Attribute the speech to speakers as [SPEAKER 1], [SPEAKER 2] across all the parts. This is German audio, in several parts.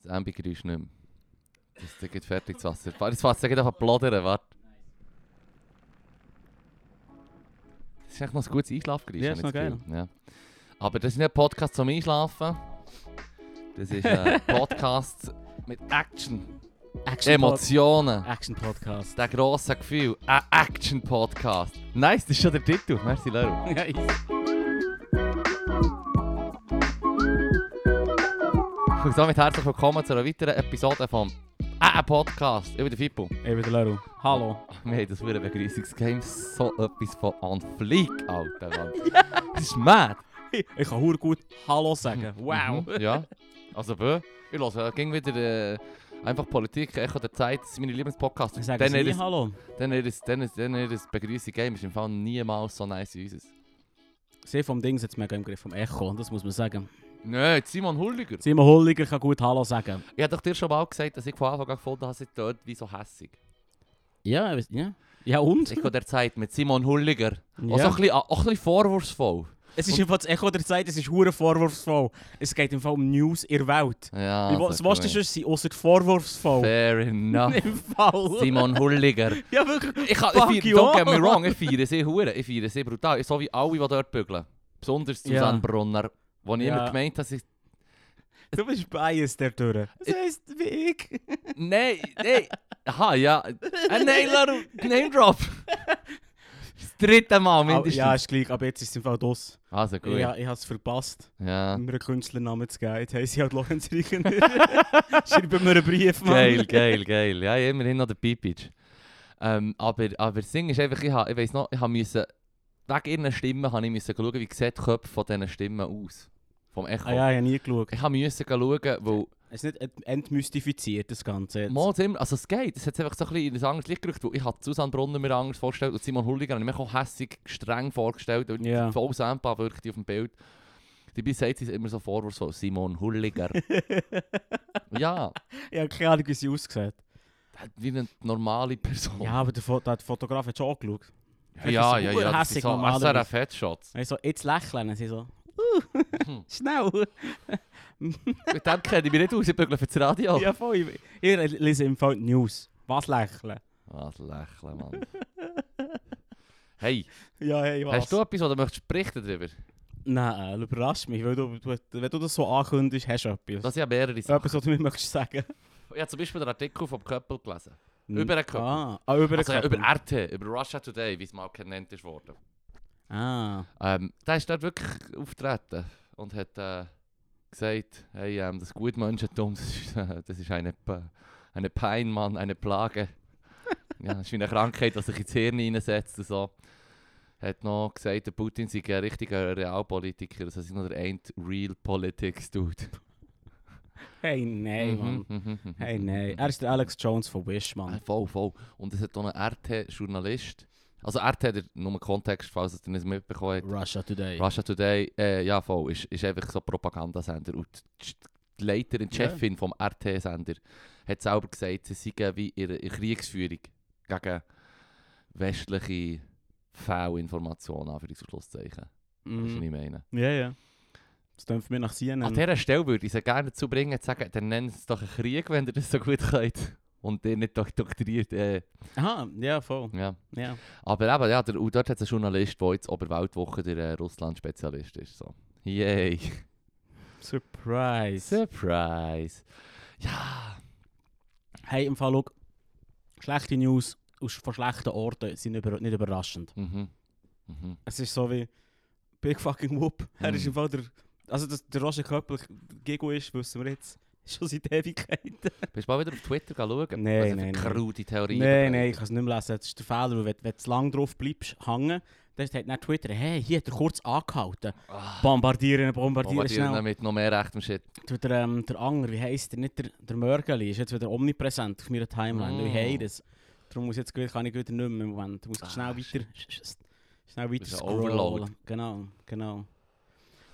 [SPEAKER 1] Das Ambi-Geräusch nicht mehr. Das da geht fertig das Wasser. Warte, Das Wasser geht einfach plodern, warte. Das ist echt noch ein gutes Einschlafgeräusch.
[SPEAKER 2] Ja,
[SPEAKER 1] habe
[SPEAKER 2] ist
[SPEAKER 1] ich
[SPEAKER 2] noch
[SPEAKER 1] das Gefühl. Ja. Aber das ist nicht ein Podcast zum Einschlafen. Das ist ein Podcast mit Action,
[SPEAKER 2] Action
[SPEAKER 1] Emotionen.
[SPEAKER 2] Action Podcast.
[SPEAKER 1] Der grosse Gefühl. Ein Action-Podcast. Nice, das ist schon der Titel. Merci, Leru. Und damit herzlich willkommen zu einer weiteren Episode von «Ein Podcast». Ich bin der Fippo.
[SPEAKER 2] Ich bin der Leru. Hallo.
[SPEAKER 1] Wir haben das für Begrüßungsgame so etwas von «On Fleek», Alter. Mann. Das ist mad.
[SPEAKER 2] Ich kann hure gut Hallo sagen. Wow.
[SPEAKER 1] Mhm, ja. Also, bö. Ich höre äh, ging wieder äh, einfach Politik, Echo der Zeit. Das sind meine Lieblingspodcasts.
[SPEAKER 2] Ich
[SPEAKER 1] Dann
[SPEAKER 2] sage nie
[SPEAKER 1] ihr
[SPEAKER 2] Hallo.
[SPEAKER 1] dann ihr- dann ihr- dann ihr Begrüßungsgame ist im Fall niemals so nice wie unseres.
[SPEAKER 2] Sie vom Ding jetzt mega im Griff, vom Echo, das muss man sagen.
[SPEAKER 1] Nö, Simon Hulliger.
[SPEAKER 2] Simon Hulliger kann gut Hallo sagen.
[SPEAKER 1] Ich habe doch dir schon mal gesagt, dass ich von Anfang an gefunden habe, sie dort wie so hässig.
[SPEAKER 2] Ja, ja. Ja und?
[SPEAKER 1] Echo der Zeit mit Simon Hulliger. Also auch ein, bisschen, auch ein bisschen vorwurfsvoll.
[SPEAKER 2] Es ist einfach das Echo der Zeit, es ist hure vorwurfsvoll. Es geht im Fall um News in der Welt.
[SPEAKER 1] Ja,
[SPEAKER 2] Wie wo- Was dus, willst du
[SPEAKER 1] schon?
[SPEAKER 2] sonst sein, ausser vorwurfsvoll?
[SPEAKER 1] Fair enough.
[SPEAKER 2] Im Fall.
[SPEAKER 1] Simon Hulliger.
[SPEAKER 2] Ja wirklich.
[SPEAKER 1] Ich kann,
[SPEAKER 2] Fuck
[SPEAKER 1] ich feier,
[SPEAKER 2] you
[SPEAKER 1] don't get me
[SPEAKER 2] all.
[SPEAKER 1] wrong, ich feiere sie hure, ich feiere sie brutal. So wie alle, die dort bügeln. Besonders
[SPEAKER 2] Ja.
[SPEAKER 1] Susanne Brunner, wo ich
[SPEAKER 2] Ja.
[SPEAKER 1] immer gemeint habe, sie...
[SPEAKER 2] Du bist biased dadurch. Das heisst, wie ich.
[SPEAKER 1] Nein, nein. Aha, ja. Äh, nein, Laru, Name Drop. Das dritte Mal
[SPEAKER 2] Aber,
[SPEAKER 1] mindestens.
[SPEAKER 2] ja, ist gleich, aber jetzt ist es im Fall das.
[SPEAKER 1] Also gut.
[SPEAKER 2] Ja,
[SPEAKER 1] Ja.
[SPEAKER 2] ich habe es verpasst,
[SPEAKER 1] ja.
[SPEAKER 2] mir einen Künstlernamen zu geben. Jetzt heisse ich halt Lorenz Riegener. Schreib mir einen Brief, Mann.
[SPEAKER 1] Geil, geil, geil. Ja, immerhin noch der Pipic. Ähm, aber, aber das Ding ist einfach, ich, ha- ich weiß noch, ich ha müssen, wegen ihrer Stimme habe ich müssen schauen, wie sieht die Köpfe von diesen Stimmen aus. Vom Echo.
[SPEAKER 2] Ah ja, ich habe nie geschaut.
[SPEAKER 1] Ich ha müssen schauen, weil
[SPEAKER 2] Es ist nicht ent- entmystifiziert, das Ganze jetzt.
[SPEAKER 1] Mal immer, also es geht, es hat einfach so ein bisschen in ein anderes Licht gerückt, weil ich habe Susanne Brunner mir anders vorgestellt und Simon Hulliger habe ich mir auch hässig, streng vorgestellt und
[SPEAKER 2] Ja.
[SPEAKER 1] voll Sampa wirkte auf dem Bild. Dabei sagt sie es immer so vorwurfsvoll, Simon Hulliger. ja,
[SPEAKER 2] Ich habe keine Ahnung, wie sie aussieht.
[SPEAKER 1] wie eine normale Person.
[SPEAKER 2] Ja, aber der, Fo der Fotograf hat schon angeschaut.
[SPEAKER 1] ja,
[SPEAKER 2] das
[SPEAKER 1] ja,
[SPEAKER 2] ist
[SPEAKER 1] ja, das
[SPEAKER 2] hässig
[SPEAKER 1] ist so
[SPEAKER 2] normalerweise.
[SPEAKER 1] SRF Headshots.
[SPEAKER 2] Er so, jetzt lächeln. Und Sie so,
[SPEAKER 1] Hm.
[SPEAKER 2] uh, schnell.
[SPEAKER 1] Mit dem kenne ich mich nicht aus, ich bügle für das Radio.
[SPEAKER 2] Ja, eh, voll. Ich, ich lese im Fall die News. Was lächeln?
[SPEAKER 1] Was Ah, lächeln, Mann. Hey,
[SPEAKER 2] Ja, hey, was?
[SPEAKER 1] hast du etwas, was du möchtest berichten darüber?
[SPEAKER 2] Nein, äh, überrasch mich, weil du, du, wenn du das so ankündigst, hast du etwas.
[SPEAKER 1] Das sind ja mehrere Sachen.
[SPEAKER 2] etwas, was du mir möchtest sagen.
[SPEAKER 1] Ich habe zum Beispiel den Artikel vom Köppel gelesen. Über den Köppel.
[SPEAKER 2] Ah, ah, über den
[SPEAKER 1] Also, ja,
[SPEAKER 2] Köppel.
[SPEAKER 1] über RT, über Russia Today, wie es mal genannt ist worden.
[SPEAKER 2] Ah.
[SPEAKER 1] Ähm, der ist dort wirklich auftreten und hat äh, gesagt, hey, ähm, das Gutmenschentum, das ist, äh, das ist eine, P- eine Pein, Mann, eine Plage. ja, das ist wie eine Krankheit, die sich ins Hirn hineinsetzt und so. Hat noch gesagt, der Putin sei ein richtiger Realpolitiker, das ist noch der ein Real Politics Dude.
[SPEAKER 2] Hey, nein, Mann.
[SPEAKER 1] Mhm.
[SPEAKER 2] Hey, nein. Er ist der Alex Jones von Wish,
[SPEAKER 1] Ah,
[SPEAKER 2] Mann.
[SPEAKER 1] voll, voll. Und es hat auch einen RT-Journalist, also RT hat er- nur Kontext, falls es nicht mitbekommen hat.
[SPEAKER 2] Russia Today.
[SPEAKER 1] Russia Today, äh, ja voll, ist, ist einfach so ein Propagandasender. Und die Sch- die Leiterin, die
[SPEAKER 2] Ja.
[SPEAKER 1] Chefin vom RT-Sender hat selber gesagt, sie seien wie in einer Kriegsführung gegen westliche Fehlinformationen, Anführungs- Mhm. Das ist, was
[SPEAKER 2] Mhm.
[SPEAKER 1] ich meine.
[SPEAKER 2] Ja, ja. Das dürfen wir nach CNN.
[SPEAKER 1] An dieser Stelle würde ich sie gerne dazu bringen, zu sagen, dann nennt es doch einen Krieg, wenn ihr das so gut könnt. Und ihr nicht doch doktriert. Äh,
[SPEAKER 2] Aha, Ah, ja, voll.
[SPEAKER 1] ja.
[SPEAKER 2] Ja.
[SPEAKER 1] Aber eben, ja, der, und dort hat es einen Journalist, der jetzt Oberweltwoche der äh, Russland-Spezialist ist. So. Yay!
[SPEAKER 2] Surprise.
[SPEAKER 1] Surprise! Ja!
[SPEAKER 2] Hey, im Fall, schau, schlechte News aus von schlechten Orten sind über nicht überraschend.
[SPEAKER 1] Mhm. Mhm.
[SPEAKER 2] Es ist so wie Big fucking Whoop. Er
[SPEAKER 1] Mhm.
[SPEAKER 2] ist im Fall der. Also, dass der Roger Köppel Gigo ist, wissen wir jetzt schon seit Ewigkeiten.
[SPEAKER 1] Bist du mal wieder auf Twitter gehen schauen?
[SPEAKER 2] Nein,
[SPEAKER 1] Was er für
[SPEAKER 2] nein, nein.
[SPEAKER 1] krude Theorien.
[SPEAKER 2] Nein, nein,
[SPEAKER 1] verbreitet?
[SPEAKER 2] ich kann es nicht mehr lesen. Das ist der Fehler, weil wenn, wenn du zu lange drauf bleibst, hängen, dann sagt dann Twitter, hey, hier hat er kurz angehalten.
[SPEAKER 1] Ah,
[SPEAKER 2] Bombardieren, bombardieren,
[SPEAKER 1] Bombardieren
[SPEAKER 2] schnell.
[SPEAKER 1] damit noch mehr rechtem Shit.
[SPEAKER 2] Du, der, ähm, der Anger, wie heisst der nicht? Der, der Mörgeli ist jetzt wieder omnipräsent auf meiner Timeline.
[SPEAKER 1] Mm.
[SPEAKER 2] Ich hate es. Darum muss ich jetzt, kann ich wieder nicht mehr im Moment. Du musst
[SPEAKER 1] Ah,
[SPEAKER 2] schnell weiter, schnell weiter
[SPEAKER 1] ist ein
[SPEAKER 2] scrollen.
[SPEAKER 1] Overload.
[SPEAKER 2] Genau, genau.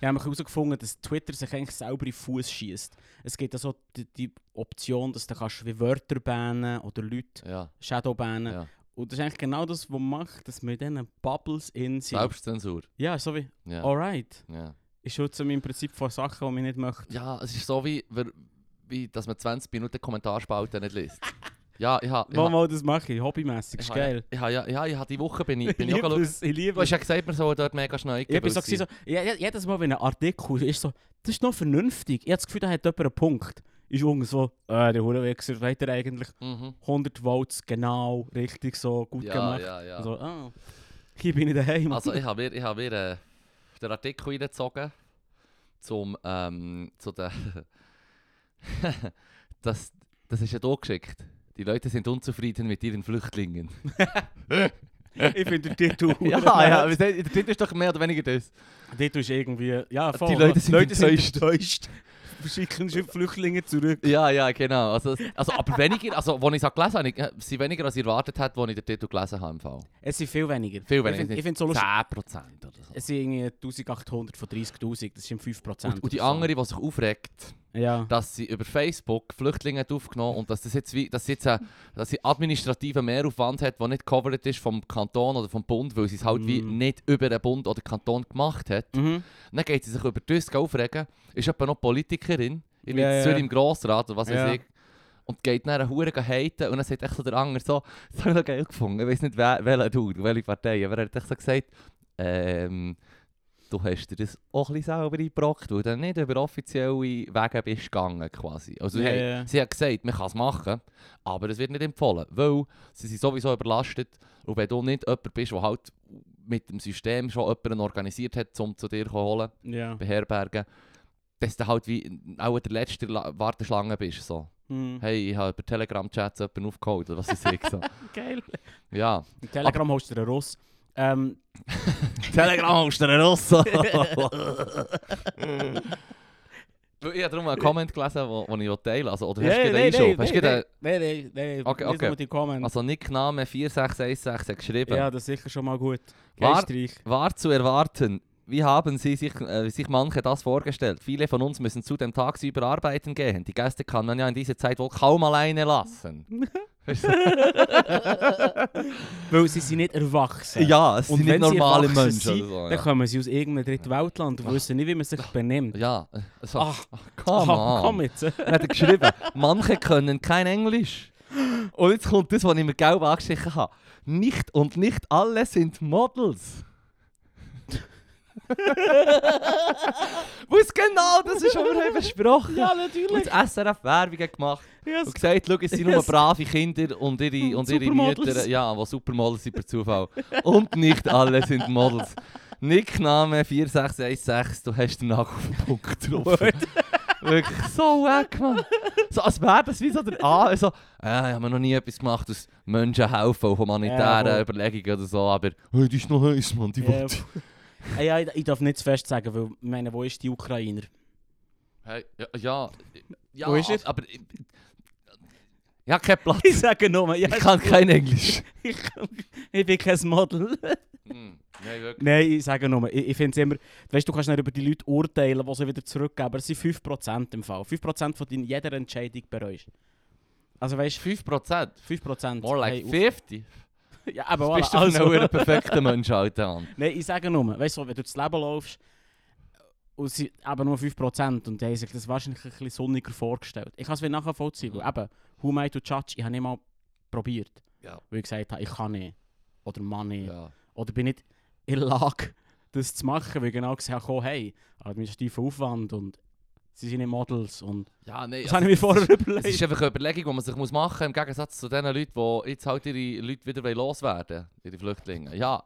[SPEAKER 2] Ich habe herausgefunden, dass Twitter sich eigentlich selber in den Fuß schießt. Es gibt also die, die dus Option, dass du kannst wie Wörter bannen oder Leute
[SPEAKER 1] Ja,
[SPEAKER 2] Shadow bannen.
[SPEAKER 1] ja.
[SPEAKER 2] Und das ist eigentlich genau das, was macht, dass wir in diesen Bubbles in sind.
[SPEAKER 1] Selbstzensur.
[SPEAKER 2] Ja, so wie,
[SPEAKER 1] Ja.
[SPEAKER 2] alright.
[SPEAKER 1] ja.
[SPEAKER 2] Ich schütze mich im Prinzip vor Sachen, die ich nicht möchte.
[SPEAKER 1] ja, es ist so wie, wer, wie, dass man 20 Minuten Kommentarspalte nicht liest. Ja, ich habe...
[SPEAKER 2] Mal, mal, das mache ich, hobbymässig, ist
[SPEAKER 1] Ich habe-
[SPEAKER 2] geil.
[SPEAKER 1] Ich habe ja, ja, ich habe die Woche bin ich,
[SPEAKER 2] Ich
[SPEAKER 1] bin ich auch
[SPEAKER 2] liebe
[SPEAKER 1] geschaut.
[SPEAKER 2] es, ich liebe
[SPEAKER 1] Du hast
[SPEAKER 2] es.
[SPEAKER 1] ja gesagt, wir sollen dort mega schnell
[SPEAKER 2] Ich bin so, gewesen, so, ja, ja, jedes Mal, wenn ein Artikel ist, so, das ist noch vernünftig. Ich habe das Gefühl, da hat jemand einen Punkt. Ist irgendwo so, äh, der Hurenwechsel, weiter eigentlich
[SPEAKER 1] Mhm.
[SPEAKER 2] 100 Volts, genau, richtig so, gut
[SPEAKER 1] Ja,
[SPEAKER 2] gemacht.
[SPEAKER 1] ja, ja.
[SPEAKER 2] So, ah, hier bin ich daheim.
[SPEAKER 1] Also ich habe mir, ich habe mir äh, den Artikel reingezogen zum ähm, zu der das das ist ja da geschickt. Die Leute sind unzufrieden mit ihren Flüchtlingen.
[SPEAKER 2] ich finde den Titel
[SPEAKER 1] aber das ist doch mehr oder weniger das.
[SPEAKER 2] Dort ist irgendwie, ja, voll.
[SPEAKER 1] Die Leute sind enttäuscht.
[SPEAKER 2] enttäuscht. Verschicken sie Flüchtlinge zurück.
[SPEAKER 1] Ja, ja, genau. Also, also aber weniger, also als ich es gelesen habe, ich, äh, sie weniger als ich erwartet hätte, als ich den Titel gelesen habe im Fall.
[SPEAKER 2] Es sind viel weniger.
[SPEAKER 1] Viel
[SPEAKER 2] Ich
[SPEAKER 1] weniger.
[SPEAKER 2] finde- Ich finde es so lustig.
[SPEAKER 1] 10% oder so.
[SPEAKER 2] Es sind irgendwie 1800 von 30.000, das sind 5%.
[SPEAKER 1] Und, und die
[SPEAKER 2] oder so.
[SPEAKER 1] andere, die sich aufregt,
[SPEAKER 2] Ja.
[SPEAKER 1] dass sie über Facebook Flüchtlinge hat aufgenommen und dass das jetzt wie, dass jetzt ein, dass sie administrativen Mehraufwand hat, der nicht covered ist vom Kanton oder vom Bund, weil sie es halt wie
[SPEAKER 2] Mm.
[SPEAKER 1] nicht über den Bund oder Kanton gemacht hat.
[SPEAKER 2] Mhm.
[SPEAKER 1] Dann geht sie sich über das aufregen, ist etwa noch Politikerin, ich bin
[SPEAKER 2] Ja,
[SPEAKER 1] yeah,
[SPEAKER 2] ja.
[SPEAKER 1] Zürich im Grossrat oder was
[SPEAKER 2] Ja.
[SPEAKER 1] weiß ich. Und geht nachher einen Huren haten und dann sagt echt so der andere so, das habe ich noch geil gefunden, ich weiß nicht wer, welcher du, welche Partei, aber er hat echt so gesagt, ähm, du hast dir das auch ein bisschen selber eingebracht, weil du nicht über offizielle Wege bist gegangen quasi. Also
[SPEAKER 2] Ja,
[SPEAKER 1] hey,
[SPEAKER 2] ja.
[SPEAKER 1] sie hat gesagt, man kann es machen, aber es wird nicht empfohlen, weil sie sind sowieso überlastet und wenn du nicht jemand bist, der halt mit dem System schon jemanden organisiert hat, um zu dir zu holen,
[SPEAKER 2] Ja.
[SPEAKER 1] beherbergen, dass du halt wie auch der letzte in der La- Warteschlange bist. So.
[SPEAKER 2] Mhm.
[SPEAKER 1] Hey, ich habe über Telegram-Chats jemanden aufgeholt oder was ich sehe. So.
[SPEAKER 2] Geil.
[SPEAKER 1] Ja.
[SPEAKER 2] Im Telegram holst du dir einen Ross. Ähm,
[SPEAKER 1] Telegram ist der Rosso! ich habe darum einen Comment gelesen, wo, wo ich will teilen Also, oder hast du gerade einen Einschub? Hast du gerade-
[SPEAKER 2] nein, nein, nein,
[SPEAKER 1] Okay,
[SPEAKER 2] lies
[SPEAKER 1] okay.
[SPEAKER 2] nur die Comments.
[SPEAKER 1] Also, Nickname 46116 hat geschrieben.
[SPEAKER 2] ja, das ist sicher schon mal gut.
[SPEAKER 1] War-
[SPEAKER 2] Geistreich.
[SPEAKER 1] War zu erwarten. Wie haben Sie sich, äh, sich manche das vorgestellt? Viele von uns müssen zu dem tagsüber arbeiten gehen. Die Gäste kann man ja in dieser Zeit wohl kaum alleine lassen.
[SPEAKER 2] Weil sie sind nicht erwachsen.
[SPEAKER 1] ja, es
[SPEAKER 2] Und
[SPEAKER 1] sind nicht
[SPEAKER 2] wenn sie
[SPEAKER 1] normale
[SPEAKER 2] erwachsen
[SPEAKER 1] Menschen.
[SPEAKER 2] sind,
[SPEAKER 1] oder so,
[SPEAKER 2] Dann kommen sie aus irgendeinem dritten Weltland und wissen nicht, wie man sich benimmt.
[SPEAKER 1] ja. ja, äh, so,
[SPEAKER 2] Ach,
[SPEAKER 1] come
[SPEAKER 2] Ah, komm
[SPEAKER 1] on.
[SPEAKER 2] jetzt.
[SPEAKER 1] Dann hat er geschrieben, manche können kein Englisch. Und jetzt kommt das, was ich mir gelb angestrichen habe. Nicht und nicht alle sind Models. Was genau, das ist, was wir haben besprochen Und
[SPEAKER 2] natürlich.
[SPEAKER 1] das SRF Werbung hat gemacht und gesagt, schau, es sind nur
[SPEAKER 2] Yes.
[SPEAKER 1] brave Kinder und ihre, und ihre
[SPEAKER 2] Supermodels.
[SPEAKER 1] Mütter, eh, ja, die Supermodels sind per Zufall. Und nicht alle sind Models. Nickname 4616, du hast den Nagel auf den Punkt getroffen. Wirklich so wack, Mann. So, als wäre das wie so der A. So, äh, haben wir noch nie etwas gemacht aus Menschenhaufen, humanitären
[SPEAKER 2] Ja, voll.
[SPEAKER 1] Überlegungen oder so, aber hey, die ist noch heiß, Mann, die
[SPEAKER 2] Ja.
[SPEAKER 1] will.
[SPEAKER 2] Ah ja, ich, ich darf nicht zu fest sagen, weil, ich meine, wo ist die Ukrainer?
[SPEAKER 1] Hey, ja, ja, ja
[SPEAKER 2] Wo ist es?
[SPEAKER 1] aber ich, ich habe keinen Platz.
[SPEAKER 2] Ich sage nur, ja,
[SPEAKER 1] Ich kann kein Englisch.
[SPEAKER 2] ich, ich bin kein Model.
[SPEAKER 1] Nein, Hm, wirklich.
[SPEAKER 2] Nein, ich sage nur, ich, ich finde es immer, weißt du, du kannst nicht über die Leute urteilen, die sie wieder zurückgeben, aber es sind 5% im Fall. 5% von deiner, jeder Entscheidung bereust. Also weißt
[SPEAKER 1] 5%?
[SPEAKER 2] du, 5%.
[SPEAKER 1] More like
[SPEAKER 2] hey,
[SPEAKER 1] 50?
[SPEAKER 2] auf- ja, aber
[SPEAKER 1] Du
[SPEAKER 2] voilà,
[SPEAKER 1] bist doch
[SPEAKER 2] also,
[SPEAKER 1] also. ein perfekter Mensch, Alter. Mann.
[SPEAKER 2] Nein, ich sage nur, weißt du, wenn du durchs Leben läufst, und sie eben nur 5% und die haben sich das wahrscheinlich ein bisschen sonniger vorgestellt. Ich kann es wieder nachvollziehen, weil eben, who am I to judge, ich habe nicht mal probiert.
[SPEAKER 1] Ja.
[SPEAKER 2] Weil ich gesagt habe, ich kann nicht. Oder Mann nicht.
[SPEAKER 1] Ja.
[SPEAKER 2] Oder bin nicht in Dus der Lage, das zu machen, weil ich genau gesehen habe, komm, hey, administrativer Aufwand und sie sind nicht Models und...
[SPEAKER 1] ja, nein.
[SPEAKER 2] Das habe ich mir vorher
[SPEAKER 1] es ist
[SPEAKER 2] überlegt.
[SPEAKER 1] einfach eine Überlegung, die man sich muss machen muss, im Gegensatz zu den Leuten, die jetzt halt ihre Leute wieder wollen loswerden wollen, ihre Flüchtlinge. Ja.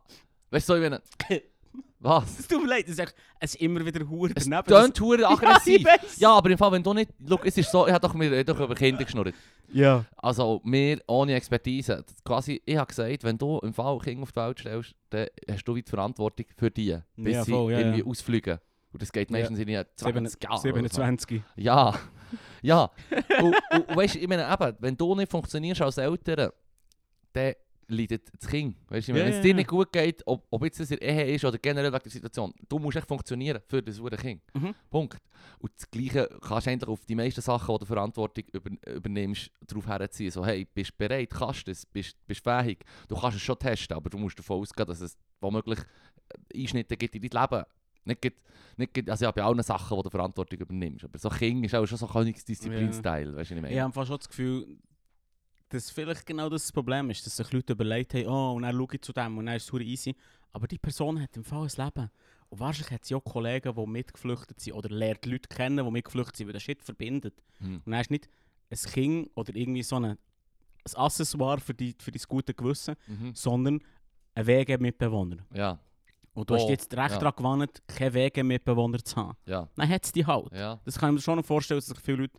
[SPEAKER 1] Weißt du, so wie Was?
[SPEAKER 2] Es tut mir leid, es ist echt- es ist immer wieder verdammt
[SPEAKER 1] Es
[SPEAKER 2] daneben.
[SPEAKER 1] tönt hure aggressiv.
[SPEAKER 2] Ja, ich weiss.
[SPEAKER 1] Ja, aber im Fall, wenn du nicht. Schau, es ist so, ich habe doch, mir- ich hab doch über Kinder geschnurrt.
[SPEAKER 2] Ja.
[SPEAKER 1] Also, wir ohne Expertise. Das- Quasi, ich habe gesagt, wenn du im Fall Kinder auf die Welt stellst, dann hast du wie die Verantwortung für die, bis
[SPEAKER 2] Ja,
[SPEAKER 1] sie
[SPEAKER 2] voll, ja,
[SPEAKER 1] irgendwie
[SPEAKER 2] ja.
[SPEAKER 1] ausfliegen. Und das geht
[SPEAKER 2] Ja.
[SPEAKER 1] meistens in 20 Jahren. oder so.
[SPEAKER 2] 27.
[SPEAKER 1] Ja, ja. und, und, und weißt du, ich meine, eben, wenn du nicht funktionierst als Eltern, dann leidet das Kind. Weißt du, ich meine,
[SPEAKER 2] Ja,
[SPEAKER 1] wenn es
[SPEAKER 2] ja,
[SPEAKER 1] dir
[SPEAKER 2] ja.
[SPEAKER 1] nicht gut geht, ob, ob jetzt das in der Ehe ist oder generell wegen der Situation, du musst echt funktionieren für das verdammte Kind.
[SPEAKER 2] Mhm.
[SPEAKER 1] Punkt. Und das Gleiche kannst du eigentlich auf die meisten Sachen, die du Verantwortung über, übernimmst, darauf herziehen. So, hey, bist du bereit, kannst du es, bist, bist du fähig. Du kannst es schon testen, aber du musst davon ausgehen, dass es womöglich Einschnitte äh, gibt in dein Leben. Nicht, grad- nicht, grad- also ja, bei allen Sachen, die du Verantwortung übernimmst. Aber so King ist auch schon so Königsdisziplin-Style, weißt du, was ich meine?
[SPEAKER 2] Ich habe fast schon das Gefühl, dass vielleicht genau das das Problem ist, dass sich Leute überlegt haben, oh, und dann schaue ich zu dem und dann ist es verdammt easy. Aber die Person hat im Fall ein Leben. Und wahrscheinlich hat sie auch Kollegen, die mitgeflüchtet sind oder lernt Leute kennen, die mitgeflüchtet sind, weil der Shit verbindet.
[SPEAKER 1] Hm.
[SPEAKER 2] Und dann ist nicht ein Kind oder irgendwie so ein, ein Accessoire für, die, für dein gute Gewissen,
[SPEAKER 1] Mhm.
[SPEAKER 2] sondern ein WG-Mitbewohner.
[SPEAKER 1] Ja,
[SPEAKER 2] Und du hast
[SPEAKER 1] Oh,
[SPEAKER 2] jetzt recht
[SPEAKER 1] ja.
[SPEAKER 2] daran gewandt, keinen WG-Mitbewohner zu haben.
[SPEAKER 1] ja,
[SPEAKER 2] Dann hat es die halt.
[SPEAKER 1] ja.
[SPEAKER 2] Das kann ich mir schon noch vorstellen, dass sich viele Leute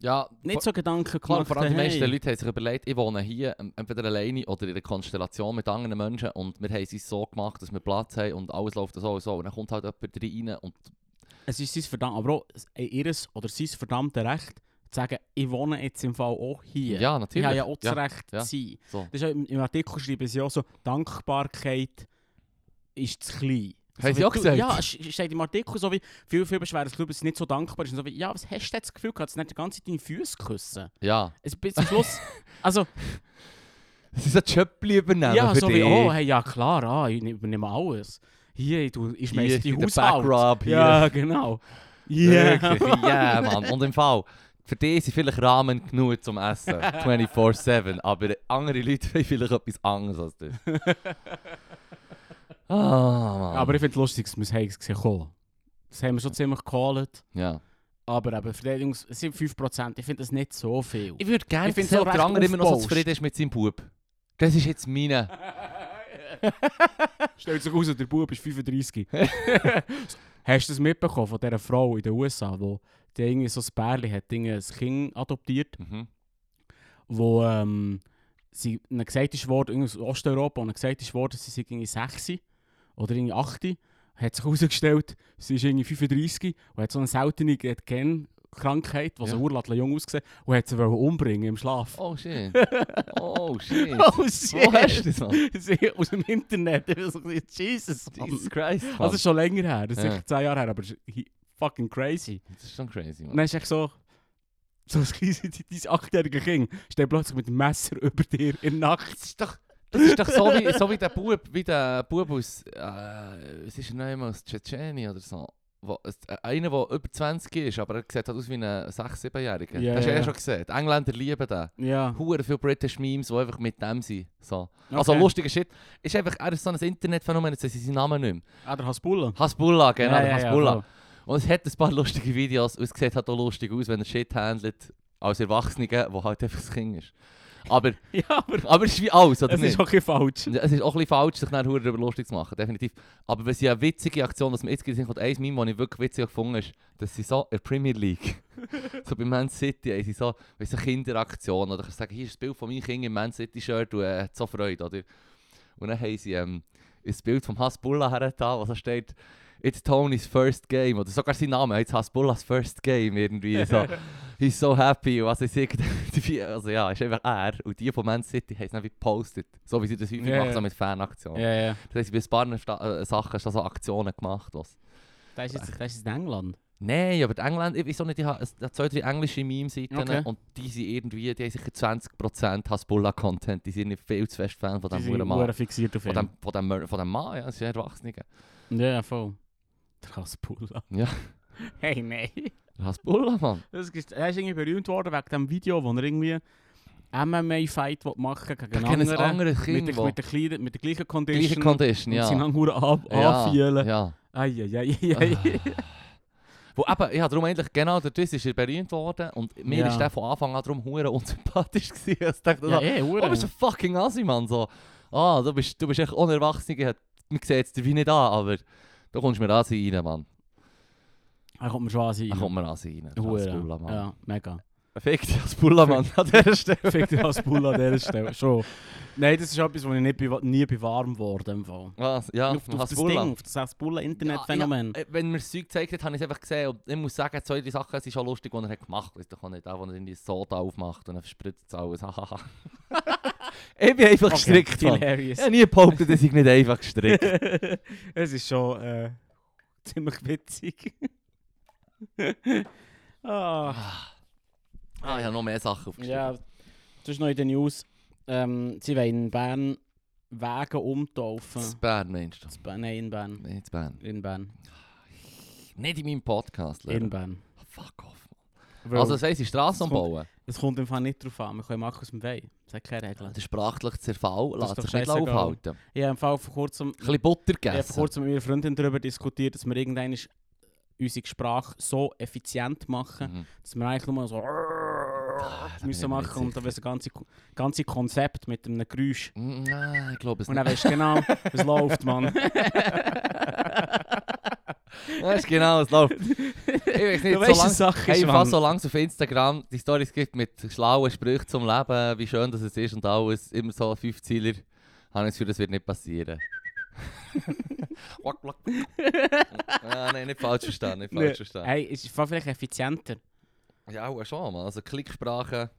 [SPEAKER 1] Ja,
[SPEAKER 2] nicht so Gedanken gemacht
[SPEAKER 1] Klar,
[SPEAKER 2] haben.
[SPEAKER 1] vor allem die meisten
[SPEAKER 2] hey.
[SPEAKER 1] Leute haben sich überlegt, ich wohne hier ähm, entweder alleine oder in einer Konstellation mit anderen Menschen und wir haben es uns so gemacht, dass wir Platz haben und alles läuft so und so. Und dann kommt halt jemand rein und
[SPEAKER 2] Es ist sein verdammt, aber auch ihres oder sein verdammtes Recht, zu sagen, ich wohne jetzt im Fall auch hier.
[SPEAKER 1] ja,
[SPEAKER 2] ich
[SPEAKER 1] natürlich.
[SPEAKER 2] habe ja auch das Recht
[SPEAKER 1] ja.
[SPEAKER 2] zu sein.
[SPEAKER 1] so.
[SPEAKER 2] Das ist ja im, Im Artikel schreiben sie ja auch so, Dankbarkeit ist zu klein.
[SPEAKER 1] Haben
[SPEAKER 2] so
[SPEAKER 1] sie
[SPEAKER 2] wie
[SPEAKER 1] auch
[SPEAKER 2] du-
[SPEAKER 1] gesagt?
[SPEAKER 2] Ja, es sch- steht im Artikel so wie, viele, viele beschweren sich darüber, dass es nicht so dankbar ist. Und so wie, ja, was hast du denn das Gefühl gehabt, dass nicht die ganze Zeit deine Füße küssen?
[SPEAKER 1] Ja.
[SPEAKER 2] Es, bis zum Schluss, also,
[SPEAKER 1] Es ist ein Schöppli übernehmen
[SPEAKER 2] ja,
[SPEAKER 1] für
[SPEAKER 2] so
[SPEAKER 1] dich.
[SPEAKER 2] wie, oh, hey, ja klar, ah, ich übernehme alles. Hier, du, ich schmeiße
[SPEAKER 1] hier, der
[SPEAKER 2] die Haushalt.
[SPEAKER 1] Backrub hier.
[SPEAKER 2] halt. Ja, genau.
[SPEAKER 1] Ja,
[SPEAKER 2] Yeah.
[SPEAKER 1] yeah, Mann. Und im Fall, für die sind vielleicht Rahmen genug zum Essen, Ah, 24-7, aber andere Leute wollen vielleicht etwas anderes als das. Ah, Mann.
[SPEAKER 2] Aber ich finde es lustig, dass wir es haben gesehen haben. Das haben wir schon ziemlich geholt.
[SPEAKER 1] ja.
[SPEAKER 2] Aber eben, Verteidigungs... Es sind 5%. Ich finde das nicht so viel.
[SPEAKER 1] Ich würde gerne
[SPEAKER 2] Ich find's
[SPEAKER 1] sehen,
[SPEAKER 2] so
[SPEAKER 1] ob der
[SPEAKER 2] recht
[SPEAKER 1] andere immer noch so
[SPEAKER 2] aufgebauscht.
[SPEAKER 1] zufrieden ist mit seinem Bub. Das ist jetzt meine.
[SPEAKER 2] Stellt sich raus, der Bub ist 35. Hast du das mitbekommen von dieser Frau in den USA, wo die irgendwie so ein Bärli hat, irgendwie ein Kind adoptiert,
[SPEAKER 1] Mhm.
[SPEAKER 2] wo ähm, sie ihnen gesagt ist worden, irgendwie aus Osteuropa, und ihnen gesagt ist worden, sie sei irgendwie 6 oder irgendwie 8. Hat sich herausgestellt, sie ist irgendwie 35 und hat so eine seltene Gen-Krankheit, die
[SPEAKER 1] Ja.
[SPEAKER 2] so urlat jung aussehen und hat sie wollen umbringen im Schlaf.
[SPEAKER 1] Oh shit. Oh shit. Oh,
[SPEAKER 2] shit!
[SPEAKER 1] Wo hast du das, Mann?
[SPEAKER 2] Sie- aus dem Internet. Ich hab so gesagt, Jesus. Mann.
[SPEAKER 1] Jesus Christ, Mann.
[SPEAKER 2] Also schon länger her, das ist
[SPEAKER 1] Ja.
[SPEAKER 2] sicher 10 Jahre her, aber es ist hi- fucking crazy.
[SPEAKER 1] das ist schon crazy,
[SPEAKER 2] Und
[SPEAKER 1] Mann.
[SPEAKER 2] dann ist echt so, so ein kleines, dein achtjährige Kind steht plötzlich mit dem Messer über dir in der Nacht.
[SPEAKER 1] Das ist doch, das ist doch so, wie, so wie der Bub, wie der Bub aus, äh, es ist noch immer aus Tschetschenien oder so. Wo, es- äh, einer, der über 20 ist, aber er sieht halt aus wie ein 6-7-Jähriger.
[SPEAKER 2] Ja,
[SPEAKER 1] das hast du ja
[SPEAKER 2] ja, ja.
[SPEAKER 1] schon gesehen. Die Engländer lieben den.
[SPEAKER 2] Ja.
[SPEAKER 1] Huren viele British Memes, die einfach mit dem sind. So. Also
[SPEAKER 2] Okay.
[SPEAKER 1] lustiger Shit. Ist einfach, er ist so ein Internetphänomen, jetzt weiß ich seinen Namen nicht mehr.
[SPEAKER 2] Ah, der Hasbulla.
[SPEAKER 1] Hasbullah, genau,
[SPEAKER 2] Ja,
[SPEAKER 1] der
[SPEAKER 2] ja, ja,
[SPEAKER 1] Hasbullah.
[SPEAKER 2] voll.
[SPEAKER 1] und es hat ein paar lustige Videos und es sieht halt auch lustig aus, wenn er Shit handelt als Erwachsene, wo halt einfach das Kind ist. Aber,
[SPEAKER 2] Ja, aber
[SPEAKER 1] aber es ist wie alles, oder
[SPEAKER 2] es
[SPEAKER 1] nicht?
[SPEAKER 2] ist auch ein falsch.
[SPEAKER 1] Ja, Es ist auch ein bisschen falsch, sich nachher darüber lustig zu machen, definitiv. Aber es ist eine witzige Aktion, dass wir jetzt gesehen haben, eins Meme, das ich wirklich witzig gefunden habe, ist, dass sie so in der Premier League, so bei Man City, haben sie so, weißt du, eine Kinderaktion, oder kannst du sagen, hier ist das Bild von meinem Kind im Man City-Shirt und er hat so Freude, oder? Und dann haben sie ähm, ein Bild von Hasbullah hergetan, wo so steht, It's Tony's first game, oder sogar sein Name, jetzt Hasbullahs first game, irgendwie so. He's so happy, und was ich sehe, die- also ja, ist einfach er. Und die von Man City haben es dann wie gepostet, so wie sie das häufig
[SPEAKER 2] Ja,
[SPEAKER 1] machen,
[SPEAKER 2] ja.
[SPEAKER 1] so mit Fanaktionen.
[SPEAKER 2] Ja, ja.
[SPEAKER 1] Das heisst, bei ein paar Sta äh, Sachen hast du so Aktionen gemacht. Was.
[SPEAKER 2] Der
[SPEAKER 1] Ah.
[SPEAKER 2] ist jetzt, der ist jetzt in England.
[SPEAKER 1] Nein, aber die Engländer, ich weiß auch nicht, ich habe es- ich habe zwei, drei englische Meme-Seiten
[SPEAKER 2] Okay.
[SPEAKER 1] und die sind irgendwie, die haben sicher 20% Hasbullah-Content, die sind nicht viel zu fest Fan von
[SPEAKER 2] Die
[SPEAKER 1] diesem
[SPEAKER 2] sind
[SPEAKER 1] Huren Mann.
[SPEAKER 2] verdammt fixiert auf
[SPEAKER 1] Von dem,
[SPEAKER 2] ihn.
[SPEAKER 1] von, dem, Mör- von dem Mann, ja, das ist ein Erwachsener.
[SPEAKER 2] Ja, ja, voll. Der Hasbulla.
[SPEAKER 1] Ja.
[SPEAKER 2] Hey, nein.
[SPEAKER 1] Hasbullah, Mann.
[SPEAKER 2] Das ist, er ist irgendwie berühmt worden wegen dem Video, wo er irgendwie MMA-Fight machen will
[SPEAKER 1] Da
[SPEAKER 2] gegen
[SPEAKER 1] kennen es
[SPEAKER 2] einen anderen.
[SPEAKER 1] andere
[SPEAKER 2] Mit,
[SPEAKER 1] Kinder,
[SPEAKER 2] der- mit, der kleinen, mit der gleichen
[SPEAKER 1] die gleiche
[SPEAKER 2] Condition.
[SPEAKER 1] Condition, ja.
[SPEAKER 2] Sie haben hure ab
[SPEAKER 1] Ja,
[SPEAKER 2] anfühlen.
[SPEAKER 1] ja. Eh.
[SPEAKER 2] Eieieiei.
[SPEAKER 1] Wo eben, ich habe darum eigentlich, genau durch das ist er berühmt worden und mir
[SPEAKER 2] Ja.
[SPEAKER 1] ist der von Anfang an darum hure unsympathisch gewesen. Ich dachte,
[SPEAKER 2] Ja,
[SPEAKER 1] so,
[SPEAKER 2] eh,
[SPEAKER 1] oh,
[SPEAKER 2] hure.
[SPEAKER 1] du bist ein fucking Assi, Mann. So, ah, du bist, du bist echt unerwachsen, man sieht es dir wie nicht an, aber du kommst mir Assi rein, Mann.
[SPEAKER 2] Er kommt mir schon an sein.
[SPEAKER 1] Da kommt mir Assi rein.
[SPEAKER 2] Hure.
[SPEAKER 1] Bulla, Mann.
[SPEAKER 2] Ja, mega.
[SPEAKER 1] Fick dich als Bulla, Mann, an dieser Stelle.
[SPEAKER 2] Fick dich als Bull an dieser Stelle. Schon. Nein, das ist etwas, wo ich nicht bei, nie bei warm wurde. Im Fall.
[SPEAKER 1] Was? Ja,
[SPEAKER 2] auf, auf
[SPEAKER 1] als
[SPEAKER 2] das
[SPEAKER 1] Bulla.
[SPEAKER 2] Ding, auf das Hasbulla-Internetphänomen.
[SPEAKER 1] Äh, Wenn mir das Zeug gezeigt hat, habe ich es einfach gesehen. Und ich muss sagen, zwei, drei Sachen sind schon lustig, die er hat gemacht hat. Weißt du, kann nicht auch, wenn er irgendwie Soda aufmacht und dann verspritzt es alles. Hahaha. ich bin einfach gestrickt. Mann. Ich
[SPEAKER 2] hilarious.
[SPEAKER 1] habe nie behauptet, dass ich nicht einfach gestrickt
[SPEAKER 2] es ist schon äh, ziemlich witzig. ah.
[SPEAKER 1] Ah, ich habe noch mehr Sachen aufgeschrieben.
[SPEAKER 2] Ja, das ist noch in den News. Ähm, sie wollen in Bern Wege umtaufen.
[SPEAKER 1] In Bern meinst du?
[SPEAKER 2] Z- Nein, in Bern.
[SPEAKER 1] Nein, in Bern.
[SPEAKER 2] In Bern.
[SPEAKER 1] Nicht in meinem Podcast,
[SPEAKER 2] in
[SPEAKER 1] Lehrer.
[SPEAKER 2] Bern.
[SPEAKER 1] Fuck off. Mann.
[SPEAKER 2] Weil
[SPEAKER 1] Also, sei sie Straßen
[SPEAKER 2] Es kommt-
[SPEAKER 1] bauen.
[SPEAKER 2] es kommt im Fall nicht drauf an, wir können machen aus dem Wein. Das hat keine Regeln.
[SPEAKER 1] Der sprachliche Zerfall
[SPEAKER 2] Das
[SPEAKER 1] lässt
[SPEAKER 2] ist
[SPEAKER 1] sich
[SPEAKER 2] doch
[SPEAKER 1] nicht
[SPEAKER 2] scheißegal.
[SPEAKER 1] aufhalten. Ein
[SPEAKER 2] Ich habe im Fall vor kurzem, ich
[SPEAKER 1] bisschen Butter
[SPEAKER 2] habe vor
[SPEAKER 1] gegessen.
[SPEAKER 2] kurzem mit meiner Freundin darüber diskutiert, dass wir irgendwann unsere Sprache so effizient machen,
[SPEAKER 1] Mhm.
[SPEAKER 2] dass wir eigentlich nur so
[SPEAKER 1] da bin ich mir
[SPEAKER 2] müssen
[SPEAKER 1] nicht
[SPEAKER 2] machen und dann wäre das ganze, ganze Konzept mit einem Geräusch.
[SPEAKER 1] Mm, Nein, ich glaube es
[SPEAKER 2] Und
[SPEAKER 1] nicht.
[SPEAKER 2] dann weißt du genau, es läuft, Mann.
[SPEAKER 1] Das ist genau, es läuft. Ich weiß nicht,
[SPEAKER 2] Du
[SPEAKER 1] solange,
[SPEAKER 2] weißt, die Sache
[SPEAKER 1] hey,
[SPEAKER 2] ist,
[SPEAKER 1] im Fall,
[SPEAKER 2] Mann.
[SPEAKER 1] solange es auf Instagram die Stories gibt mit schlauen Sprüchen zum Leben, wie schön das es ist und alles, immer so fünf Zieler, habe ich das Gefühl, das wird nicht passieren. Quack, quack. ah, nein, nicht falsch verstanden, nicht falsch
[SPEAKER 2] Nee.
[SPEAKER 1] verstanden.
[SPEAKER 2] Hey, es ist voll vielleicht effizienter.
[SPEAKER 1] Ja, auch schon, Mann. Also Klicksprache,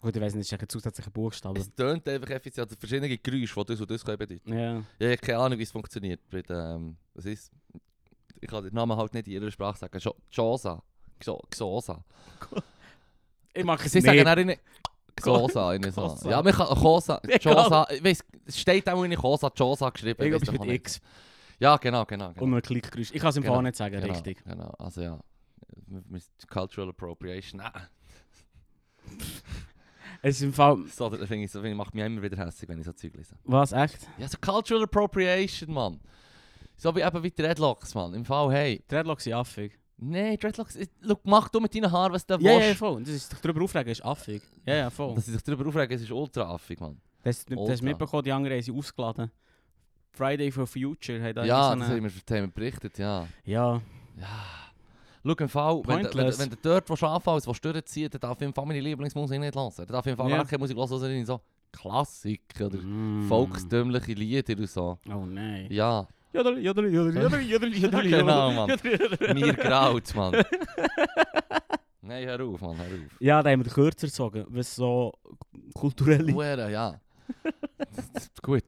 [SPEAKER 2] Gut, ich weiß nicht, es ist ein zusätzlicher Buchstabe.
[SPEAKER 1] es tönt einfach effizient. Also verschiedene Geräusche, die das und das können bedeuten.
[SPEAKER 2] Ja.
[SPEAKER 1] Ja, Ich habe keine Ahnung, wie es funktioniert. Mit, ähm, was ist? Ich kann den Namen halt nicht in ihrer Sprache sagen. Jo- Josa. Gso- Xosa.
[SPEAKER 2] Ich mache es
[SPEAKER 1] Sie
[SPEAKER 2] nicht.
[SPEAKER 1] sagen auch in Xosa. in so.
[SPEAKER 2] Cosa.
[SPEAKER 1] Ja, man kann Cosa,
[SPEAKER 2] Egal.
[SPEAKER 1] Josa. Ich weiss, es steht auch in Cosa, Josa geschrieben.
[SPEAKER 2] Ich
[SPEAKER 1] weiss
[SPEAKER 2] glaube, es
[SPEAKER 1] doch
[SPEAKER 2] ist
[SPEAKER 1] auch
[SPEAKER 2] mit
[SPEAKER 1] nicht.
[SPEAKER 2] X
[SPEAKER 1] Ja, genau, genau. genau.
[SPEAKER 2] und ein Klickgeräusch. Ich kann es im
[SPEAKER 1] Genau,
[SPEAKER 2] Fall nicht sagen,
[SPEAKER 1] genau,
[SPEAKER 2] richtig.
[SPEAKER 1] Genau, also ja. Wir- wir- Cultural Appropriation. Ah,
[SPEAKER 2] Es ist im Fall...
[SPEAKER 1] so, das finde ich, so, finde ich- macht mich immer wieder hässlich, wenn ich so Zeug lese.
[SPEAKER 2] Was, echt?
[SPEAKER 1] Ja, so Cultural Appropriation, Mann. So wie eben wie die Dreadlocks, Mann. Im Fall, hey.
[SPEAKER 2] Dreadlocks sind affig.
[SPEAKER 1] Nein, Dreadlocks, ich- schau, mach du mit deinen Haaren, was du
[SPEAKER 2] Ja, ja,
[SPEAKER 1] willst.
[SPEAKER 2] ja, voll. Das ist sich darüber aufregen, ist affig. Ja, ja, voll.
[SPEAKER 1] Dass sie sich darüber aufregen, es ist ultra affig, Mann.
[SPEAKER 2] Das, das,
[SPEAKER 1] Ultra.
[SPEAKER 2] das mitbekommen, die anderen haben sie ausgeladen. Friday for Future hat
[SPEAKER 1] ja,
[SPEAKER 2] da
[SPEAKER 1] das
[SPEAKER 2] irgendwie so
[SPEAKER 1] haben
[SPEAKER 2] eine...
[SPEAKER 1] wir, das haben wir berichtet, ja.
[SPEAKER 2] eh, Ja,
[SPEAKER 1] Schau, im Fall, wenn, du- wenn, du-
[SPEAKER 2] Pointless.
[SPEAKER 1] wenn du dort willst anfangen willst, was durchziehen, dann darf ich im Fall meine Lieblingsmusik nicht hören. Dann darf ich im Fall
[SPEAKER 2] Ja.
[SPEAKER 1] gar keine Musik hören, sondern so Klassik oder
[SPEAKER 2] Mm.
[SPEAKER 1] volkstümliche Lieder und so.
[SPEAKER 2] Oh nein.
[SPEAKER 1] Ja,
[SPEAKER 2] Jodel, jodel, jodel, jodel, jodel, jodel,
[SPEAKER 1] Genau, Mann.
[SPEAKER 2] jodel, jodel.
[SPEAKER 1] mir graut, Mann. Nein, hör auf, Mann, hör auf.
[SPEAKER 2] Ja, da haben wir kürzer gezogen, was so kulturell
[SPEAKER 1] Huere, ja. Das- das- Gut.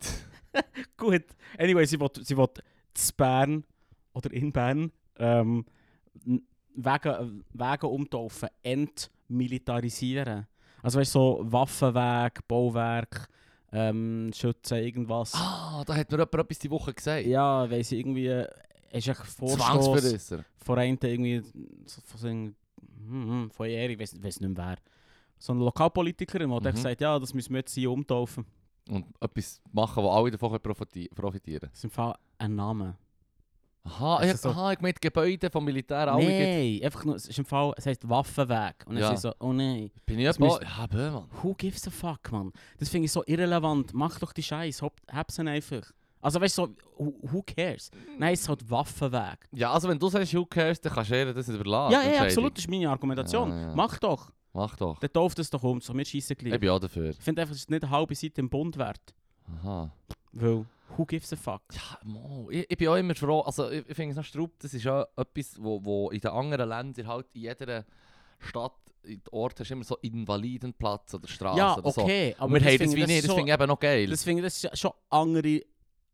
[SPEAKER 2] Gut. Anyway, sie will, sie will zu Bern oder in Bern ähm, n- Wegen, Wegen umtaufen, entmilitarisieren. Also weißt du, so Waffenweg, Bauwerk, ähm, Schützen, irgendwas.
[SPEAKER 1] Ah, da hat mir jemand etwas die Woche gesagt.
[SPEAKER 2] Ja, weil sie irgendwie... äh, Ist echt Vorstoß
[SPEAKER 1] Zwangsverässer.
[SPEAKER 2] von einem irgendwie... so- Von, so einem- hm, hm, von ihr, ich weiß nicht mehr wer. So ein Lokalpolitiker, der hat
[SPEAKER 1] Mhm.
[SPEAKER 2] gesagt, ja, das müssen wir jetzt hier umtaufen.
[SPEAKER 1] Und etwas machen, wo alle davon profiti- profitieren.
[SPEAKER 2] Das ist im Fall ein Name.
[SPEAKER 1] Aha,
[SPEAKER 2] Ist
[SPEAKER 1] ich,
[SPEAKER 2] das so?
[SPEAKER 1] aha, ich meine, die Gebäude vom Militär alle gibt-
[SPEAKER 2] Nein, einfach nur, es ist im Fall, es heisst Waffenweg. Und dann
[SPEAKER 1] Ja.
[SPEAKER 2] ja. so, oh nein,
[SPEAKER 1] Bin ich
[SPEAKER 2] Das
[SPEAKER 1] etwa...
[SPEAKER 2] müsst-
[SPEAKER 1] Ja, bö, Mann.
[SPEAKER 2] who gives a fuck, man? Das finde ich so irrelevant. Mach doch die Scheiße, hab's einfach. Also weißt du, so, who, who cares? Nein, es ist halt Waffenweg.
[SPEAKER 1] Ja, also wenn du sagst, who cares, dann kannst du ihr das nicht überlassen.
[SPEAKER 2] ja,
[SPEAKER 1] Ah, die
[SPEAKER 2] ja,
[SPEAKER 1] Entscheidung.
[SPEAKER 2] absolut, das ist meine Argumentation.
[SPEAKER 1] Ja, ja.
[SPEAKER 2] Mach doch,
[SPEAKER 1] Mach doch.
[SPEAKER 2] dann tauft es doch um, so, wir schießen gleich.
[SPEAKER 1] Ich bin auch dafür.
[SPEAKER 2] Ich finde einfach, es ist nicht eine halbe Seite im Bund wert.
[SPEAKER 1] Aha.
[SPEAKER 2] Weil, who gives a fuck?
[SPEAKER 1] Ja, Mo, ich, ich bin auch immer froh, also ich, ich finde es noch straub, das ist auch etwas, wo, wo in den anderen Ländern halt in jeder Stadt, in Ort hast du immer so Invalidenplatz oder Straße
[SPEAKER 2] ja,
[SPEAKER 1] oder so.
[SPEAKER 2] okay, aber
[SPEAKER 1] Aber wir
[SPEAKER 2] das
[SPEAKER 1] haben das
[SPEAKER 2] finde
[SPEAKER 1] wie
[SPEAKER 2] ich-
[SPEAKER 1] nicht,
[SPEAKER 2] ist
[SPEAKER 1] das
[SPEAKER 2] so-
[SPEAKER 1] finde ich eben noch geil.
[SPEAKER 2] Das finde ich, das ist ja schon andere,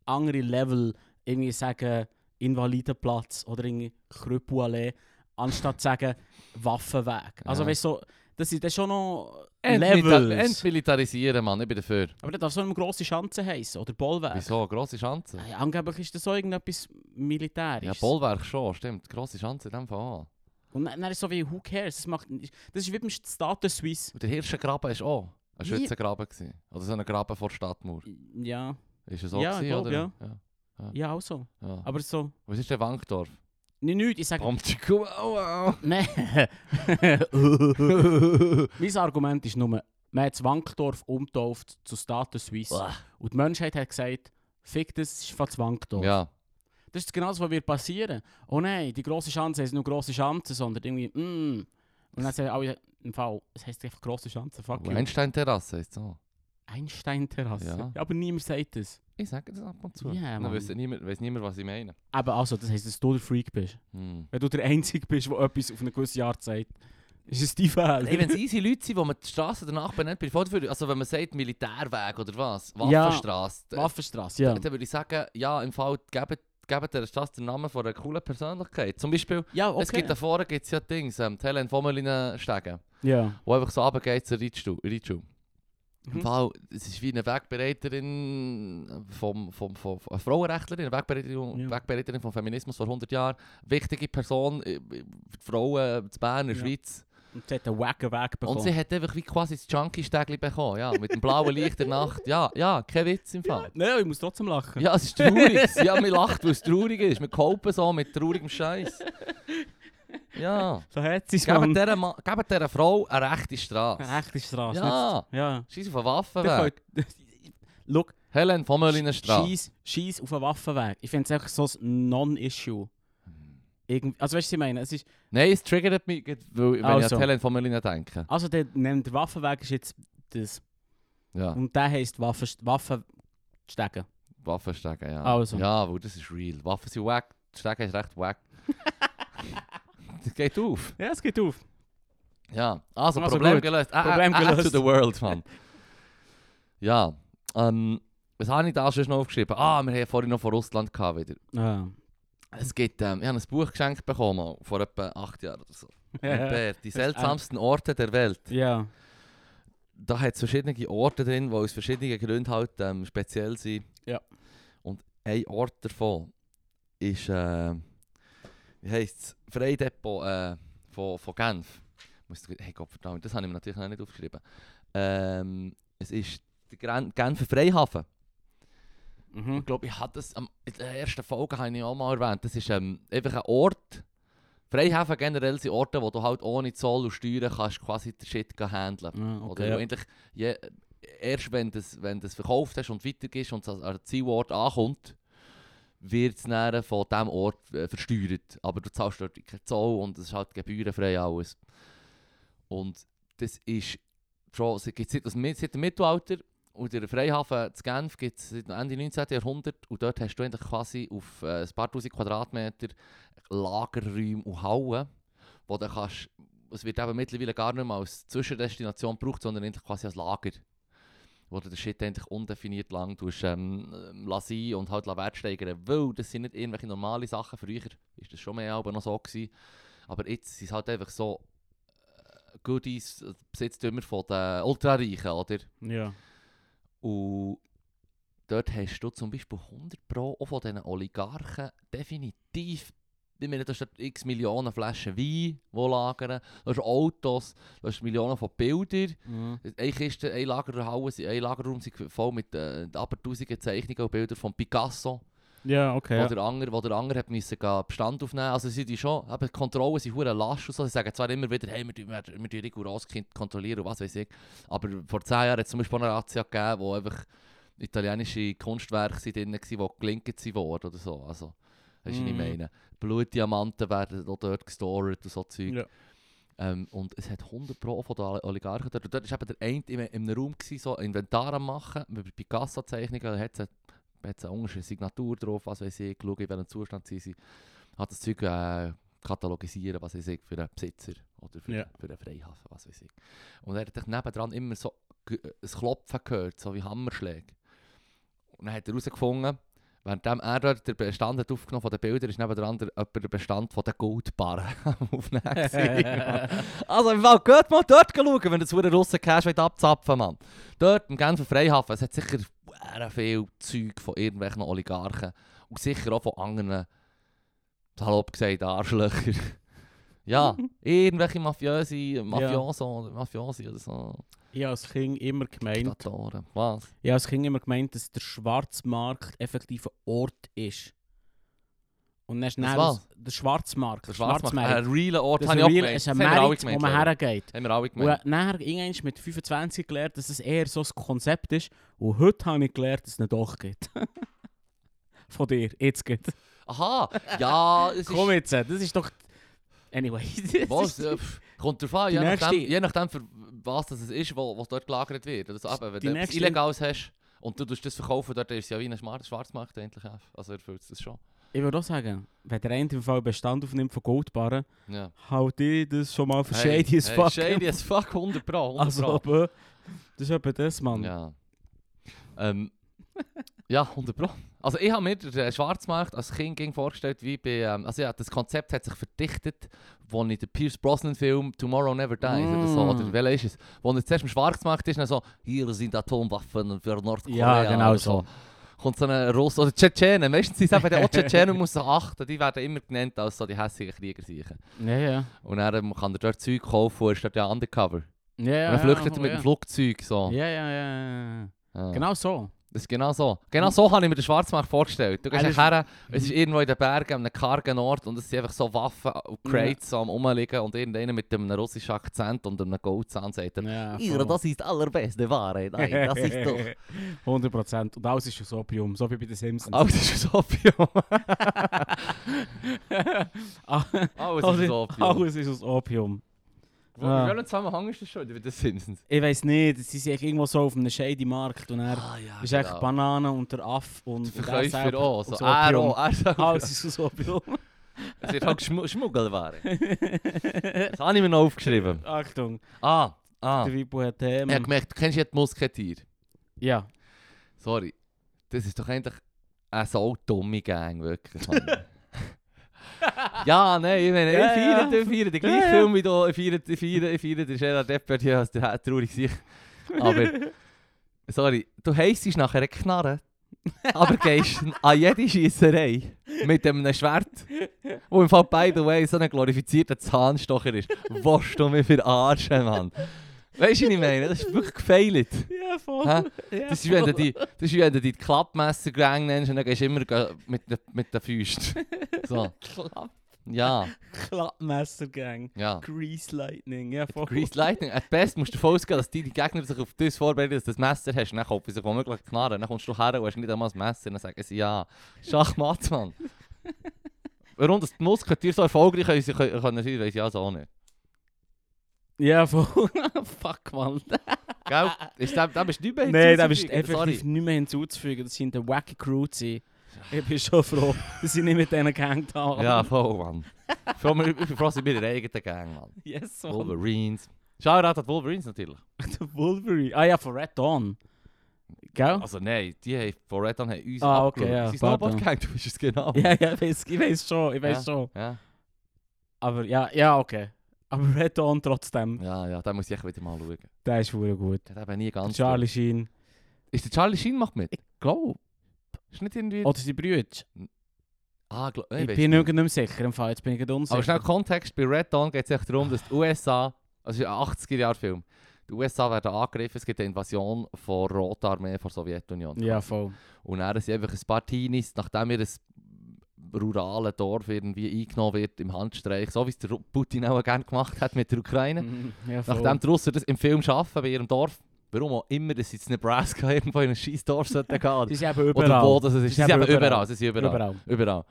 [SPEAKER 2] andere Level, irgendwie sagen Invalidenplatz oder irgendwie Krüppelallee, anstatt zu sagen Waffenweg. Also
[SPEAKER 1] Ja.
[SPEAKER 2] weißt du, so, das ist das schon noch
[SPEAKER 1] Entmilita-
[SPEAKER 2] Levels.
[SPEAKER 1] Entmilitarisieren, Mann, ich bin dafür.
[SPEAKER 2] Aber das darf so eine grosse Schanze heißen oder Bollwerk.
[SPEAKER 1] Wieso? Grosse Chance.
[SPEAKER 2] Hey, angeblich ist das so irgendetwas
[SPEAKER 1] Ja,
[SPEAKER 2] Militärisches.
[SPEAKER 1] Bollwerk schon, stimmt. Grosse Chance in dem Fall auch.
[SPEAKER 2] Und dann, dann ist so wie, who cares? Das, macht, das ist wie beim Status Suisse.
[SPEAKER 1] Und der Hirschengraben war auch ein
[SPEAKER 2] Ja.
[SPEAKER 1] Schützengraben. gewesen. Oder so ein Graben vor der Stadtmauer.
[SPEAKER 2] Ja,
[SPEAKER 1] Ist es so
[SPEAKER 2] Ja, ich
[SPEAKER 1] gewesen,
[SPEAKER 2] glaub,
[SPEAKER 1] oder?
[SPEAKER 2] ja.
[SPEAKER 1] ja.
[SPEAKER 2] ja also. auch so.
[SPEAKER 1] ja.
[SPEAKER 2] Aber so,
[SPEAKER 1] Was ist der Wankdorf?
[SPEAKER 2] nicht, nicht ich sage,
[SPEAKER 1] Amtschikau, au, au.
[SPEAKER 2] nein. Mein Argument ist nur, man hat das Wankdorf umgetauft zu Status Suisse. Und die Menschheit hat gesagt, fick das, es ist von Zwankdorf.
[SPEAKER 1] Ja,
[SPEAKER 2] Das ist genau das, was wird passieren. Oh nein, die grosse Chance ist nicht nur grosse Chance, sondern irgendwie, mm. Und dann sagen alle, im Fall, es heisst einfach grosse Chance, fuck you.
[SPEAKER 1] Einstein-Terrasse ist so.
[SPEAKER 2] Einstein-Terrasse.
[SPEAKER 1] Ja.
[SPEAKER 2] Ja, aber niemand sagt das.
[SPEAKER 1] Ich sage das ab und zu.
[SPEAKER 2] Ja,
[SPEAKER 1] Dann
[SPEAKER 2] Mann.
[SPEAKER 1] weiss niemand, weiss niemand, was ich meine.
[SPEAKER 2] Aber also, das heisst, dass du der Freak bist.
[SPEAKER 1] Hm.
[SPEAKER 2] Wenn du der Einzige bist, der etwas auf eine gewisse Art sagt, ist es dein Fehler.
[SPEAKER 1] Wenn es Also, easy Leute sind, die man die Straße danach benennt, bin ich voll dafür. Also wenn man sagt Militärweg oder was,
[SPEAKER 2] Ja.
[SPEAKER 1] Waffenstraße, d-
[SPEAKER 2] Waffenstrasse, ja.
[SPEAKER 1] dann würde ich sagen, ja, im Fall geben, geben der Straße den Namen von einer coolen Persönlichkeit. Zum Beispiel,
[SPEAKER 2] Ja, okay.
[SPEAKER 1] es gibt da vorne gibt's ja Dings, ähm, die Helen von Melinen Stegen.
[SPEAKER 2] ja.
[SPEAKER 1] wo einfach so runtergeht zur Reitschu.
[SPEAKER 2] Mhm.
[SPEAKER 1] Im Fall, es ist wie eine Wegbereiterin vom, vom, vom, vom eine Frauenrechtlerin, eine Wegbereiterin,
[SPEAKER 2] Ja.
[SPEAKER 1] Wegbereiterin vom Feminismus vor 100 Jahren. Wichtige Person äh, für die Frauen in Bern, in der
[SPEAKER 2] Ja.
[SPEAKER 1] Schweiz.
[SPEAKER 2] Und sie hat einen wacken Weg bekommen.
[SPEAKER 1] Und sie hat einfach wie quasi das Junkie-Stägli bekommen, ja, mit dem blauen Licht der Nacht. Ja, ja, kein Witz im Fall.
[SPEAKER 2] Nein, ich muss trotzdem lachen.
[SPEAKER 1] Ja, es ist traurig. ja, man lacht, weil es traurig ist. Wir kopen so mit traurigem Scheiß. Ja.
[SPEAKER 2] So hat sie es,
[SPEAKER 1] Gebt
[SPEAKER 2] Mann.
[SPEAKER 1] dieser, Ma- gebt dieser Frau eine rechte Straße.
[SPEAKER 2] Echt ist Straße.
[SPEAKER 1] Ja.
[SPEAKER 2] nicht- Ja.
[SPEAKER 1] Scheiß auf den Waffenweg.
[SPEAKER 2] Dann Schau,
[SPEAKER 1] Helen von Möllinenstraße.
[SPEAKER 2] scheiss, scheiss auf einen Waffenweg. Ich finde es einfach so ein Non-Issue.
[SPEAKER 1] Hm.
[SPEAKER 2] Irgend- Also weißt du, was ich meine? Es ist,
[SPEAKER 1] Nein, es triggert mich, gerade, weil, wenn ich
[SPEAKER 2] Also.
[SPEAKER 1] an die Helen von Möllinen denke.
[SPEAKER 2] also der nennt Waffenweg ist jetzt das.
[SPEAKER 1] Ja,
[SPEAKER 2] Und der heisst Waffen, Waffen stecken.
[SPEAKER 1] Waffenstegen, ja.
[SPEAKER 2] Also.
[SPEAKER 1] Ja, weil das ist real. Waffen sind wack, Stegen ist recht wack. das geht auf.
[SPEAKER 2] Ja, es geht auf.
[SPEAKER 1] Ja, also,
[SPEAKER 2] Also
[SPEAKER 1] Problem
[SPEAKER 2] gut.
[SPEAKER 1] gelöst. Ah,
[SPEAKER 2] Problem
[SPEAKER 1] ah, ah,
[SPEAKER 2] gelöst.
[SPEAKER 1] to the world, Mann. ja, ähm, was habe ich da schon noch aufgeschrieben? Ah, wir haben ja vorhin noch von Russland gehabt wieder.
[SPEAKER 2] Ja.
[SPEAKER 1] Es gibt, ähm, ich habe ein Buch geschenkt bekommen, vor etwa acht Jahren oder so. Ein Bär, die
[SPEAKER 2] Das ist
[SPEAKER 1] seltsamsten Orte der Welt.
[SPEAKER 2] ja.
[SPEAKER 1] Da hat es verschiedene Orte drin, die aus verschiedenen Gründen halt ähm, speziell sind.
[SPEAKER 2] Ja.
[SPEAKER 1] Und ein Ort davon ist, äh, wie heisst es, Freidepot äh, von, von Genf. Muss, hey Gott, verdammt, das habe ich mir natürlich noch nicht aufgeschrieben. Ähm, es ist der Gran- Genfer Freihafen.
[SPEAKER 2] Mhm.
[SPEAKER 1] Ich glaube, ich hatte das am, in der ersten Folge habe ich auch mal erwähnt. Das ist ähm, einfach ein Ort. Freihäfen generell sind Orte, wo du halt ohne Zoll und Steuern kannst quasi den Shit gehen handeln.
[SPEAKER 2] Ja,
[SPEAKER 1] Oder
[SPEAKER 2] okay.
[SPEAKER 1] eigentlich je, erst wenn du es wenn du's verkauft hast und weitergehst und es an den Zielort ankommt, wird es dann von diesem Ort äh, versteuert. Aber du zahlst dort keinen Zoll und es ist halt gebührenfrei alles. Und das ist schon, seit, seit, aus dem- seit dem Mittelalter und der Freihafen zu Genf gibt es seit dem Ende 19. Jahrhundert und dort hast du eigentlich quasi auf äh, ein paar tausend Quadratmeter Lagerräume und Hallen, wo du kannst, es wird eben mittlerweile gar nicht mehr als Zwischendestination gebraucht, sondern eigentlich quasi als Lager. Wo du den Shit eigentlich undefiniert lang tust, ähm, ähm, lassen sein und halt Wert steigern weil das sind nicht irgendwelche normale Sachen. Früher ist das schon mehr aber noch so gewesen. Aber jetzt sind es halt einfach so äh, Goodies, äh, Besitztümer von den Ultrareichen, oder?
[SPEAKER 2] Ja.
[SPEAKER 1] Und dort hast du zum Beispiel 100 Pro auch von diesen Oligarchen definitiv. Ich meine, du hast dort x Millionen Flaschen Wein, die lagern, du hast Autos, du hast Millionen von Bildern.
[SPEAKER 2] Mhm.
[SPEAKER 1] Eine Kiste, ein Lagerhaus, ein Lagerraum sind voll mit äh, aber tausenden Zeichnungen und Bildern von Picasso,
[SPEAKER 2] Ja, okay.
[SPEAKER 1] wo der andere, wo der andere hat müssen gehen, Bestand aufnehmen. Also sie die schon, aber die Kontrollen sind hure lasch und so. Sie sagen zwar immer wieder, hey, wir, tun- wir, wir tun rigoros Kind kontrollieren und was weiß ich. Aber vor zehn Jahren hat es zum Beispiel eine Razzia gegeben, wo einfach italienische Kunstwerke sind drin waren, die gelinkt sind worden oder so. Also, weisst du, was ich
[SPEAKER 2] Mhm.
[SPEAKER 1] meine? Blutdiamanten werden auch dort gestored und so Zeug.
[SPEAKER 2] Ja.
[SPEAKER 1] Ähm, und es hat 100 Pro von den Oli- Oligarchen dort. Und dort war eben der eine in, in einem Raum, gewesen, so Inventar am machen, mit Picasso-Zeichnungen, da hat es eine ungarische Signatur drauf, was weiß ich, schau, in welchem Zustand sie sind. Hat das Zeug äh, katalogisieren, was weiß ich, für einen Besitzer oder für,
[SPEAKER 2] Ja.
[SPEAKER 1] für einen Freihafen, was weiß ich. Und er hat dann nebendran immer so ge- ein Klopfen gehört, so wie Hammerschläge. Und dann hat er herausgefunden, währenddem er dort den Bestand hat aufgenommen von den Bildern, ist nebendran der, jemand der Bestand von den Goldbarren am Aufnehmen. gewesen. Also im Fall, geht mal dort schauen, wenn ihr zu den Russen Cash wollt abzapfen Mann. Dort im Genfer Freihafen, es hat sicher sehr viel Zeug von irgendwelchen Oligarchen und sicher auch von anderen, salopp gesagt, Arschlöcher. ja, irgendwelche Mafiösi, Mafioso oder Mafiosi oder so.
[SPEAKER 2] Ich habe als Kind immer gemeint,
[SPEAKER 1] Diktatoren, was?
[SPEAKER 2] ich habe als Kind immer gemeint, dass der Schwarzmarkt effektiv ein Ort ist. Und dann ist
[SPEAKER 1] Das
[SPEAKER 2] dann
[SPEAKER 1] was?
[SPEAKER 2] das- der Schwarzmarkt,
[SPEAKER 1] Der
[SPEAKER 2] der
[SPEAKER 1] Schwarzmarkt,
[SPEAKER 2] Schwarzmarkt.
[SPEAKER 1] ein realer Ort,
[SPEAKER 2] Das
[SPEAKER 1] habe
[SPEAKER 2] ist
[SPEAKER 1] ich auch
[SPEAKER 2] ein real-
[SPEAKER 1] gemeint.
[SPEAKER 2] ist ein
[SPEAKER 1] Das haben wir alle
[SPEAKER 2] Markt, wo
[SPEAKER 1] gemeint,
[SPEAKER 2] man
[SPEAKER 1] Leute.
[SPEAKER 2] hergeht.
[SPEAKER 1] Haben wir alle
[SPEAKER 2] Und
[SPEAKER 1] gemeint.
[SPEAKER 2] nachher irgendwann mit 25 gelernt, dass es eher so ein Konzept ist. Und heute habe ich gelernt, dass es nicht doch gibt. Von dir, jetzt geht.
[SPEAKER 1] Aha, ja, es ist...
[SPEAKER 2] Komm jetzt, das ist doch. Anyway. das
[SPEAKER 1] Was?
[SPEAKER 2] ist-
[SPEAKER 1] Äh, pff, kommt drauf an,
[SPEAKER 2] Die
[SPEAKER 1] je nachdem,
[SPEAKER 2] nächste-
[SPEAKER 1] je nachdem für was das es ist, wo, was dort gelagert wird. Also, eben, wenn
[SPEAKER 2] Die
[SPEAKER 1] du etwas
[SPEAKER 2] nächste-
[SPEAKER 1] Illegales hast und du tust das verkaufen, dort ist es ja wie ein Schmar- Schwarzmarkt eigentlich. auch. Also erfüllt es das schon.
[SPEAKER 2] Ich würde auch sagen, wenn der eine im Fall Bestand aufnimmt von Goldbarren,
[SPEAKER 1] Ja.
[SPEAKER 2] haut ich das schon mal für shady as fuck.
[SPEAKER 1] Shady as fuck, 100 Pro. 100
[SPEAKER 2] also,
[SPEAKER 1] Pro.
[SPEAKER 2] aber, das ist eben das, Mann.
[SPEAKER 1] Ja. Ähm, Ja, 100 Pro. Also ich habe mir den äh, Schwarzmarkt als Kind ging vorgestellt, wie bei, ähm, also ja, das Konzept hat sich verdichtet, wo ich den Pierce Brosnan Film «Tomorrow Never Dies» oder so,
[SPEAKER 2] Mm.
[SPEAKER 1] oder welcher ist es, wo er zuerst im Schwarzmarkt ist und dann so «Hier sind Atomwaffen für Nordkorea».
[SPEAKER 2] Ja, genau
[SPEAKER 1] oder
[SPEAKER 2] so.
[SPEAKER 1] Kommt so ein Russ oder Tschetschenen, meistens sind es eben auch Tschetschenen, man muss sich achten, die werden immer genannt als so die hässigen Kriegersiechen.
[SPEAKER 2] Ja, ja.
[SPEAKER 1] Und dann ähm, kann er dort Zeug kaufen und ist dort ja undercover.
[SPEAKER 2] ja, ja
[SPEAKER 1] und dann flüchtet er mit
[SPEAKER 2] ja.
[SPEAKER 1] dem Flugzeug so.
[SPEAKER 2] Ja, ja, ja, ja.
[SPEAKER 1] Ja.
[SPEAKER 2] Genau so.
[SPEAKER 1] Das ist genau so. Genau so habe ich mir den Schwarzmarkt vorgestellt. Du gehst
[SPEAKER 2] Alles-
[SPEAKER 1] her, es ist irgendwo in den Bergen, an einem kargen Ort und es sind einfach so Waffen und Crates so am rumliegen und irgendeiner mit einem russischen Akzent und einem Goldzahn sagt dann,
[SPEAKER 2] Ja,
[SPEAKER 1] «Ira, das ist die allerbeste Ware, nein, das ist doch...»
[SPEAKER 2] 100%. Und alles ist aus Opium, so wie bei den Simpsons.
[SPEAKER 1] Alles ist aus Opium.
[SPEAKER 2] Ah,
[SPEAKER 1] Alles ist aus Opium.
[SPEAKER 2] Alles dus ist aus Opium.
[SPEAKER 1] Wo-
[SPEAKER 2] Ah.
[SPEAKER 1] In welchem Zusammenhang ist das schon wieder bei den Simpsons?
[SPEAKER 2] Ich weiß nicht, sie sind irgendwo so auf einem shady Markt und er
[SPEAKER 1] Ah ja,
[SPEAKER 2] ist echt Banane und der Affe und
[SPEAKER 1] Der
[SPEAKER 2] und er
[SPEAKER 1] Verkäufer
[SPEAKER 2] selber
[SPEAKER 1] auch, so
[SPEAKER 2] aus
[SPEAKER 1] er
[SPEAKER 2] Opium.
[SPEAKER 1] auch, er selber.
[SPEAKER 2] Alles dus ist aus Opium.
[SPEAKER 1] Es wird halt Schmu- Schmuggelware. Das habe ich mir noch aufgeschrieben.
[SPEAKER 2] Achtung,
[SPEAKER 1] Ah, ah.
[SPEAKER 2] der Vipo hat ähm,
[SPEAKER 1] Ich habe gemerkt, du kennst ja die Musketier.
[SPEAKER 2] Ja.
[SPEAKER 1] Sorry, das ist doch eigentlich eine so dumme Gang, wirklich. Mann. ja, nein, ich meine,
[SPEAKER 2] Ja,
[SPEAKER 1] ich feiere,
[SPEAKER 2] ja.
[SPEAKER 1] ich feiere den gleichen
[SPEAKER 2] Ja, ja.
[SPEAKER 1] Film wie du, ich feiere, ich feiere, ich feiere den Gerard Depardieu als der traurig sich. Aber, sorry, du heissest nachher eine Knarre, aber gehst an jede Schiesserei mit einem Schwert, wo im Fall, by the way, so ein glorifizierter Zahnstocher ist. Was du mir verarschen, Mann? Weißt du, was ich meine? Das ist wirklich gefeilt.
[SPEAKER 2] Ja, voll.
[SPEAKER 1] Hä?
[SPEAKER 2] Ja,
[SPEAKER 1] Das ist, wenn du die, das ist, wenn du die Klappmesser gang nennst und dann gehst du immer ge- mit, den- mit den Füßen. So.
[SPEAKER 2] Klapp
[SPEAKER 1] Ja,
[SPEAKER 2] Klappmesser-Gang.
[SPEAKER 1] ja.
[SPEAKER 2] Grease Lightning, ja voll.
[SPEAKER 1] Grease Lightning. At best musst du davon ausgehen, dass die, die Gegner sich auf das vorbereiten, dass du das Messer hast. Und dann kaufen sie sich womöglich Knarren. Dann kommst du her und hast nicht einmal das Messer. Dann sagen sie ja. Schachmatt, Mann. Warum das die Musketiere so erfolgreich können, sie können, können sein, weiss ich also auch nicht.
[SPEAKER 2] Ja voll. Fuck man.
[SPEAKER 1] Gell? Ist da, da bist du nicht mehr
[SPEAKER 2] Nein, da bist
[SPEAKER 1] hinzuzufügen.
[SPEAKER 2] effektiv
[SPEAKER 1] Sorry.
[SPEAKER 2] nicht mehr hinzuzufügen. Das sind der wacky Crew. gewesen. Ich bin schon froh, dass ich nicht mit denen gehängt habe.
[SPEAKER 1] Ja, voll, Mann. Ich bin froh, ich bin froh, sie sind in ihrer eigenen Gang, Mann.
[SPEAKER 2] Yes, Mann.
[SPEAKER 1] Wolverines. Shoutout an Wolverines natürlich.
[SPEAKER 2] Der Wolverine. Ah ja, von Red Dawn. Gell?
[SPEAKER 1] Also nein, die haben von Red Dawn haben uns
[SPEAKER 2] Ah,
[SPEAKER 1] abgeschaut.
[SPEAKER 2] okay, ja,
[SPEAKER 1] Sie sind Snowboard
[SPEAKER 2] pardon.
[SPEAKER 1] gegangen, du bist es genau.
[SPEAKER 2] Ja, ja, ich weiß, ich weiß schon, ich weiß schon.
[SPEAKER 1] Ja,
[SPEAKER 2] Aber ja, ja, okay. Aber Red Dawn trotzdem,
[SPEAKER 1] ja, ja da muss ich echt wieder mal schauen.
[SPEAKER 2] der ist wirklich gut.
[SPEAKER 1] Der hat eben nie ganz...
[SPEAKER 2] Charlie Sheen.
[SPEAKER 1] durch. Ist der Charlie Sheen macht mit?
[SPEAKER 2] Ich glaube.
[SPEAKER 1] Ist nicht irgendwie...
[SPEAKER 2] Oder die Brüder.
[SPEAKER 1] ah, glaub,
[SPEAKER 2] Oh, Ich
[SPEAKER 1] weiss
[SPEAKER 2] bin
[SPEAKER 1] nicht.
[SPEAKER 2] nicht mehr sicher, im Fall. jetzt bin ich gerade unsicher.
[SPEAKER 1] Aber schnell Kontext, bei Red Dawn geht es echt darum, dass die USA... Also es ist ein 80er-Jahr-Film. Die USA werden angegriffen, es gibt eine Invasion von Roter Armee von der Sowjetunion.
[SPEAKER 2] Ja, voll.
[SPEAKER 1] Und dann sind einfach ein paar Teenies, nachdem ihr das rurale Dorf irgendwie eingenommen wird im Handstreich, so wie es der Ru- Putin auch gerne gemacht hat mit der Ukraine.
[SPEAKER 2] Mhm, Ja, voll.
[SPEAKER 1] Nachdem die Russen das im Film schaffen bei ihrem Dorf, warum auch immer, dass sie in Nebraska irgendwo in ein scheiß Dorf sollten
[SPEAKER 2] Sie
[SPEAKER 1] gehen.
[SPEAKER 2] sind eben überall.
[SPEAKER 1] Oder wo das ist.
[SPEAKER 2] Sie
[SPEAKER 1] Sie
[SPEAKER 2] sind
[SPEAKER 1] sind eben
[SPEAKER 2] aber überall.
[SPEAKER 1] überall. Sie sind überall. überall.
[SPEAKER 2] Überall.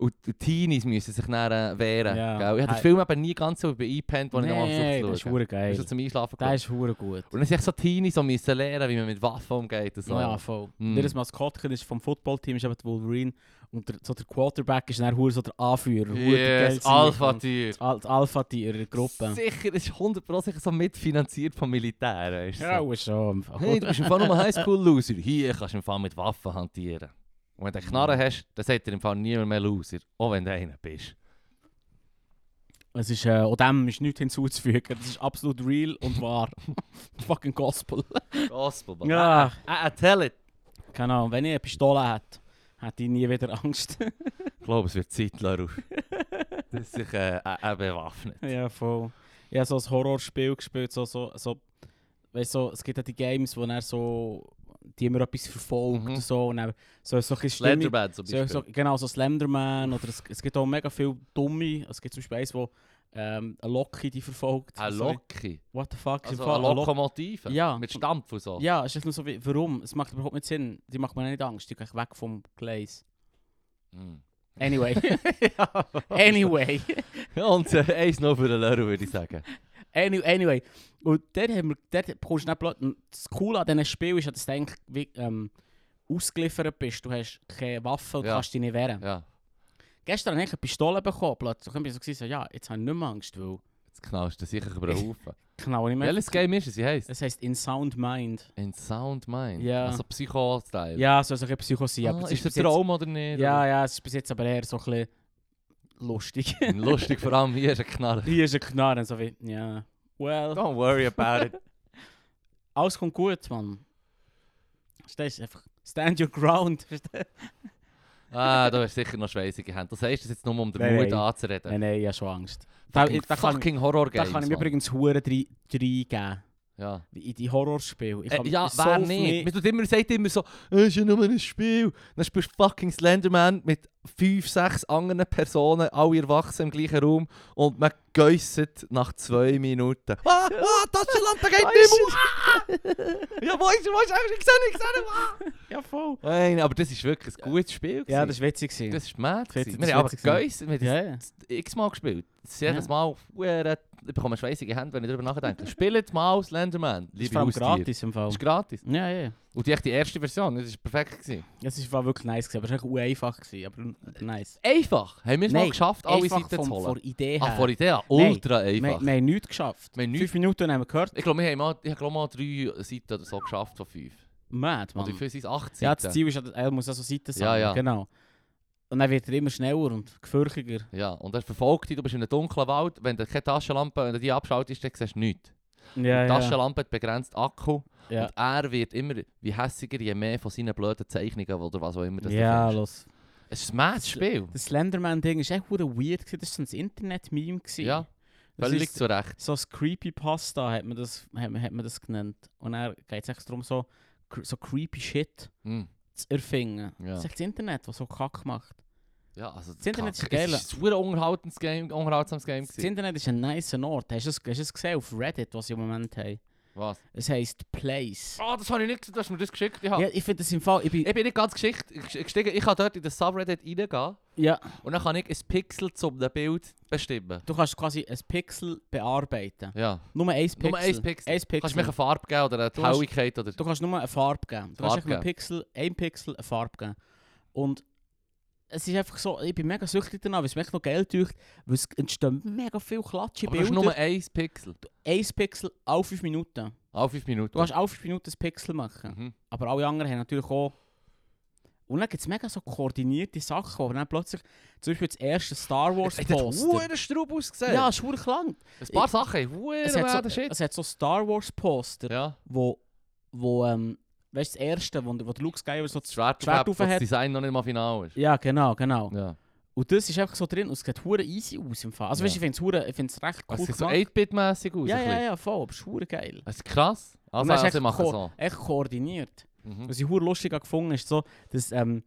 [SPEAKER 1] Und die Teenies müssen sich dann äh, wehren.
[SPEAKER 2] Ja.
[SPEAKER 1] Gell? Ich habe den
[SPEAKER 2] Hi.
[SPEAKER 1] Film eben nie ganz so eingepennt, als ich nochmal
[SPEAKER 2] Nee, das
[SPEAKER 1] versucht
[SPEAKER 2] ist
[SPEAKER 1] habe.
[SPEAKER 2] hure geil.
[SPEAKER 1] Das ist zum Einschlafen
[SPEAKER 2] Der
[SPEAKER 1] gekommen.
[SPEAKER 2] ist hure gut.
[SPEAKER 1] Und dann sind echt so Teenies, die müssen lernen, wie man mit Waffen umgeht. und So.
[SPEAKER 2] Ja, voll.
[SPEAKER 1] Mm.
[SPEAKER 2] Mm. Das Maskottchen ist vom Footballteam ist eben der Wolverine und der, so der Quarterback ist dann hure so der Anführer. hure der
[SPEAKER 1] yes,
[SPEAKER 2] Geilste.
[SPEAKER 1] Alpha-Tier.
[SPEAKER 2] Das Al- das Alpha-Tier der Gruppe.
[SPEAKER 1] Sicher, es ist 100% sicher so mitfinanziert vom Militär. Weißt du?
[SPEAKER 2] Ja,
[SPEAKER 1] so.
[SPEAKER 2] auch schon.
[SPEAKER 1] Hey, du bist im Fall nur ein Highschool-Loser. Hier kannst du im Fall mit Waffen hantieren. Und wenn du einen Knarren hast, dann sagt dir im Fall niemand mehr Loser. Auch wenn du einer bist.
[SPEAKER 2] Es ist, äh, auch dem ist nichts hinzuzufügen. Das ist absolut real und wahr. Fucking Gospel.
[SPEAKER 1] Gospel, Mann.
[SPEAKER 2] Ja.
[SPEAKER 1] I, I tell it.
[SPEAKER 2] Keine Ahnung, wenn ich eine Pistole hätte, hätte ich nie wieder Angst.
[SPEAKER 1] Ich glaube, es wird Zeit, Laruf. Dass sich äh, äh, äh, bewaffnet.
[SPEAKER 2] ja, voll. Ich habe so ein Horrorspiel gespielt, so, so, so, weißt, so, es gibt ja die Games, wo er so, die immer etwas verfolgt
[SPEAKER 1] Mhm.
[SPEAKER 2] und so, und dann so, so ein bisschen Stimmung-
[SPEAKER 1] Leatherband zum
[SPEAKER 2] So,
[SPEAKER 1] Beispiel.
[SPEAKER 2] so, genau, so Slenderman oder es, es gibt auch mega viel dumme. Es gibt zum Beispiel eins, wo ähm, eine Loki die verfolgt.
[SPEAKER 1] Eine
[SPEAKER 2] So,
[SPEAKER 1] Loki.
[SPEAKER 2] What the fuck? ist im
[SPEAKER 1] Also
[SPEAKER 2] Fall
[SPEAKER 1] eine
[SPEAKER 2] eine Lo-
[SPEAKER 1] Lokomotive.
[SPEAKER 2] Ja.
[SPEAKER 1] Mit Stampf und so.
[SPEAKER 2] Ja, es ist nur so wie, warum? Es macht überhaupt nicht Sinn. Die macht mir nicht Angst. Die geht weg vom Gleis.
[SPEAKER 1] Hm.
[SPEAKER 2] Anyway. anyway.
[SPEAKER 1] Und äh, eins noch für den Laruf, würde ich sagen.
[SPEAKER 2] Any, anyway. Und dort haben wir, dort kommst du nicht plötzlich. Das Coole an diesem Spiel ist, ja, dass du eigentlich wie, ähm, ausgeliefert bist. Du hast keine Waffe und
[SPEAKER 1] Ja.
[SPEAKER 2] kannst dich nicht wehren.
[SPEAKER 1] Ja.
[SPEAKER 2] Gestern habe ich eine Pistole bekommen. Plötzlich. Und ich war so, ja, jetzt habe ich nicht mehr Angst, weil
[SPEAKER 1] Jetzt knallst du sicher über den Haufen.
[SPEAKER 2] Genau, ich meine,
[SPEAKER 1] Welches Game ist es? Wie heisst
[SPEAKER 2] es heisst In Sound Mind.
[SPEAKER 1] In Sound Mind.
[SPEAKER 2] Ja.
[SPEAKER 1] Also Psycho-Style.
[SPEAKER 2] Ja, so ist ein bisschen Psycho sein.
[SPEAKER 1] Ah,
[SPEAKER 2] aber es
[SPEAKER 1] ist der
[SPEAKER 2] bis jetzt-
[SPEAKER 1] Traum oder nicht?
[SPEAKER 2] Ja, ja, es ist bis jetzt aber eher so ein bisschen lustig.
[SPEAKER 1] Oder? Lustig, vor allem hier ist ein Knarre.
[SPEAKER 2] Hier ist ein Knarren, so wie, ja. Well,
[SPEAKER 1] Don't worry about it.
[SPEAKER 2] alles kommt gut, Mann. Verstehst du? Einfach stand your ground. Verstehst
[SPEAKER 1] Ah, du hast sicher noch schweißige Hände. Das heißt es jetzt nur, um den
[SPEAKER 2] Nein,
[SPEAKER 1] Mut
[SPEAKER 2] nein. du?
[SPEAKER 1] anzureden.
[SPEAKER 2] Nein, nein, ich habe schon Angst. Da,
[SPEAKER 1] Fucking-
[SPEAKER 2] da kann,
[SPEAKER 1] fucking horror
[SPEAKER 2] da kann ich mir übrigens Huren reingeben.
[SPEAKER 1] Ja,
[SPEAKER 2] In die Horrorspiele. Ich
[SPEAKER 1] äh,
[SPEAKER 2] kann
[SPEAKER 1] ja
[SPEAKER 2] so
[SPEAKER 1] wer
[SPEAKER 2] oft
[SPEAKER 1] nicht? Man tut immer, sagt immer so, es ist ja nur ein Spiel. Dann spielst du fucking Slenderman mit fünf, sechs anderen Personen, alle erwachsen im gleichen Raum und man geisset nach zwei Minuten. Ah, ah, Taschenlampe geht nicht mehr. ja, wo ist, wo ist, ich sehe nicht, ich sehe nicht. ah.
[SPEAKER 2] Ja, voll.
[SPEAKER 1] Nein, aber das ist wirklich ein gutes Spiel.
[SPEAKER 2] Ja,
[SPEAKER 1] gewesen.
[SPEAKER 2] das war witzig. gewesen.
[SPEAKER 1] Das ist mad.
[SPEAKER 2] Das
[SPEAKER 1] gewesen.
[SPEAKER 2] hätte-
[SPEAKER 1] Wir
[SPEAKER 2] das
[SPEAKER 1] haben aber
[SPEAKER 2] hätte ich
[SPEAKER 1] gegessen, wir haben
[SPEAKER 2] ja, ja.
[SPEAKER 1] das x-mal gespielt. Das ist
[SPEAKER 2] Ja.
[SPEAKER 1] jedes Mal, huere- ich bekomme schweißige Hände, wenn ich darüber nachdenke. Spielt mal Slenderman,
[SPEAKER 2] Das
[SPEAKER 1] liebe
[SPEAKER 2] ist vor allem
[SPEAKER 1] Haustiere.
[SPEAKER 2] gratis im Fall.
[SPEAKER 1] Das ist gratis.
[SPEAKER 2] Ja, ja.
[SPEAKER 1] Und die, echt die erste Version, das war perfekt. Gewesen.
[SPEAKER 2] Es war wirklich nice, gewesen, aber es war echt einfach. Gewesen, aber nice.
[SPEAKER 1] Einfach! Haben wir es mal
[SPEAKER 2] Nein,
[SPEAKER 1] geschafft, alle
[SPEAKER 2] einfach
[SPEAKER 1] Seiten zu
[SPEAKER 2] vom-
[SPEAKER 1] holen?
[SPEAKER 2] Von der Idee her.
[SPEAKER 1] Ah, vor Idee,
[SPEAKER 2] Nein,
[SPEAKER 1] ultra
[SPEAKER 2] wir,
[SPEAKER 1] einfach.
[SPEAKER 2] wir haben nichts geschafft.
[SPEAKER 1] Wir haben nichts-
[SPEAKER 2] Fünf Minuten haben wir gehört.
[SPEAKER 1] Ich glaube, wir haben mal, ich habe, glaub, mal drei Seiten oder so geschafft von fünf.
[SPEAKER 2] Mad,
[SPEAKER 1] Oder
[SPEAKER 2] Mann.
[SPEAKER 1] wie viel sind es? Acht Seiten?
[SPEAKER 2] Ja, das Ziel ist, ja, er muss also Seiten
[SPEAKER 1] Ja,
[SPEAKER 2] sammeln.
[SPEAKER 1] ja.
[SPEAKER 2] Genau. Und dann wird er immer schneller und gefürchiger.
[SPEAKER 1] Ja, und er verfolgt dich, du bist in einem dunklen Wald, wenn du keine Taschenlampe, wenn du die abschaltest, dann siehst du nichts.
[SPEAKER 2] Ja,
[SPEAKER 1] die Taschenlampe hat begrenzt Akku
[SPEAKER 2] Ja.
[SPEAKER 1] und er wird immer wie hässiger, je mehr von seinen blöden Zeichnungen oder was auch immer das du
[SPEAKER 2] Ja,
[SPEAKER 1] findest.
[SPEAKER 2] los.
[SPEAKER 1] Es ist ein smartes Spiel.
[SPEAKER 2] Das Slenderman-Ding ist echt verdammt weird. gewesen. Das war so ein Internet-Meme. gewesen.
[SPEAKER 1] Ja,
[SPEAKER 2] Das
[SPEAKER 1] Völlig
[SPEAKER 2] ist
[SPEAKER 1] zu Recht.
[SPEAKER 2] so ein Creepypasta hat man das, hat, man- hat man das genannt. Und dann geht es echt darum, so, cr- so creepy Shit
[SPEAKER 1] Mm.
[SPEAKER 2] zu erfinden.
[SPEAKER 1] Ja.
[SPEAKER 2] Das ist echt das Internet, das so kack macht.
[SPEAKER 1] Ja, also
[SPEAKER 2] Das Internet ist
[SPEAKER 1] Kack.
[SPEAKER 2] geil.
[SPEAKER 1] Es war ein verdammt unterhaltendes Game, unterhaltsames Game.
[SPEAKER 2] Das
[SPEAKER 1] gewesen.
[SPEAKER 2] Internet ist ein nice Ort. Hast du es, hast du es gesehen auf Reddit, was sie im Moment haben?
[SPEAKER 1] Was?
[SPEAKER 2] Es heisst Place.
[SPEAKER 1] Ah, das habe ich nicht gesehen, du hast mir das geschickt. Ich, hab-
[SPEAKER 2] Ja, ich finde das im Fall. Ich bin,
[SPEAKER 1] ich bin nicht ganz geschickt, gestiegen. Ich kann dort in den Subreddit reingehen
[SPEAKER 2] ja,
[SPEAKER 1] und dann kann ich ein Pixel zum Bild bestimmen.
[SPEAKER 2] du kannst quasi ein Pixel bearbeiten.
[SPEAKER 1] Ja.
[SPEAKER 2] Nur ein Pixel.
[SPEAKER 1] Nur ein Pixel.
[SPEAKER 2] Ein Pixel.
[SPEAKER 1] Kannst du mir eine Farbe geben oder eine
[SPEAKER 2] Du hast-
[SPEAKER 1] Helligkeit? Oder...
[SPEAKER 2] Du kannst nur eine Farbe geben. Du kannst
[SPEAKER 1] Farbe
[SPEAKER 2] einfach einem
[SPEAKER 1] geben.
[SPEAKER 2] Pixel, einem Pixel eine Farbe geben. Und es ist einfach so, ich bin mega süchtig danach, weil es mich noch Geld teucht, weil es entstehen mega viel Klatsche
[SPEAKER 1] Aber du hast
[SPEAKER 2] Bilder.
[SPEAKER 1] nur ein Pixel.
[SPEAKER 2] Ein Pixel alle 5 Minuten.
[SPEAKER 1] Auf fünf Minuten.
[SPEAKER 2] Du kannst alle 5 Minuten ein Pixel machen.
[SPEAKER 1] Mhm.
[SPEAKER 2] Aber alle anderen haben natürlich auch... Und dann gibt es mega so koordinierte Sachen, wo dann plötzlich... Zum Beispiel das erste Star Wars
[SPEAKER 1] Es hat
[SPEAKER 2] Poster.
[SPEAKER 1] verdammt straub ausgesehen.
[SPEAKER 2] Ja, es ist verdammt lang.
[SPEAKER 1] Ein paar Sachen, verdammt
[SPEAKER 2] Es hat,
[SPEAKER 1] werden
[SPEAKER 2] so,
[SPEAKER 1] Shit.
[SPEAKER 2] es hat so Star Wars Poster,
[SPEAKER 1] Ja,
[SPEAKER 2] wo... wo ähm, weißt du, das erste, wo, wo der Luke Skywalker so
[SPEAKER 1] das Schwert,
[SPEAKER 2] Schwert
[SPEAKER 1] aufhebt, wo
[SPEAKER 2] aufhebt.
[SPEAKER 1] das Design noch nicht mal final ist.
[SPEAKER 2] Ja, genau, genau.
[SPEAKER 1] Ja.
[SPEAKER 2] Und das ist einfach so drin und es sieht hure easy aus im Fall. Also
[SPEAKER 1] Ja.
[SPEAKER 2] weißt, du, ich finde es hure- ich finde es recht cool
[SPEAKER 1] es sieht so
[SPEAKER 2] gemacht.
[SPEAKER 1] 8-Bit-mässig aus.
[SPEAKER 2] ja,
[SPEAKER 1] ein
[SPEAKER 2] ja,
[SPEAKER 1] bisschen.
[SPEAKER 2] ja, voll, aber es ist hure geil.
[SPEAKER 1] Es ist krass.
[SPEAKER 2] Und
[SPEAKER 1] Also,
[SPEAKER 2] dann ist
[SPEAKER 1] also ich
[SPEAKER 2] echt
[SPEAKER 1] mache es
[SPEAKER 2] ko-
[SPEAKER 1] so.
[SPEAKER 2] Echt koordiniert.
[SPEAKER 1] Mhm.
[SPEAKER 2] Was ich hure lustig habe gefunden ist so, dass ähm,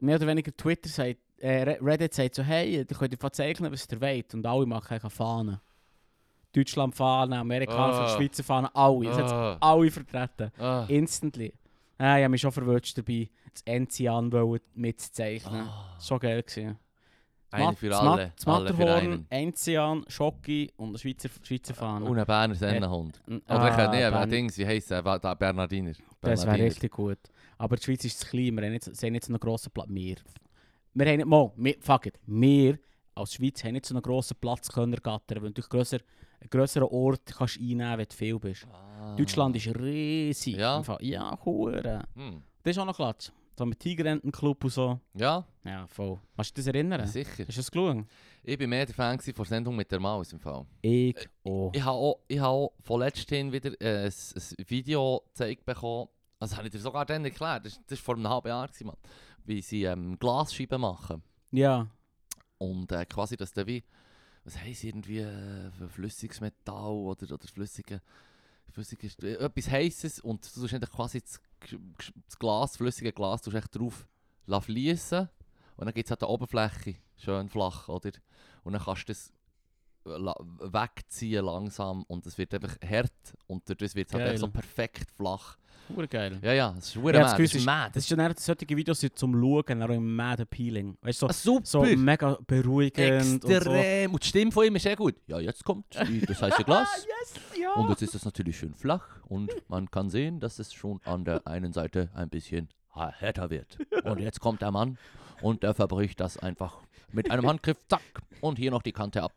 [SPEAKER 2] mehr oder weniger Twitter sagt, äh, Re- Reddit sagt so, hey, ihr könnt einfach zeichnen, was ihr wollt. Und alle machen eigentlich eine Fahne. Deutschland Fahne, Amerikaner,
[SPEAKER 1] Ah.
[SPEAKER 2] Schweizer Fahne, alle. Es hat
[SPEAKER 1] Ah,
[SPEAKER 2] alle vertreten.
[SPEAKER 1] ah.
[SPEAKER 2] Instantly. Ah, ich habe mich schon verwünscht dabei, das Enzian wollen mitzuzeichnen.
[SPEAKER 1] Ah.
[SPEAKER 2] So geil gewesen.
[SPEAKER 1] Einer
[SPEAKER 2] Mat-
[SPEAKER 1] für
[SPEAKER 2] das
[SPEAKER 1] alle,
[SPEAKER 2] Mat- das
[SPEAKER 1] alle für
[SPEAKER 2] Matterhorn,
[SPEAKER 1] einen. Äh,
[SPEAKER 2] Enzian, Schocki und der Schweizer, Schweizer Fahne.
[SPEAKER 1] Und ein Berner Sennenhund. Oder ich kann nicht, aber Dings, wie heisst er? Der Bernardiner.
[SPEAKER 2] Ah, Das wäre
[SPEAKER 1] Bernardiner.
[SPEAKER 2] richtig gut. Aber die Schweiz ist zu klein, wir haben jetzt, sie haben nicht so einen grossen Platz. Wir. Wir haben nicht mal, wir, fuck it, wir als Schweiz haben nicht so einen grossen Platz können ergattern, weil du grösser, einen grösseren Ort kannst einnehmen wenn du viel bist.
[SPEAKER 1] Ah.
[SPEAKER 2] Deutschland ist riesig.
[SPEAKER 1] Ja?
[SPEAKER 2] im Fall. Ja, hure.
[SPEAKER 1] Hm.
[SPEAKER 2] Das ist auch noch klatsch. So mit Tigerentenclub und so.
[SPEAKER 1] Ja,
[SPEAKER 2] Ja, voll. Kannst du dich das erinnern?
[SPEAKER 1] sicher.
[SPEAKER 2] Hast du das geschaut?
[SPEAKER 1] Ich war mehr der Fan gewesen von der Sendung mit der Maus im Fall.
[SPEAKER 2] Ich auch.
[SPEAKER 1] Äh, Ich habe auch, ich habe auch von letzthin wieder äh, ein, ein Video gezeigt bekommen. Also, Das habe ich dir sogar dann erklärt. Das, das war vor einem halben Jahr, gewesen, Mann. Wie sie ähm, Glasscheiben machen.
[SPEAKER 2] Ja.
[SPEAKER 1] Und äh, quasi, dass der wie, was heisst irgendwie, äh, für flüssiges Metall oder, oder flüssige, flüssige, St- äh, etwas heißes und du tust eigentlich quasi das, G- G- das Glas, flüssige Glas, tust echt drauf lassen fließen und dann gibt es halt eine Oberfläche, schön flach, oder? Und dann kannst du das äh, la- wegziehen langsam und es wird einfach hart und dadurch wird es halt
[SPEAKER 2] Geil.
[SPEAKER 1] echt so perfekt flach.
[SPEAKER 2] Hure geil.
[SPEAKER 1] Ja, ja, es ist
[SPEAKER 2] Ja,
[SPEAKER 1] verdammt
[SPEAKER 2] das
[SPEAKER 1] mad,
[SPEAKER 2] Gefühl
[SPEAKER 1] es ist
[SPEAKER 2] ist-
[SPEAKER 1] mad.
[SPEAKER 2] Das ist ja dann solche Videos sind zum Schauen, auch im Mad Appealing. Weißt du,
[SPEAKER 1] Ah,
[SPEAKER 2] so,
[SPEAKER 1] super!
[SPEAKER 2] so mega beruhigend und so.
[SPEAKER 1] Extrem! Und, die Stimme von ihm ist sehr gut. Ja, jetzt kommt die, das heiße Glas.
[SPEAKER 2] Ah, ja.
[SPEAKER 1] Und jetzt ist das natürlich schön flach und man kann sehen, dass es schon an der einen Seite ein bisschen härter wird. Und jetzt kommt der Mann und der verbricht das einfach mit einem Handgriff, zack, und hier noch die Kante ab.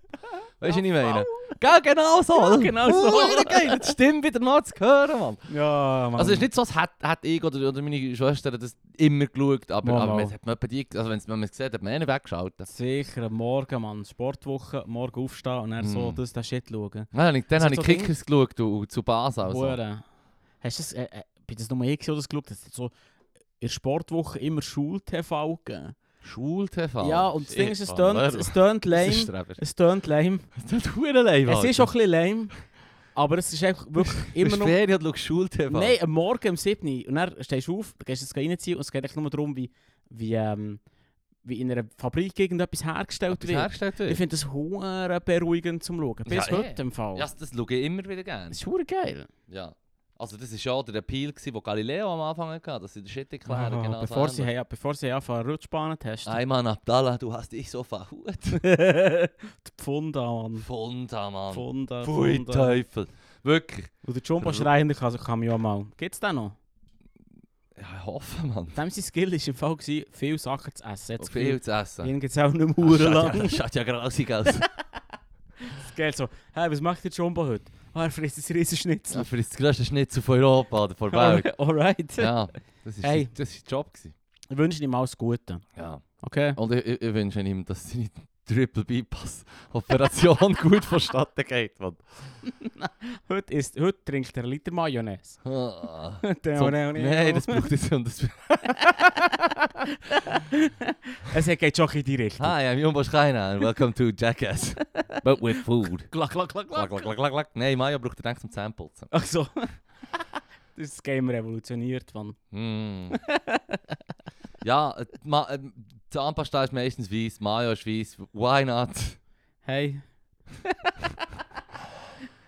[SPEAKER 1] Weißt du, was ich meine? Gell, genau so.
[SPEAKER 2] Ja, genau so.
[SPEAKER 1] Hure geil, jetzt stimmt wieder mal zu hören, Mann.
[SPEAKER 2] Ja, Mann.
[SPEAKER 1] Also es ist nicht so, als hätte, hätte ich oder, oder meine Schwester das immer geschaut, aber,
[SPEAKER 2] Mal,
[SPEAKER 1] aber
[SPEAKER 2] mal.
[SPEAKER 1] man hat man etwa die, also wenn man es sieht, hat man einen weggeschaltet.
[SPEAKER 2] Sicher, am morgen, Mann. Sportwoche, morgen aufstehen und dann so
[SPEAKER 1] Mm.
[SPEAKER 2] das, das Shit schauen.
[SPEAKER 1] Dann habe ich, dann
[SPEAKER 2] Das
[SPEAKER 1] habe
[SPEAKER 2] ist
[SPEAKER 1] ich
[SPEAKER 2] Also so Ding-
[SPEAKER 1] Kickers geschaut und, und zu Basel. Also.
[SPEAKER 2] Hure. Hast du das, äh, äh, bin das nur ich, gewesen, der das geschaut hat? Es hat so in der Sportwoche immer Schul-TV gegeben.
[SPEAKER 1] Schul-TV.
[SPEAKER 2] Ja, und das
[SPEAKER 1] Shit,
[SPEAKER 2] Ding ist, es
[SPEAKER 1] Mann,
[SPEAKER 2] tönt,
[SPEAKER 1] Leru.
[SPEAKER 2] es tönt
[SPEAKER 1] Das
[SPEAKER 2] lame.
[SPEAKER 1] ist Streber.
[SPEAKER 2] Es tönt lame.
[SPEAKER 1] Es tut hure lame,
[SPEAKER 2] Es ist auch ein bisschen lame. Aber es ist einfach wirklich immer
[SPEAKER 1] noch...
[SPEAKER 2] noch...
[SPEAKER 1] Ferien und schaust Schul-TV.
[SPEAKER 2] Nein, am Morgen um 7 Uhr. Und dann stehst du auf, dann gehst du es reinziehen und es geht eigentlich nur darum, wie, wie, ähm, wie in einer Fabrik irgendetwas hergestellt
[SPEAKER 1] Etwas
[SPEAKER 2] wird.
[SPEAKER 1] hergestellt wird.
[SPEAKER 2] Ich finde das hure beruhigend zum Schauen.
[SPEAKER 1] Ja,
[SPEAKER 2] Bis
[SPEAKER 1] eh.
[SPEAKER 2] heute im Fall.
[SPEAKER 1] Ja, das schaue ich immer wieder gerne.
[SPEAKER 2] Das ist hure geil.
[SPEAKER 1] Ja. Also das war ja der Appeal, gewesen, den Galileo am Anfang hatte, dass sie den Shit erklären.
[SPEAKER 2] Ah,
[SPEAKER 1] genau
[SPEAKER 2] bevor,
[SPEAKER 1] so
[SPEAKER 2] sie,
[SPEAKER 1] ähnlich.
[SPEAKER 2] haben- bevor sie anfangen Rutschbahnen zu testen.
[SPEAKER 1] Ayman Abdallah, du hast dich so
[SPEAKER 2] Hm.
[SPEAKER 1] verhut.
[SPEAKER 2] die Pfunda, Mann.
[SPEAKER 1] Funda, Mann.
[SPEAKER 2] Pfunda,
[SPEAKER 1] Pfui
[SPEAKER 2] Pfunda.
[SPEAKER 1] Teufel. Wirklich.
[SPEAKER 2] Und der Jumbo schreiend kann, kann mich auch mal. Geht's da noch?
[SPEAKER 1] Ja, ich hoffe, Mann.
[SPEAKER 2] Dem sein Skill war im Fall, gewesen, viele Sachen zu essen. Jetzt
[SPEAKER 1] Viel zu essen.
[SPEAKER 2] Ihnen geht's auch nicht mehr
[SPEAKER 1] Oh, Ah,
[SPEAKER 2] hure
[SPEAKER 1] schaut ja-
[SPEAKER 2] lang.
[SPEAKER 1] Schaut ja grausig also. aus.
[SPEAKER 2] Das Geld so, hey, was macht der Jumbo heute? Ah, er frisst ein riesen Schnitzel.
[SPEAKER 1] Ja, Äh, Für das grösste Schnitzel von Europa oder von der Welt.
[SPEAKER 2] Alright.
[SPEAKER 1] Ja, das ist
[SPEAKER 2] Hey.
[SPEAKER 1] das ist der Job. Gewesen.
[SPEAKER 2] Ich wünsche ihm alles Gute.
[SPEAKER 1] Ja.
[SPEAKER 2] Okay?
[SPEAKER 1] Und ich, ich, ich wünsche ihm, dass seine Triple Bypass-Operation gut vonstatten geht. Mann.
[SPEAKER 2] Heute, isst, heute trinkt er einen Liter Mayonnaise. Oh.
[SPEAKER 1] Ah.
[SPEAKER 2] Der
[SPEAKER 1] So-
[SPEAKER 2] auch nicht, auch nicht.
[SPEAKER 1] Nein, das braucht jetzt und das.
[SPEAKER 2] Es geht schon in die Richtung.
[SPEAKER 1] Hi, I'm Jumbo Schreiner and welcome to Jackass. But with food.
[SPEAKER 2] Klack, klack, klack,
[SPEAKER 1] Klack,
[SPEAKER 2] klack.
[SPEAKER 1] klack, klack, klack, klack. Nein, Mayo braucht den Denk zum Zähneputzen.
[SPEAKER 2] Ach so. das ist das Game revolutioniert, Mann.
[SPEAKER 1] Mm. ja, äh, Ma äh, Zahnpasta ist meistens weiß, Mayo ist weiß. Why not?
[SPEAKER 2] Hey.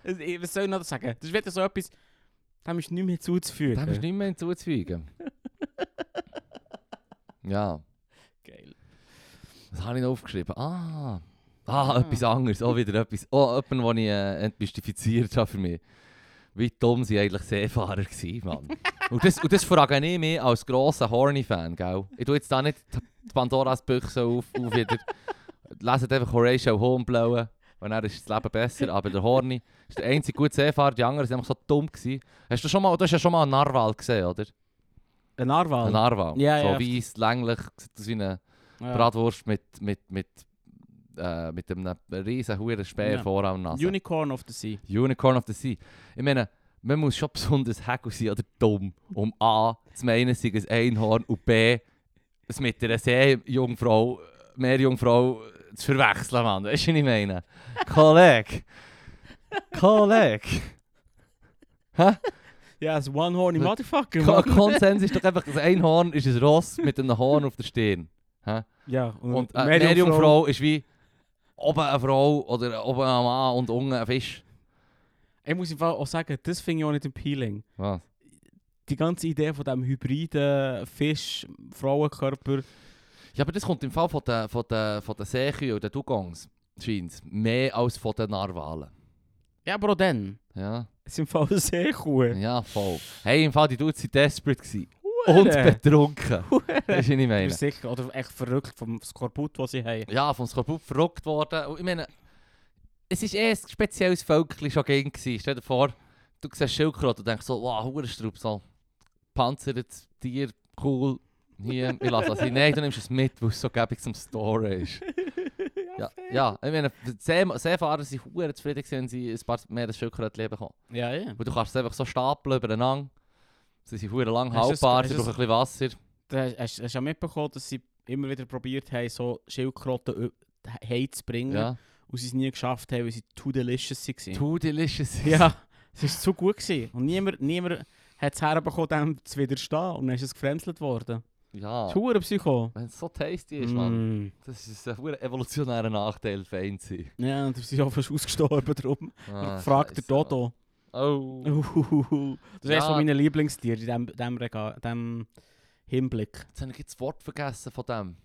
[SPEAKER 2] Es- ich- was soll ich noch sagen? Das ist wieder so etwas, dem ist nicht mehr zuzufügen.
[SPEAKER 1] Dem ist nicht mehr hinzuzufügen. ja,
[SPEAKER 2] Geil.
[SPEAKER 1] was habe ich noch aufgeschrieben? Ah, ah, etwas anderes. Auch wieder etwas. Oh, jemand, den ich äh, entmystifiziert habe für mich. Wie dumm sie eigentlich Seefahrer waren, Mann. und, das, und das frage ich mich als grosser Horny-Fan, gell? Ich tue jetzt da nicht die die Pandoras Büchse auf, auf wieder. Leset einfach Horatio Hornblauen. Und dann ist das Leben besser. Aber der ah, Horny ist der einzige gute Seefahrer. Die anderen waren einfach so dumm. Gewesen. Hast du schon mal, du hast ja schon mal einen Narwal dus. gesehen, oder?
[SPEAKER 2] Ein Narwal.
[SPEAKER 1] Ein Narwal.
[SPEAKER 2] Ja,
[SPEAKER 1] so
[SPEAKER 2] ja.
[SPEAKER 1] weiss, länglich, sieht aus wie eine
[SPEAKER 2] Ja.
[SPEAKER 1] Bratwurst mit, mit, mit, äh, mit einem riesen hohen Speer
[SPEAKER 2] Ja.
[SPEAKER 1] vor am Nase.
[SPEAKER 2] Unicorn of the Sea.
[SPEAKER 1] Unicorn of the Sea. Ich meine, man muss schon besonders hackel sein oder dumm, um A, zu meinen, sei ein Einhorn und B, es mit einer Seejungfrau, Meerjungfrau äh, zu verwechseln, Mann. Weißt du, was ich meine? Kolleg! Kolleg!
[SPEAKER 2] Ja, es ist one horny
[SPEAKER 1] Look,
[SPEAKER 2] motherfucker,
[SPEAKER 1] Ko
[SPEAKER 2] Mann.
[SPEAKER 1] Konsens ist doch einfach, ein Einhorn ist ein Ross mit einem Horn auf der Stirn.
[SPEAKER 2] Ja,
[SPEAKER 1] Und äh, eine Meerjungfrau ist wie oben eine Frau oder oben ein Mann und unten ein Fisch.
[SPEAKER 2] Ich muss im Fall auch sagen, das finde ich auch nicht appealing.
[SPEAKER 1] Was?
[SPEAKER 2] Die ganze Idee von diesem hybriden Fisch-Frauenkörper.
[SPEAKER 1] Ja, aber das kommt im Fall von den, von den, von den Seekühen und den Dugongs, scheint's. Mehr als von den Narwalen.
[SPEAKER 2] Ja, aber auch dann.
[SPEAKER 1] Ja,
[SPEAKER 2] Es sind im Fall sehr cool.
[SPEAKER 1] ja voll. Hey, im Fall, die Dudes waren desperate. Gewesen. Und betrunken. Weisst du, was ich
[SPEAKER 2] Ich bin
[SPEAKER 1] meine?
[SPEAKER 2] sicher, oder echt verrückt vom Skorbut, den sie haben.
[SPEAKER 1] Ja, vom Skorbut verrückt worden. Und ich meine, es war eh ein spezielles Völkchen schon gegen. gewesen. Stell dir vor, du siehst Schildkröte und denkst so, wow, Hurenstraub, so panzertes Tier, cool. Hier, ich lasse das hin. Nein, du nimmst es mit, weil es so gäbig zum Store ist. Ja, ja, ich meine, die See Seefahrer sind hure zufrieden, gewesen, wenn sie ein paar mehr Schildkröten bekommen.
[SPEAKER 2] Ja, ja.
[SPEAKER 1] Und du kannst es einfach so stapeln übereinander. Sie sind hure lang
[SPEAKER 2] Hast du das-
[SPEAKER 1] haltbar,
[SPEAKER 2] hast
[SPEAKER 1] sie
[SPEAKER 2] du das-
[SPEAKER 1] brauchen ein bisschen Wasser.
[SPEAKER 2] Du hast du ja mitbekommen, dass sie immer wieder probiert haben, so Schildkröten ö- heimzubringen.
[SPEAKER 1] Ja.
[SPEAKER 2] Und sie es nie geschafft haben, weil sie too delicious waren.
[SPEAKER 1] Too delicious.
[SPEAKER 2] Ja, es war zu gut. Gewesen. Und niemand, niemand hat es herbekommen, dem zu widerstehen. Und dann ist es gefremdelt worden.
[SPEAKER 1] ja.
[SPEAKER 2] Das ist ein Psycho.
[SPEAKER 1] Wenn es so tasty ist, Mann.
[SPEAKER 2] Mm.
[SPEAKER 1] Das ist ein hure evolutionärer Nachteil, Fein zu sein.
[SPEAKER 2] Ja, und sie sind auch fast ausgestorben drum.
[SPEAKER 1] Ah,
[SPEAKER 2] Fragt der
[SPEAKER 1] scheisse.
[SPEAKER 2] Dodo.
[SPEAKER 1] Oh.
[SPEAKER 2] Uhuhuhu. Das ist
[SPEAKER 1] Ja.
[SPEAKER 2] eines von meinen Lieblingstieren in diesem dem Rega- dem Hinblick.
[SPEAKER 1] Jetzt habe ich das Wort vergessen von dem.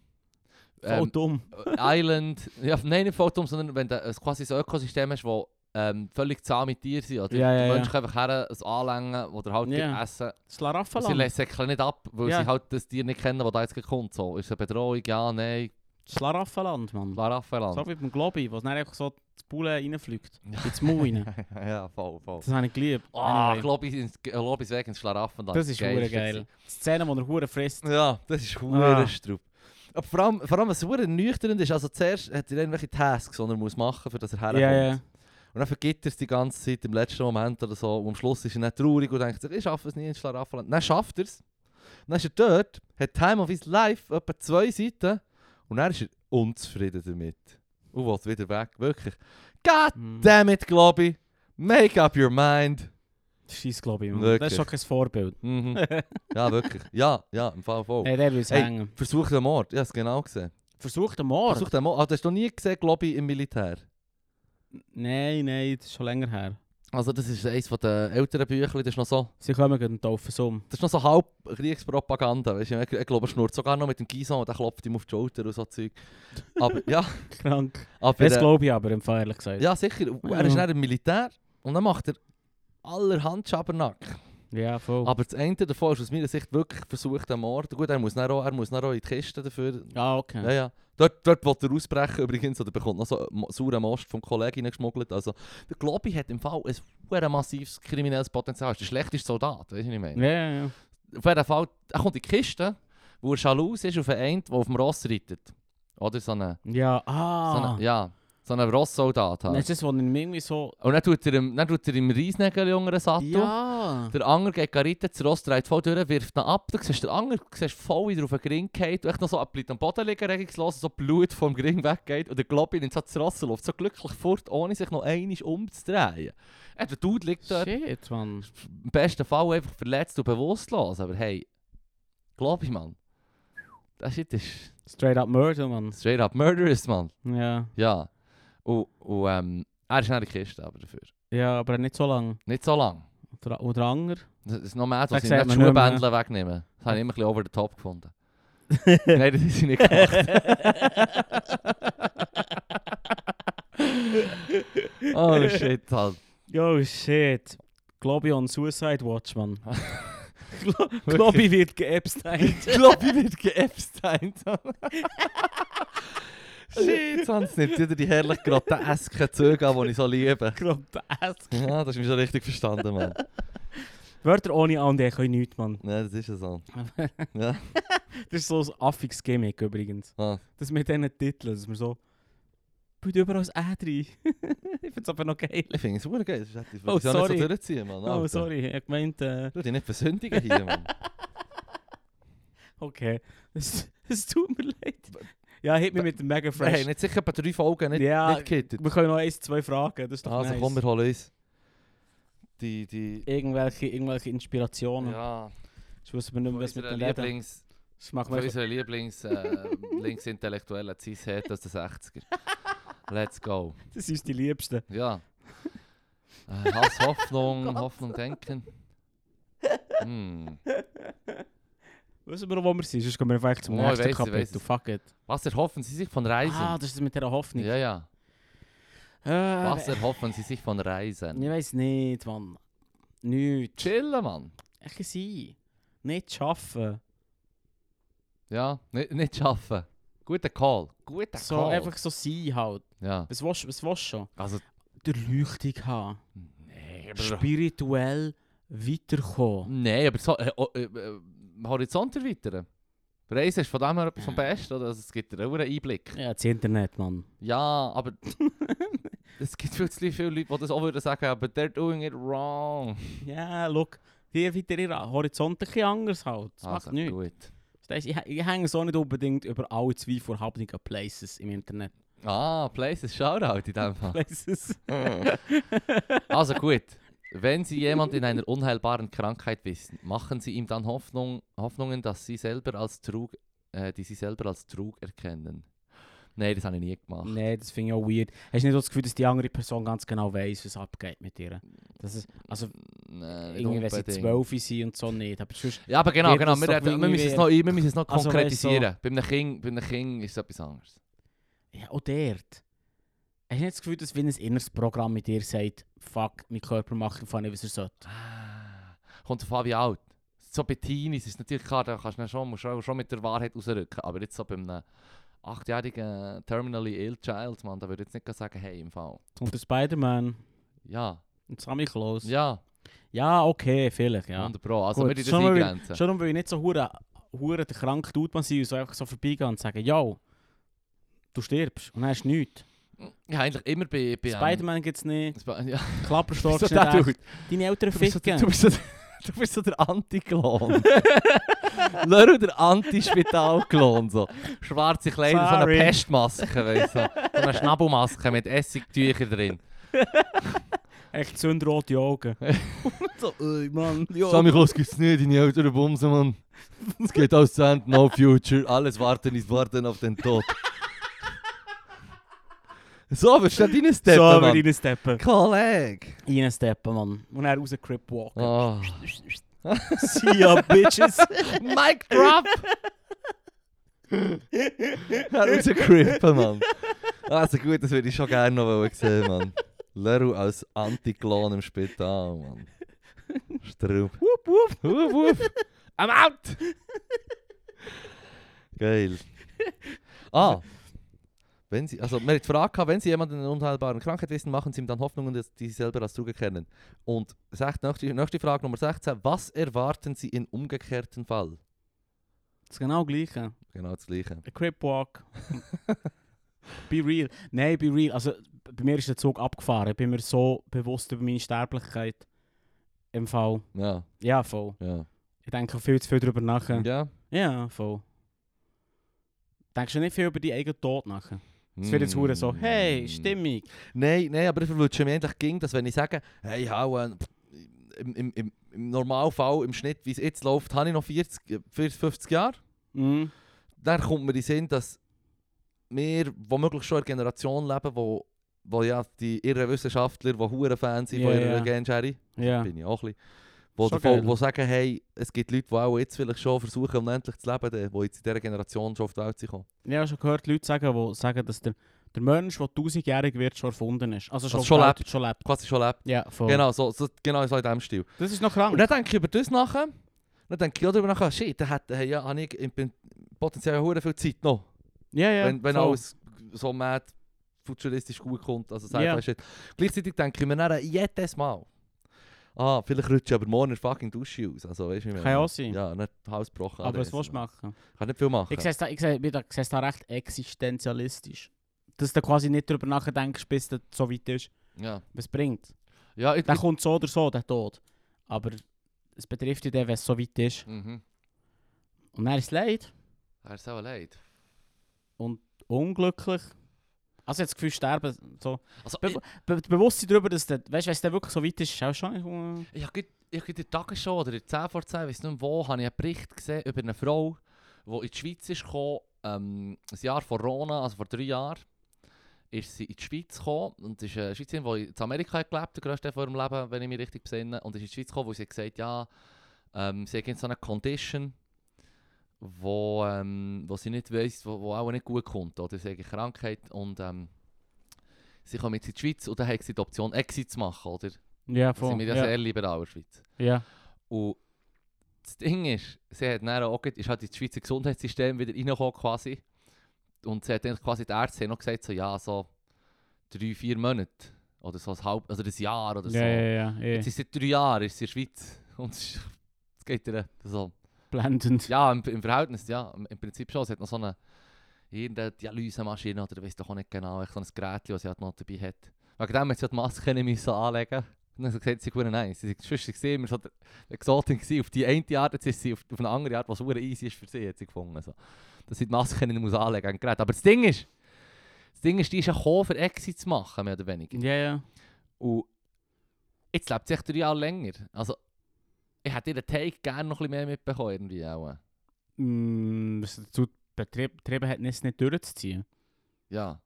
[SPEAKER 2] Voll
[SPEAKER 1] Ähm,
[SPEAKER 2] dumm.
[SPEAKER 1] Island. Ja, nein, nicht Photum, sondern wenn du ein- quasi so ein Ökosystem hast, wo ähm, völlig zahme Tiere sind. Oder
[SPEAKER 2] Ja, ja,
[SPEAKER 1] der
[SPEAKER 2] ja.
[SPEAKER 1] Mensch kann einfach her, es anlängen oder halt
[SPEAKER 2] Ja.
[SPEAKER 1] essen. Dus
[SPEAKER 2] Das
[SPEAKER 1] Sie
[SPEAKER 2] Laraffaland.
[SPEAKER 1] lässt nicht ab, weil
[SPEAKER 2] Ja.
[SPEAKER 1] dus sie halt das Tier nicht kennen, das da jetzt gerade kommt. So. Ist es eine Bedrohung? Ja, nein.
[SPEAKER 2] Schlaraffenland, Mann.
[SPEAKER 1] Laraffeland.
[SPEAKER 2] So wie beim Globi, wo es dann einfach so die Bulle reinfliegt.
[SPEAKER 1] Ja.
[SPEAKER 2] Ins Mau rein.
[SPEAKER 1] ja, voll, voll.
[SPEAKER 2] Das habe ich geliebt.
[SPEAKER 1] Ah,
[SPEAKER 2] Anyway,
[SPEAKER 1] Globis ins- G- Globis weg ins Schlaraffenland.
[SPEAKER 2] das ist hure geil.
[SPEAKER 1] geil.
[SPEAKER 2] Die Szene, wo er hure frisst.
[SPEAKER 1] Ja, das ist hure
[SPEAKER 2] Ah.
[SPEAKER 1] Strupp. Aber vor allem, vor allem, was hure nüchtern ist, also zuerst hat er irgendwelche Tasks, die er muss machen muss, damit er herkommt.
[SPEAKER 2] Ja, ja.
[SPEAKER 1] Und dann vergibt er es die ganze Zeit im letzten Moment oder so. Und am Schluss ist er nicht traurig und denkt sich, ich schaffe es nie ins Schlaraffenland. Dann schafft er es. Und Dann ist er dort, hat Time of His Life etwa zwei Seiten. Und dann ist er unzufrieden damit. Und will wieder weg. Wirklich. God
[SPEAKER 2] Mm.
[SPEAKER 1] damn it, Globby. Make up your mind.
[SPEAKER 2] Scheiss Globi, Mann. Das
[SPEAKER 1] Wirklich.
[SPEAKER 2] ist schon kein Vorbild.
[SPEAKER 1] Mhm. ja, wirklich. Ja, ja, im Fall voll.
[SPEAKER 2] Hey, der will es
[SPEAKER 1] Oh. Hey.
[SPEAKER 2] hängen.
[SPEAKER 1] Versucht den Mord. Ich habe es genau gesehen.
[SPEAKER 2] Versucht den Mord.
[SPEAKER 1] Versucht den Mord. Ah, du hast noch nie gesehen, Globby im Militär.
[SPEAKER 2] Nein, nein, das ist schon länger her.
[SPEAKER 1] Also das ist eines der älteren Bücher. Das ist noch so...
[SPEAKER 2] Sie kommen gegen den Taufen um.
[SPEAKER 1] Das ist noch so halb Kriegspropaganda, weißt du? Ich, ich glaube, er schnurrt sogar noch mit dem Gison und der klopft ihm auf die Schulter und so Zeug. Aber ja,
[SPEAKER 2] Krank.
[SPEAKER 1] aber,
[SPEAKER 2] Das
[SPEAKER 1] äh,
[SPEAKER 2] glaube ich aber, im Fall ehrlich gesagt.
[SPEAKER 1] ja sicher. Und Er ist
[SPEAKER 2] Ja.
[SPEAKER 1] dann im Militär und dann macht er allerhand Schabernack.
[SPEAKER 2] Ja, voll.
[SPEAKER 1] Aber das eine davon ist aus meiner Sicht wirklich versucht, den Mord. Gut, er muss dann auch, er muss dann auch in die Kiste dafür.
[SPEAKER 2] Ah, okay.
[SPEAKER 1] Ja, ja. Dort, dort will er ausbrechen übrigens oder bekommt noch so einen mo- sauren Most vom Kollegen geschmuggelt. Also, der Globi hat im Fall ein verdammt massives kriminelles Potenzial. Er ist der schlechteste Soldat, weißt du, was ich meine?
[SPEAKER 2] Ja, ja, ja.
[SPEAKER 1] Auf jeden Fall, er kommt in die Kiste, wo er schalus ist auf einen, der auf dem Ross reitet. Oder so einen,
[SPEAKER 2] Ja,
[SPEAKER 1] so
[SPEAKER 2] ah.
[SPEAKER 1] einen, ja, so einen Rosssoldat
[SPEAKER 2] Dann
[SPEAKER 1] halt.
[SPEAKER 2] ist das, was ihm irgendwie so...
[SPEAKER 1] Und dann tut er ihm, dann tut er ihm Reisnägel unter den Sattel.
[SPEAKER 2] Ja.
[SPEAKER 1] Der Anger geht reiten, das Ross dreht voll durch, wirft ihn ab. Du siehst den Anger, du siehst voll wieder auf den Gring geht. Und echt noch so, er bleibt am Boden liegen, regungslos, und so Blut vom Gring weggeht. Und der Globby nimmt so das Ross und läuft so glücklich fort, ohne sich noch einmal umzudrehen. Äh, Der Dude liegt dort.
[SPEAKER 2] Shit, Mann.
[SPEAKER 1] im besten Fall einfach verletzt und bewusstlos. Aber hey, glaub ich, Mann. Das shit ist
[SPEAKER 2] Straight up Murder, Mann.
[SPEAKER 1] straight up murderous, Mann.
[SPEAKER 2] Ja.
[SPEAKER 1] Ja. Und, und ähm, er ist nicht in der Kiste, aber dafür.
[SPEAKER 2] Ja, aber nicht so lange.
[SPEAKER 1] Nicht so lang.
[SPEAKER 2] Oder, oder anger.
[SPEAKER 1] Das ist noch mehr,
[SPEAKER 2] Das
[SPEAKER 1] was sie
[SPEAKER 2] sieht
[SPEAKER 1] nicht
[SPEAKER 2] man nicht mehr.
[SPEAKER 1] Schuhbändel wegnehmen. Das habe ich immer ein bisschen over the top gefunden. Nein, das ist sie nicht gemacht. oh shit, halt.
[SPEAKER 2] Yo, shit. Globby on Suicide Watch, Mann. Glo Globby wird geabstined.
[SPEAKER 1] Globby wird geepsteint. Shit, sonst nimmt wieder die herrlich grotesken Züge an, die ich so liebe.
[SPEAKER 2] Grotesk.
[SPEAKER 1] Ja, das hast du mich schon richtig verstanden, Mann.
[SPEAKER 2] Wörter ohne an, die können nichts, Mann.
[SPEAKER 1] Ja, das ist ja so. Ja.
[SPEAKER 2] Das ist so ein affiges Gimmick übrigens.
[SPEAKER 1] Ah.
[SPEAKER 2] Das mit diesen Titeln, dass man so... Bitte überall das Ä rein. ich find's aber noch geil.
[SPEAKER 1] Ich finde es super geil. Das ist echt-
[SPEAKER 2] Oh,
[SPEAKER 1] ich soll nicht so
[SPEAKER 2] sorry.
[SPEAKER 1] durchziehen, Mann.
[SPEAKER 2] Oh,
[SPEAKER 1] Alter.
[SPEAKER 2] sorry. Ich meinte... Äh,
[SPEAKER 1] Du dich nicht versündigen hier, Mann.
[SPEAKER 2] okay. Es, es tut mir leid. Ja, hit mich mit dem Mega
[SPEAKER 1] Hey,
[SPEAKER 2] Fresh.
[SPEAKER 1] nicht sicher bei drei Folgen nicht,
[SPEAKER 2] Ja,
[SPEAKER 1] nicht gehittet.
[SPEAKER 2] wir können noch eins, zwei Fragen. Das ist doch
[SPEAKER 1] Also
[SPEAKER 2] nice.
[SPEAKER 1] komm, wir holen uns. Die, die...
[SPEAKER 2] irgendwelche, irgendwelche Inspirationen.
[SPEAKER 1] Ja,
[SPEAKER 2] Ich wusste mir nicht
[SPEAKER 1] von
[SPEAKER 2] mehr, was mit
[SPEAKER 1] unserer
[SPEAKER 2] den Läden.
[SPEAKER 1] Lieblings...
[SPEAKER 2] Das macht
[SPEAKER 1] Von
[SPEAKER 2] mir
[SPEAKER 1] unserer Lieblings... Äh, Linksintellektuellen Cis-Hate aus den 60er. Let's go.
[SPEAKER 2] Das ist die Liebste.
[SPEAKER 1] Ja. Äh, Hass,
[SPEAKER 2] Oh
[SPEAKER 1] Hoffnung, Hoffnung, Denken. Hm.
[SPEAKER 2] Wissen wir, noch, wo wir sind? Sonst gehen wir einfach echt zum
[SPEAKER 1] Oh, ich
[SPEAKER 2] nächsten
[SPEAKER 1] weiss, ich weiss
[SPEAKER 2] Kapitel.
[SPEAKER 1] es.
[SPEAKER 2] Fuck it.
[SPEAKER 1] Was erhoffen Sie sich von Reisen?
[SPEAKER 2] Ah, das ist mit dieser Hoffnung.
[SPEAKER 1] ja, ja.
[SPEAKER 2] Äh,
[SPEAKER 1] Was erhoffen Sie sich von Reisen?
[SPEAKER 2] Ich weiß nicht, Mann. Nichts.
[SPEAKER 1] Chillen, Mann.
[SPEAKER 2] Ich sein. Nicht schaffen.
[SPEAKER 1] Ja, nicht, nicht schaffen. Guter Call. Guter
[SPEAKER 2] So
[SPEAKER 1] Call.
[SPEAKER 2] einfach so sein halt.
[SPEAKER 1] Ja.
[SPEAKER 2] Was willst, was willst du schon?
[SPEAKER 1] Also,
[SPEAKER 2] Der Leuchtung haben. Äh,
[SPEAKER 1] nee, aber,
[SPEAKER 2] Spirituell weiterkommen.
[SPEAKER 1] nee, aber so, äh, oh, äh, äh, Horizont erweitern. Reisen ist von dem her etwas vom Besten, oder? Also, es gibt dir auch einen Einblick.
[SPEAKER 2] Ja, das Internet, Mann.
[SPEAKER 1] Ja, aber es gibt viel zu viele Leute, die das auch würden sagen, aber they're doing it wrong.
[SPEAKER 2] Ja, look. Die wieder ihren Horizont ein bisschen anders halt. Das macht nichts.
[SPEAKER 1] Also, gut.
[SPEAKER 2] Verstehst du, ich, ich hänge so nicht unbedingt über alle zwei vorhabenden Places im Internet.
[SPEAKER 1] Ah, Places Shoutout in dem
[SPEAKER 2] Ah.
[SPEAKER 1] Fall.
[SPEAKER 2] Places.
[SPEAKER 1] also gut. Wenn Sie jemand in einer unheilbaren Krankheit wissen, machen Sie ihm dann Hoffnung, Hoffnungen, dass Sie selber als Trug, äh, die Sie selber als Trug erkennen. Nein, das habe ich nie gemacht.
[SPEAKER 2] Nein, Ah, das finde ich auch weird. Hast du nicht auch das Gefühl, dass die andere Person ganz genau weiß, was abgeht mit ihr? Das ist, also,
[SPEAKER 1] Nein, nicht
[SPEAKER 2] irgendwie, wenn sie
[SPEAKER 1] unbedingt.
[SPEAKER 2] zwölf sind und so nicht. Aber sonst,
[SPEAKER 1] Ja, aber genau,
[SPEAKER 2] Wird
[SPEAKER 1] genau.
[SPEAKER 2] das
[SPEAKER 1] Wir,
[SPEAKER 2] doch
[SPEAKER 1] reden- wir,
[SPEAKER 2] irgendwie
[SPEAKER 1] müssen es noch, wir müssen es noch
[SPEAKER 2] Also, weißt du, so-
[SPEAKER 1] konkretisieren. bei, einem kind, bei einem Kind ist es etwas anderes.
[SPEAKER 2] ja, oh, auch dort. Hast du nicht das Gefühl, dass wenn ein inneres Programm mit dir sagt, fuck, mein Körper macht einfach nicht, was er sollte?
[SPEAKER 1] Ah, Kommt auf an, wie alt. Ah, So bei Teenies ist natürlich klar, da kannst du dann schon, musst du schon mit der Wahrheit rausrücken. Aber jetzt so bei einem achtjährigen eh, terminally ill child, Mann, da würde ich jetzt nicht sagen, hey, im Fall.
[SPEAKER 2] Und der Spider-Man.
[SPEAKER 1] Ja,
[SPEAKER 2] Und Sammy Klaus. Ja.
[SPEAKER 1] ja,
[SPEAKER 2] okay, vielleicht, ja.
[SPEAKER 1] 100 Pro. Also
[SPEAKER 2] Gut,
[SPEAKER 1] würde ich das
[SPEAKER 2] schon mal wieder-
[SPEAKER 1] eingrenzen.
[SPEAKER 2] Schon darum will ich nicht so hure hure der kranke Dude man sein und so einfach so vorbeigehen und sagen, yo, du stirbst und dann hast du nichts.
[SPEAKER 1] Ja, eigentlich immer bei... bei ähm,
[SPEAKER 2] Spider-Man gibt's nicht,
[SPEAKER 1] Sp- ja,
[SPEAKER 2] Klapperstorch
[SPEAKER 1] bist
[SPEAKER 2] nicht
[SPEAKER 1] so der
[SPEAKER 2] echt.
[SPEAKER 1] Dude.
[SPEAKER 2] Deine Eltern
[SPEAKER 1] Du bist so-
[SPEAKER 2] ficken.
[SPEAKER 1] Du bist so, du bist so der Anti-Klon. Lörr der Anti-Spital-Klon. So. Schwarze Kleider, so eine
[SPEAKER 2] Sorry.
[SPEAKER 1] Pestmaske, weißt du. So eine Schnabelmaske mit Essigtüchern drin.
[SPEAKER 2] Echt zündrote Augen. so, ey, Mann, ja.
[SPEAKER 1] Klaus gibt's nicht, deine Eltern bumsen, Mann. Es geht aus Sand, no future. Alles warten ist warten auf den Tod. So, wirst du deine Steppen,
[SPEAKER 2] so, wir
[SPEAKER 1] Mann.
[SPEAKER 2] reinsteppen.
[SPEAKER 1] Kollege.
[SPEAKER 2] Reinsteppen, Mann. Und dann raus Crip walken.
[SPEAKER 1] Oh.
[SPEAKER 2] See ya, bitches.
[SPEAKER 1] Mic drop! Dat is een crippen, man. Also gut, das würde ich schon gerne noch wollen sehen, man. Leru als Antiklon im Spital, man. Strub.
[SPEAKER 2] Wup, wup.
[SPEAKER 1] Wuff, wuff. I'm out! Geil. Ah. Wenn sie, also, wir haben die Frage gehabt, wenn sie jemanden einen unheilbaren Krankheit wissen, machen sie ihm dann Hoffnungen, dass die selber als Zuge kennen. Und sech- nächste, nächste Frage Nummer 16. Was erwarten sie im umgekehrten Fall?
[SPEAKER 2] Das ist genau das Gleiche.
[SPEAKER 1] Genau das Gleiche.
[SPEAKER 2] Ein Crip Walk. be real. Nein, be real. Also bei mir ist der Zug abgefahren. Ich bin mir so bewusst über meine Sterblichkeit. Im Fall.
[SPEAKER 1] Ja,
[SPEAKER 2] Ja, voll.
[SPEAKER 1] ja.
[SPEAKER 2] Ich denke viel zu viel darüber nach. Ja,
[SPEAKER 1] Ja.
[SPEAKER 2] voll. Denkst du nicht viel über die eigenen Tod nach? Es wird jetzt hure so,
[SPEAKER 1] Mm.
[SPEAKER 2] hey, Stimmung.
[SPEAKER 1] Nein, nein, aber ich verwünsche mir eigentlich ging, dass wenn ich sage, hey, hau, äh, pff, im, im, im, im Normalfall, im Schnitt, wie es jetzt läuft, habe ich noch 40, äh, 40 50 Jahre.
[SPEAKER 2] Mhm.
[SPEAKER 1] dann kommt mir in den Sinn, dass wir womöglich schon in einer Generation leben, wo, wo ja die irren Wissenschaftler, die hure Fans sind
[SPEAKER 2] Ja,
[SPEAKER 1] von ihrer
[SPEAKER 2] ja.
[SPEAKER 1] Genschere,
[SPEAKER 2] Ja.
[SPEAKER 1] bin ich auch ein bisschen, wo,
[SPEAKER 2] Schon
[SPEAKER 1] davon,
[SPEAKER 2] geil.
[SPEAKER 1] wo sagen, hey, es gibt Leute, die auch jetzt vielleicht schon versuchen, unendlich zu leben, die- die jetzt in dieser Generation schon auf die Welt sind gekommen.
[SPEAKER 2] Ich habe schon gehört, Leute sagen, die sagen, dass der, der Mensch, der tausendjährig wird, schon erfunden ist. Also schon,
[SPEAKER 1] Also schon
[SPEAKER 2] auf der
[SPEAKER 1] lebt.
[SPEAKER 2] Welt- schon lebt.
[SPEAKER 1] Quasi schon lebt.
[SPEAKER 2] Ja, voll.
[SPEAKER 1] Genau, so, so, genau so in diesem Stil.
[SPEAKER 2] Das ist noch
[SPEAKER 1] Und
[SPEAKER 2] krank.
[SPEAKER 1] dann denke ich über das nachher, und dann denke ich auch darüber nachher, shit, da hätte ja, habe ich im- im- potenziell hure viel Zeit noch.
[SPEAKER 2] Ja, ja.
[SPEAKER 1] wenn, wenn
[SPEAKER 2] voll.
[SPEAKER 1] alles so mad futuristisch gut kommt. Also sci-fi
[SPEAKER 2] Ja.
[SPEAKER 1] shit. Gleichzeitig denke ich mir dann jedes Mal, ah, vielleicht rutsche ich aber morgen in der fucking Dusche aus. Also weißt du, wie ich
[SPEAKER 2] Kann ja
[SPEAKER 1] meine?
[SPEAKER 2] auch sein.
[SPEAKER 1] Ja, nicht Haus gebrochen.
[SPEAKER 2] Aber
[SPEAKER 1] alles.
[SPEAKER 2] was willst du machen?
[SPEAKER 1] Kann nicht viel machen.
[SPEAKER 2] Ich sehe es da, ich sehe, wieder, ich sehe es da recht existenzialistisch. Dass du quasi nicht darüber nachdenkst, bis du so weit ist,
[SPEAKER 1] ja.
[SPEAKER 2] was bringt.
[SPEAKER 1] Ja, ich,
[SPEAKER 2] Der
[SPEAKER 1] ich,
[SPEAKER 2] kommt so oder so, der Tod. Aber es betrifft dich dann, wenn es so weit ist.
[SPEAKER 1] mhm.
[SPEAKER 2] Und er ist es leid,
[SPEAKER 1] Er ist auch leid.
[SPEAKER 2] unglücklich. Also jetzt das Gefühl, sterben. So.
[SPEAKER 1] Also,
[SPEAKER 2] Be be Bewusstsein darüber, dass du, weißt, wenn es dann wirklich so weit ist, ist auch schon nicht.
[SPEAKER 1] Ich habe in der Tagesschau oder in der 10 vor 10, weiss nicht mehr wo, habe ich einen Bericht gesehen über eine Frau, die in die Schweiz ist gekommen, ähm, ein Jahr vor Corona, also vor drei Jahren, ist sie in die Schweiz gekommen und ist eine Schweizerin, die in Amerika hat gelebt, der grösste Teil von ihrem Leben, wenn ich mich richtig besinne, und ist in die Schweiz gekommen, wo sie hat gesagt ja, ähm, sie hat jetzt so eine Condition, wo, ähm, wo sie nicht weiss, wo, wo auch nicht gut kommt, oder sie hat eine Krankheit und ähm, sie kommt jetzt in die Schweiz und dann hat sie die Option, Exit zu machen, oder?
[SPEAKER 2] Ja,
[SPEAKER 1] Da sind
[SPEAKER 2] voll.
[SPEAKER 1] wir ja
[SPEAKER 2] Ja,
[SPEAKER 1] sehr liberal in der Schweiz.
[SPEAKER 2] ja.
[SPEAKER 1] Und das Ding ist, sie hat dann auch, gerade- ist halt ins Schweizer Gesundheitssystem wieder reingekommen quasi. Und sie hat dann quasi die Ärzte haben noch gesagt, so ja, so drei, vier Monate. Oder so ein halb, oder ein Jahr oder so.
[SPEAKER 2] Ja, ja, ja. eh.
[SPEAKER 1] Jetzt ist sie seit drei Jahren ist sie in der Schweiz. Und es ist- es geht ihr so.
[SPEAKER 2] Blendend.
[SPEAKER 1] Ja, im, im Verhältnis, ja, im- im Prinzip schon. Sie hat noch so eine irgendeine Dialysemaschine oder weiss doch auch nicht genau, so ein Gerät, das sie halt noch dabei hat. Wegen dem hat sie ja die Maske nicht müssen anlegen Und dann hat sie gesagt, sie sei verdammt nice. Sie war sonst war immer so der Exotin gewesen. auf die eine Art, jetzt ist sie auf, auf eine andere Art, was super easy ist für sie, hat sie gefunden. So. Dass sie die Maske nicht muss anlegen muss. Aber das Ding ist, das Ding ist, die ist ja gekommen, für Exit zu machen, mehr oder weniger.
[SPEAKER 2] Ja, ja.
[SPEAKER 1] Und jetzt lebt sie echt drei Jahre länger. Also, ich hätte ihren Take gerne noch ein bisschen mehr mitbekommen, irgendwie auch.
[SPEAKER 2] Mm, Was dazu betrieb- betrieben hat, es nicht durchzuziehen.
[SPEAKER 1] Ja.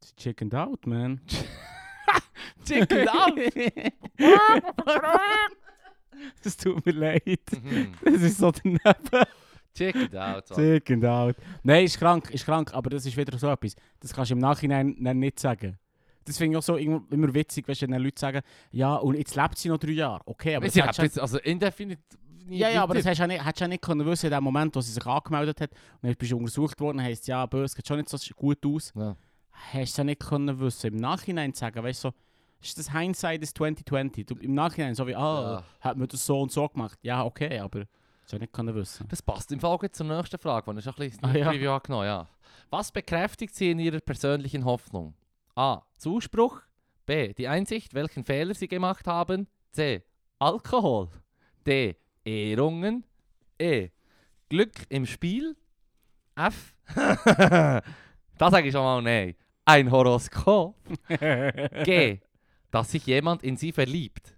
[SPEAKER 2] Sie chickened out, man.
[SPEAKER 1] Chicken out!
[SPEAKER 2] Es tut mir leid.
[SPEAKER 1] Mhm.
[SPEAKER 2] Das ist so daneben.
[SPEAKER 1] Chicken out. Mann.
[SPEAKER 2] Chickened out. Nein, ist krank, ist krank, aber das ist wieder so etwas. Das kannst du im Nachhinein dann nicht sagen. Das finde ich auch so irgendwo- immer witzig, weißt, du, wenn dann Leute sagen, ja, und jetzt lebt sie noch drei Jahre. Okay, aber
[SPEAKER 1] Weißt du, ich
[SPEAKER 2] das
[SPEAKER 1] hab
[SPEAKER 2] hättest
[SPEAKER 1] jetzt, also indefinit, nie
[SPEAKER 2] Ja, ja, aber
[SPEAKER 1] weiter.
[SPEAKER 2] das hast du ja nicht, hättest du ja nicht können wissen, in dem Moment, wo sie sich angemeldet hat und dann bist du untersucht worden, heisst ja, böse, geht schon nicht so gut aus.
[SPEAKER 1] Ja.
[SPEAKER 2] Hast du ja nicht können wissen. Im Nachhinein zu sagen, weißt du, so, ist das Hindsight ist 2020. Du, Im Nachhinein so wie, ah, hat man das so und so gemacht. Ja, okay, aber hast du ja nicht können wissen.
[SPEAKER 1] Das passt im Fall gut zur nächsten Frage, die ich schon ein bisschen
[SPEAKER 2] Ah, ja.
[SPEAKER 1] Preview angenommen ja. Was bekräftigt Sie in Ihrer persönlichen Hoffnung? A. Zuspruch. B. Die Einsicht, welchen Fehler Sie gemacht haben. C. Alkohol. D. Ehrungen. E. Glück im Spiel. F. da sage ich schon mal nein. Ein Horoskop. G. Dass sich jemand in Sie verliebt.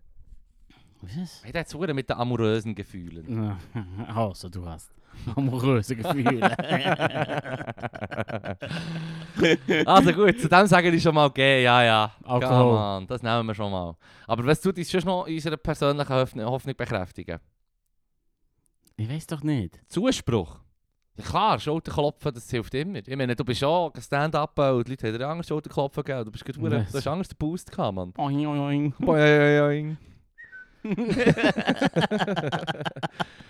[SPEAKER 2] Was?
[SPEAKER 1] Hey, der hat verdammt mit den amorösen Gefühlen.
[SPEAKER 2] Also, du hast amoröse Gefühle.
[SPEAKER 1] Also gut, zu dem sage ich schon mal, okay, ja, ja.
[SPEAKER 2] Alkohol.
[SPEAKER 1] Come on, das nehmen wir schon mal. Aber was tut uns schon noch in unserer persönlichen Hoffn- Hoffnung bekräftigen?
[SPEAKER 2] ich weiß doch nicht.
[SPEAKER 1] Zuspruch. Ja klar, Schulterklopfen, das hilft immer. Ich meine, du bist auch Stand-up äh, und die Leute haben dir Angst, Schulterklopfen gegeben. Du bist gerade verdammt-
[SPEAKER 2] Yes.
[SPEAKER 1] du hast Angst, den Boost gehabt, Mann.
[SPEAKER 2] Oing, oing, oing.
[SPEAKER 1] Boing, boing, boing.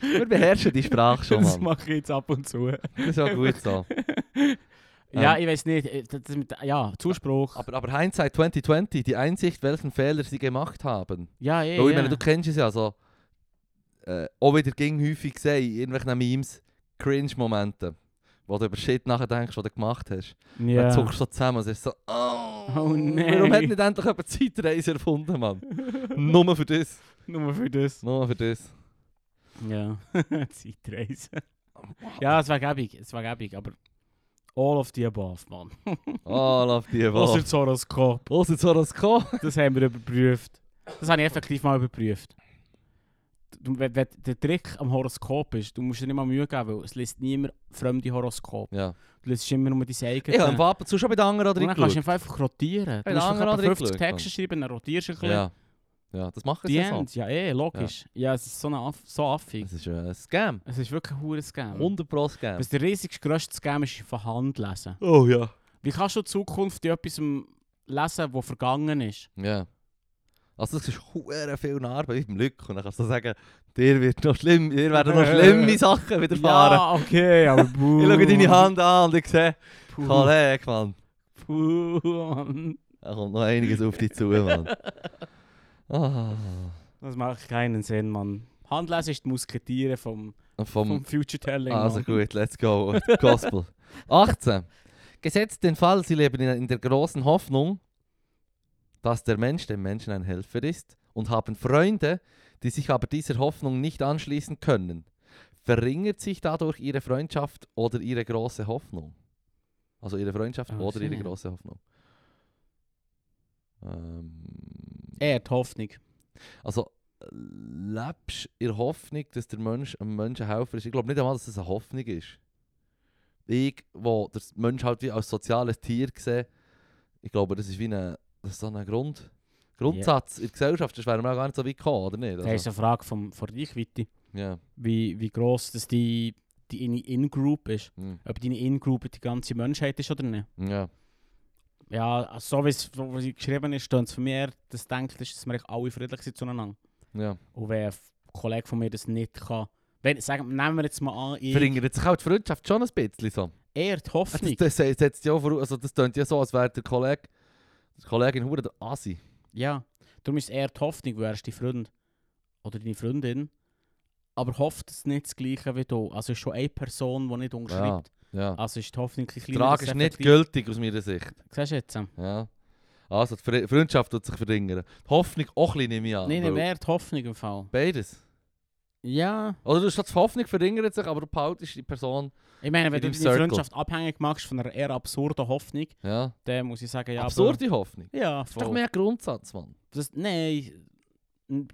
[SPEAKER 1] wir beherrschen die Sprache schon,
[SPEAKER 2] Das
[SPEAKER 1] Mann.
[SPEAKER 2] mache ich jetzt ab und zu.
[SPEAKER 1] Das ist auch gut so.
[SPEAKER 2] Ja, ich weiß nicht. äh, Das, das mit, ja, Zuspruch.
[SPEAKER 1] Aber, aber Hindsight 2020, die Einsicht, welchen Fehler sie gemacht haben.
[SPEAKER 2] ja, eh,
[SPEAKER 1] Weil ich
[SPEAKER 2] ja.
[SPEAKER 1] meine, du kennst es ja so. Äh, auch wieder ging häufig gesehen, in irgendwelchen Memes, Cringe-Momente, wo du über Shit nachdenkst, was du gemacht hast.
[SPEAKER 2] ja.
[SPEAKER 1] Dann zuckst du so zusammen und sagst so, oh,
[SPEAKER 2] Oh nein.
[SPEAKER 1] warum hat nicht endlich jemand Zeitreise erfunden, Mann? Nur für das.
[SPEAKER 2] Nur für das.
[SPEAKER 1] Nur für das.
[SPEAKER 2] Ja, Zeitreise. Ja, es war gäbig, es war gäbig, aber all of the above, Mann.
[SPEAKER 1] All of the
[SPEAKER 2] Außer
[SPEAKER 1] above.
[SPEAKER 2] das Horoskop,
[SPEAKER 1] Was jetzt Horoskop?
[SPEAKER 2] das haben wir überprüft. Das habe ich effektiv mal überprüft. Du, wenn, wenn der Trick am Horoskop ist, du musst dir nicht mal Mühe geben, weil es liest niemand fremde Horoskop.
[SPEAKER 1] Ja.
[SPEAKER 2] Du liest immer nur dein eigenes.
[SPEAKER 1] Ich habe im Wappen zu schon bei den anderen
[SPEAKER 2] Und dann kannst du
[SPEAKER 1] reingeschaut.
[SPEAKER 2] einfach rotieren. Du
[SPEAKER 1] Hey, der
[SPEAKER 2] musst
[SPEAKER 1] andere
[SPEAKER 2] einfach
[SPEAKER 1] hat
[SPEAKER 2] 50
[SPEAKER 1] reingeschaut,
[SPEAKER 2] Texte schreiben, dann rotierst du ein bisschen.
[SPEAKER 1] Ja. ja, das machen sie
[SPEAKER 2] Die
[SPEAKER 1] ja so.
[SPEAKER 2] End, ja eh, logisch. Ja, es ist so, eine Aff so affig.
[SPEAKER 1] Das ist äh, ein Scam.
[SPEAKER 2] Es ist wirklich ein hoher Scam.
[SPEAKER 1] 100% Scam.
[SPEAKER 2] Was der riesigste grösste Scam ist, ist von Hand lesen.
[SPEAKER 1] Oh ja.
[SPEAKER 2] Wie kannst du die Zukunft in etwas lesen, das vergangen ist?
[SPEAKER 1] Ja. Also das ist hure viel Arbeit beim Glück und dann kannst du sagen, dir wird noch schlimm, dir werden noch schlimme Sachen widerfahren.
[SPEAKER 2] Ja, okay, aber buh.
[SPEAKER 1] Ich schaue deine Hand an und ich sehe,
[SPEAKER 2] Puh,
[SPEAKER 1] Kollege, Mann,
[SPEAKER 2] puh, Mann.
[SPEAKER 1] da kommt noch einiges auf dich zu, Mann. Ah,
[SPEAKER 2] Das macht keinen Sinn, Mann. Handlesen ist die Musketiere vom, vom
[SPEAKER 1] vom,
[SPEAKER 2] Future Telling.
[SPEAKER 1] also
[SPEAKER 2] Mann.
[SPEAKER 1] gut, let's go, Gospel. 18. Gesetzt den Fall, sie leben in, in der großen Hoffnung, dass der Mensch dem Menschen ein Helfer ist und haben Freunde, die sich aber dieser Hoffnung nicht anschließen können. Verringert sich dadurch ihre Freundschaft oder ihre große Hoffnung? Also ihre Freundschaft
[SPEAKER 2] Ah,
[SPEAKER 1] oder ihre
[SPEAKER 2] sehr.
[SPEAKER 1] große Hoffnung. Ähm,
[SPEAKER 2] Er hat Hoffnung.
[SPEAKER 1] also lebst in der Hoffnung, dass der Mensch einem Menschen helfen ist. Ich glaube nicht einmal, dass das eine Hoffnung ist. Ich, wo der Mensch halt wie als soziales Tier sehe, ich glaube, das ist wie ein, das ist so ein Grund, Grundsatz in der Gesellschaft. Das wären wir auch gar nicht so weit gekommen, oder nicht? Also,
[SPEAKER 2] Das ist eine Frage vom, von Reichweite.
[SPEAKER 1] ja.
[SPEAKER 2] Wie, wie gross das die, die deine In-Group ist.
[SPEAKER 1] mm,
[SPEAKER 2] Ob deine In-Group die ganze Menschheit ist oder nicht.
[SPEAKER 1] ja.
[SPEAKER 2] Ja, so wie es so wie es geschrieben ist, stehen es für mich eher das Denken, ist, dass wir eigentlich alle friedlich sind zueinander.
[SPEAKER 1] Ja.
[SPEAKER 2] Und wenn ein Kollege von mir das nicht kann, wenn, sagen, nehmen wir jetzt mal an, ich,
[SPEAKER 1] Verringert sich auch die Freundschaft schon ein bisschen so.
[SPEAKER 2] er die
[SPEAKER 1] Das,
[SPEAKER 2] Hoffnung.
[SPEAKER 1] das, das, setzt ja auch voraus- also das klingt ja so, als wäre der Kollege, die Kollegin Hure der Asi.
[SPEAKER 2] Ja, darum ist er die Hoffnung, weil er ist dein Freund oder deine Freundin. Aber hofft es nicht das Gleiche wie du. Also ist schon eine Person, die nicht unterschreibt.
[SPEAKER 1] Ja.
[SPEAKER 2] Also ist die Hoffnung ein bisschen kleiner.
[SPEAKER 1] Trag ist
[SPEAKER 2] dass er
[SPEAKER 1] nicht Ah,
[SPEAKER 2] vielleicht-
[SPEAKER 1] gültig aus meiner Sicht.
[SPEAKER 2] Siehst du jetzt? Nein,
[SPEAKER 1] Ja. Also, die Fre Freundschaft tut sich verringern. Die Hoffnung auch ein bisschen, nehme ich an.
[SPEAKER 2] nein,
[SPEAKER 1] weil-
[SPEAKER 2] wer die Hoffnung im Fall?
[SPEAKER 1] Beides.
[SPEAKER 2] Ja.
[SPEAKER 1] Oder du sagst, die Hoffnung verringert sich, aber du behaltest die Person.
[SPEAKER 2] Ich meine,
[SPEAKER 1] In
[SPEAKER 2] wenn du
[SPEAKER 1] deinem
[SPEAKER 2] deine
[SPEAKER 1] Circle.
[SPEAKER 2] Freundschaft abhängig machst von einer eher absurden Hoffnung,
[SPEAKER 1] Ja.
[SPEAKER 2] dann muss ich sagen, ja.
[SPEAKER 1] Absurde Hoffnung.
[SPEAKER 2] aber- Ja,
[SPEAKER 1] Das ist doch
[SPEAKER 2] voll.
[SPEAKER 1] mehr ein Grundsatz, Mann.
[SPEAKER 2] Das, nein. N-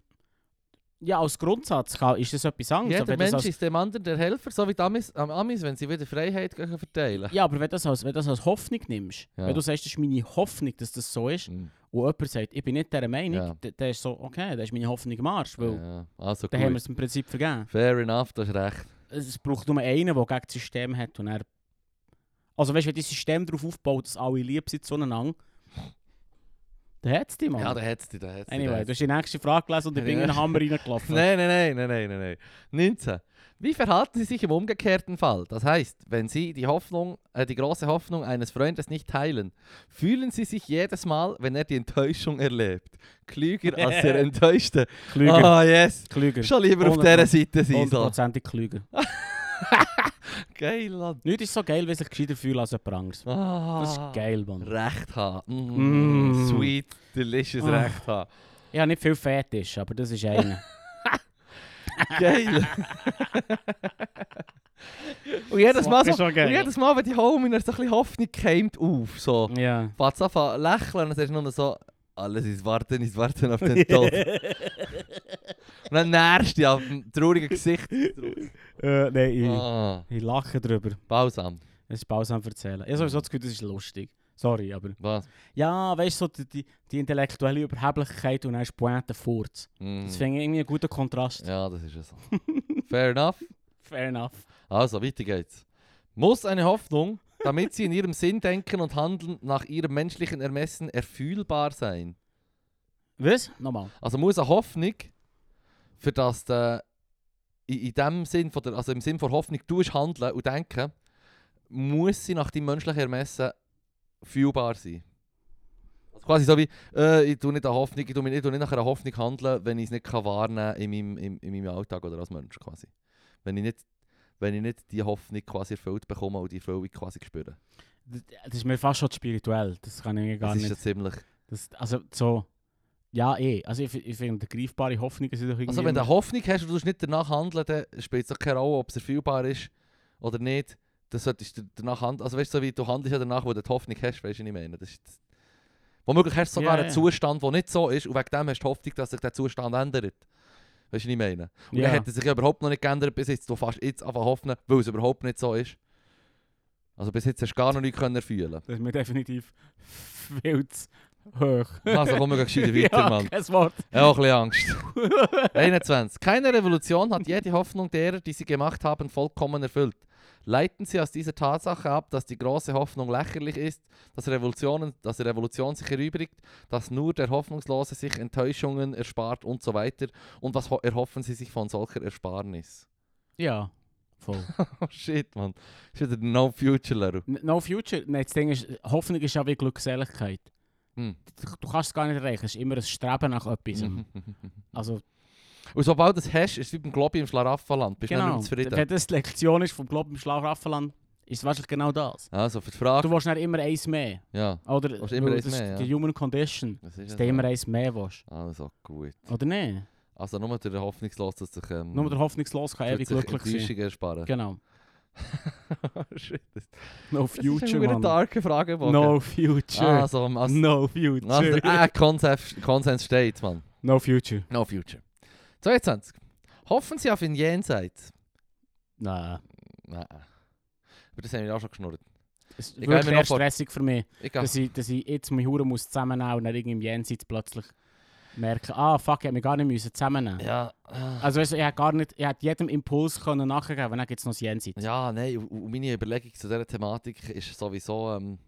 [SPEAKER 2] Ja, als Grundsatz kann, ist das etwas anderes.
[SPEAKER 1] Jeder
[SPEAKER 2] aber wenn
[SPEAKER 1] Mensch
[SPEAKER 2] das als,
[SPEAKER 1] ist dem anderen der Helfer, so wie die Amis, am Amis wenn sie wieder Freiheit gehen verteilen.
[SPEAKER 2] ja, aber wenn du das als, wenn das als Hoffnung nimmst,
[SPEAKER 1] Ja.
[SPEAKER 2] wenn du sagst, das ist meine Hoffnung, dass das so ist,
[SPEAKER 1] Mhm.
[SPEAKER 2] und jemand sagt, ich bin nicht dieser Meinung,
[SPEAKER 1] Ja.
[SPEAKER 2] dann dann ist so, okay, dann ist meine Hoffnung im Arsch, weil
[SPEAKER 1] Ja. Also,
[SPEAKER 2] dann haben wir
[SPEAKER 1] gut.
[SPEAKER 2] es im Prinzip vergeben.
[SPEAKER 1] Fair enough, das ist recht.
[SPEAKER 2] Es es braucht nur einen, der gegen das System hat und er... Also weißt du, wenn dein System darauf aufbaut, dass alle lieb sind zueinander, Da hat es dich, Mann.
[SPEAKER 1] Ja, da hättest du, da hättest du.
[SPEAKER 2] anyway, du hast die nächste Frage gelesen und ich bin in den Hammer reingelaufen.
[SPEAKER 1] Nein, nein, nein, nein, nein, nein, nein. 19. Wie verhalten Sie sich im umgekehrten Fall? Das heißt, wenn Sie die Hoffnung, äh, die große Hoffnung eines Freundes nicht teilen, fühlen Sie sich jedes Mal, wenn er die Enttäuschung erlebt, klüger als der Enttäuschte.
[SPEAKER 2] Klüger.
[SPEAKER 1] Ah, yes.
[SPEAKER 2] Klüger.
[SPEAKER 1] Schon lieber auf dieser Seite sein. So.
[SPEAKER 2] Hundertprozentig klüger.
[SPEAKER 1] Geil, Mann.
[SPEAKER 2] Nichts ist so geil, wie sich gescheiter fühlen als jemand anderes.
[SPEAKER 1] Ah,
[SPEAKER 2] Das ist geil, Mann.
[SPEAKER 1] Recht haben. Mm,
[SPEAKER 2] Mm.
[SPEAKER 1] Sweet, delicious
[SPEAKER 2] Ah.
[SPEAKER 1] Recht haben.
[SPEAKER 2] Ich habe nicht viel Fetisch, aber das ist einer.
[SPEAKER 1] Geil. Und jedes Mal so...
[SPEAKER 2] Fuck, ist schon
[SPEAKER 1] Und jedes Mal, wenn die Home so ein bisschen Hoffnung keimt auf, so.
[SPEAKER 2] Ja.
[SPEAKER 1] Fährt's an zu lächeln und dann ist nur noch so, alles ist warten, ist warten auf den Tod.
[SPEAKER 2] Äh,
[SPEAKER 1] und dann nährst du dich auf dem traurigen Gesicht.
[SPEAKER 2] Äh, nein, ich,
[SPEAKER 1] Ah,
[SPEAKER 2] ich lache drüber.
[SPEAKER 1] Balsam.
[SPEAKER 2] Es ist Pause am Erzählen. Ich habe sowieso das Gefühl, das ist lustig. Sorry, aber...
[SPEAKER 1] Was?
[SPEAKER 2] Ja, weißt du, so die, die, die intellektuelle Überheblichkeit und dann ist Pointe furz.
[SPEAKER 1] Mm.
[SPEAKER 2] Das finde ich irgendwie einen guten Kontrast.
[SPEAKER 1] Ja, das ist es. Fair enough.
[SPEAKER 2] Fair enough.
[SPEAKER 1] Also, weiter geht's. Muss eine Hoffnung, damit sie in ihrem Sinn denken und handeln nach ihrem menschlichen Ermessen erfühlbar sein.
[SPEAKER 2] Was? Nochmal.
[SPEAKER 1] Also muss eine Hoffnung, für das du in, in dem Sinn von der, also im Sinn von Hoffnung tust handeln und denken, muss sie nach deinem menschlichen Ermessen fühlbar sein. Also quasi so wie, äh, ich tue nicht an Hoffnung, ich tue, mich nicht, ich tue nicht nach einer Hoffnung handeln, wenn ich es nicht kann wahrnehmen in meinem, in, in meinem Alltag oder als Mensch quasi. Wenn ich nicht, wenn ich nicht die Hoffnung quasi erfüllt bekomme und die Erfüllung quasi spüre.
[SPEAKER 2] D- Das ist mir fast schon zu spirituell. Das kann ich gar
[SPEAKER 1] das ist
[SPEAKER 2] nicht.
[SPEAKER 1] ja ziemlich...
[SPEAKER 2] Das, also so... Ja, eh. Also ich, fi- ich finde, greifbare Hoffnungen sind doch irgendwie...
[SPEAKER 1] Also wenn du
[SPEAKER 2] immer-
[SPEAKER 1] Hoffnung hast und du musst nicht danach handeln, dann spielt es doch keine Rolle, ob es erfüllbar ist oder nicht. Das solltest du danach handeln. Also weißt du, so wie du handelst ja danach, wo du die Hoffnung hast, weißt du, was ich meine? Das ist Womöglich hast du sogar
[SPEAKER 2] Ja,
[SPEAKER 1] einen
[SPEAKER 2] ja.
[SPEAKER 1] Zustand, der nicht so ist und wegen dem hast du Hoffnung, dass sich der Zustand ändert. Weißt du, was ich meine? Und
[SPEAKER 2] Ja.
[SPEAKER 1] dann hat er sich ja überhaupt noch nicht geändert bis jetzt. Du fährst jetzt einfach hoffen, weil es überhaupt nicht so ist. Also bis jetzt hast du gar noch nichts können fühlen.
[SPEAKER 2] Das ist mir definitiv viel zu hoch.
[SPEAKER 1] Also komm, wir gehen gescheit weiter,
[SPEAKER 2] ja,
[SPEAKER 1] Mann.
[SPEAKER 2] kein Wort.
[SPEAKER 1] Ich habe auch ein bisschen Angst. 21. Keine Revolution hat jede Hoffnung derer, die sie gemacht haben, vollkommen erfüllt. Leiten Sie aus dieser Tatsache ab, dass die große Hoffnung lächerlich ist, dass, Revolutionen, dass die Revolution sich erübrigt, dass nur der Hoffnungslose sich Enttäuschungen erspart und so weiter. Und was ho- erhoffen Sie sich von solcher Ersparnis?
[SPEAKER 2] ja, voll.
[SPEAKER 1] Oh shit, man. Ist wieder der No Future, Leru.
[SPEAKER 2] N- No Future, nein, das Ding ist, Hoffnung ist ja wie Glückseligkeit.
[SPEAKER 1] Hm.
[SPEAKER 2] Du, du kannst es gar nicht erreichen, es ist immer ein Streben nach etwas.
[SPEAKER 1] Mhm.
[SPEAKER 2] Also,
[SPEAKER 1] Und sobald du es hast, ist es wie beim Globi im Schlaraffenland. Bist du
[SPEAKER 2] genau,
[SPEAKER 1] nicht mehr zufrieden.
[SPEAKER 2] wenn das die Lektion ist vom Glob im Schlafraffeland, ist es wahrscheinlich genau das.
[SPEAKER 1] Also, für die
[SPEAKER 2] Du
[SPEAKER 1] Frage.
[SPEAKER 2] willst dann immer eins mehr.
[SPEAKER 1] Ja.
[SPEAKER 2] Oder
[SPEAKER 1] Willst immer
[SPEAKER 2] weil
[SPEAKER 1] eins
[SPEAKER 2] das ist
[SPEAKER 1] mehr,
[SPEAKER 2] die
[SPEAKER 1] ja.
[SPEAKER 2] Human Condition,
[SPEAKER 1] Was ist
[SPEAKER 2] dass
[SPEAKER 1] das?
[SPEAKER 2] du immer eins mehr willst.
[SPEAKER 1] Also, gut.
[SPEAKER 2] Oder nicht?
[SPEAKER 1] Also nur der Hoffnungslos, dass sich ähm,
[SPEAKER 2] Nur der Hoffnungslos kann
[SPEAKER 1] wird
[SPEAKER 2] ewig
[SPEAKER 1] sich
[SPEAKER 2] glücklich sein.
[SPEAKER 1] Enttäuschung ersparen.
[SPEAKER 2] Genau.
[SPEAKER 1] Shit, das-
[SPEAKER 2] No
[SPEAKER 1] das ist
[SPEAKER 2] Future,
[SPEAKER 1] eine verdammt
[SPEAKER 2] Mann.
[SPEAKER 1] darke Frage, Bogen.
[SPEAKER 2] No Future.
[SPEAKER 1] Also, um, also,
[SPEAKER 2] No Future.
[SPEAKER 1] also der äh, Konsens, Konsens steht, Mann.
[SPEAKER 2] No Future.
[SPEAKER 1] No future. 22. Hoffen Sie auf ein Jenseits.
[SPEAKER 2] Nein.
[SPEAKER 1] Nein. Aber das haben wir auch schon geschnurrt.
[SPEAKER 2] Es ist
[SPEAKER 1] Ich
[SPEAKER 2] wirklich
[SPEAKER 1] gehe mir noch
[SPEAKER 2] eher
[SPEAKER 1] vor-
[SPEAKER 2] stressig für mich,
[SPEAKER 1] Ich gehe
[SPEAKER 2] dass, ich, dass ich jetzt meine Huren muss zusammennehmen und dann irgendwie im Jenseits plötzlich merke, ah fuck, ich hätte mich gar nicht müssen zusammennehmen
[SPEAKER 1] Ja. ah.
[SPEAKER 2] Also weißt du, ich hätte gar nicht, ich hätte jedem Impuls können nachgeben können, dann gibt es noch das Jenseits.
[SPEAKER 1] Ja, nein, und- und meine Überlegung zu dieser Thematik ist sowieso, ähm,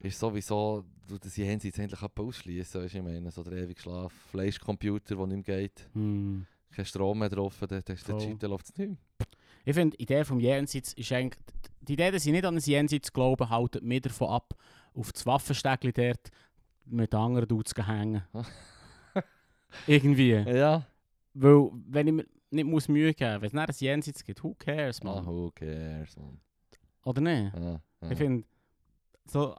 [SPEAKER 1] ist sowieso, du- dass sie Jenseits endlich ausschließen, weißt du, ich meine, so der ewige Schlaf, Fleischcomputer, der nicht mehr geht.
[SPEAKER 2] Hm.
[SPEAKER 1] kein Strom mehr drauf, dann hast du den
[SPEAKER 2] Voll.
[SPEAKER 1] Cheat, dann läuft es nicht mehr.
[SPEAKER 2] Ich finde, die Idee vom Jenseits ist eigentlich, die Idee, dass ich nicht an das Jenseits glaube, hält mich davon ab, auf das Waffenstägli dort mit anderen Dudes zu hängen. irgendwie.
[SPEAKER 1] Ja.
[SPEAKER 2] Weil, wenn ich mir nicht muss Mühe geben muss, wenn es nicht ein Jenseits gibt, who cares,
[SPEAKER 1] Ah,
[SPEAKER 2] man?
[SPEAKER 1] who cares, man.
[SPEAKER 2] Oder nicht?
[SPEAKER 1] Ah, ah.
[SPEAKER 2] Ich finde, so,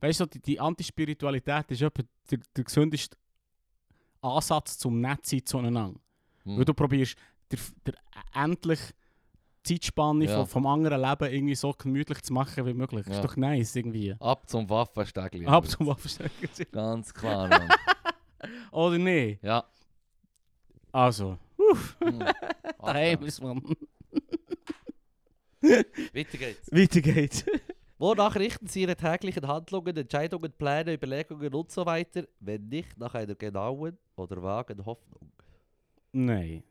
[SPEAKER 2] weißt du, die, die Antispiritualität ist etwa der, der gesündeste Ansatz zum Netzsein zueinander.
[SPEAKER 1] Hm.
[SPEAKER 2] Weil du probierst, der, der endlich Zeitspanne
[SPEAKER 1] Ja.
[SPEAKER 2] von, vom anderen Leben irgendwie so gemütlich zu machen wie möglich.
[SPEAKER 1] Ja.
[SPEAKER 2] Ist doch nice irgendwie.
[SPEAKER 1] Ab zum Waffenstägli.
[SPEAKER 2] Ab zum Waffenstecken.
[SPEAKER 1] Ganz klar, Mann.
[SPEAKER 2] Oder nicht?
[SPEAKER 1] ja.
[SPEAKER 2] Also,
[SPEAKER 1] Hm.
[SPEAKER 2] daheim
[SPEAKER 1] Achtung.
[SPEAKER 2] ist man.
[SPEAKER 1] Weiter geht's.
[SPEAKER 2] Weiter geht's.
[SPEAKER 1] Wonach richten Sie Ihre täglichen Handlungen, Entscheidungen, Pläne, Überlegungen und so weiter, wenn nicht nach einer genauen oder vagen Hoffnung?
[SPEAKER 2] Nein.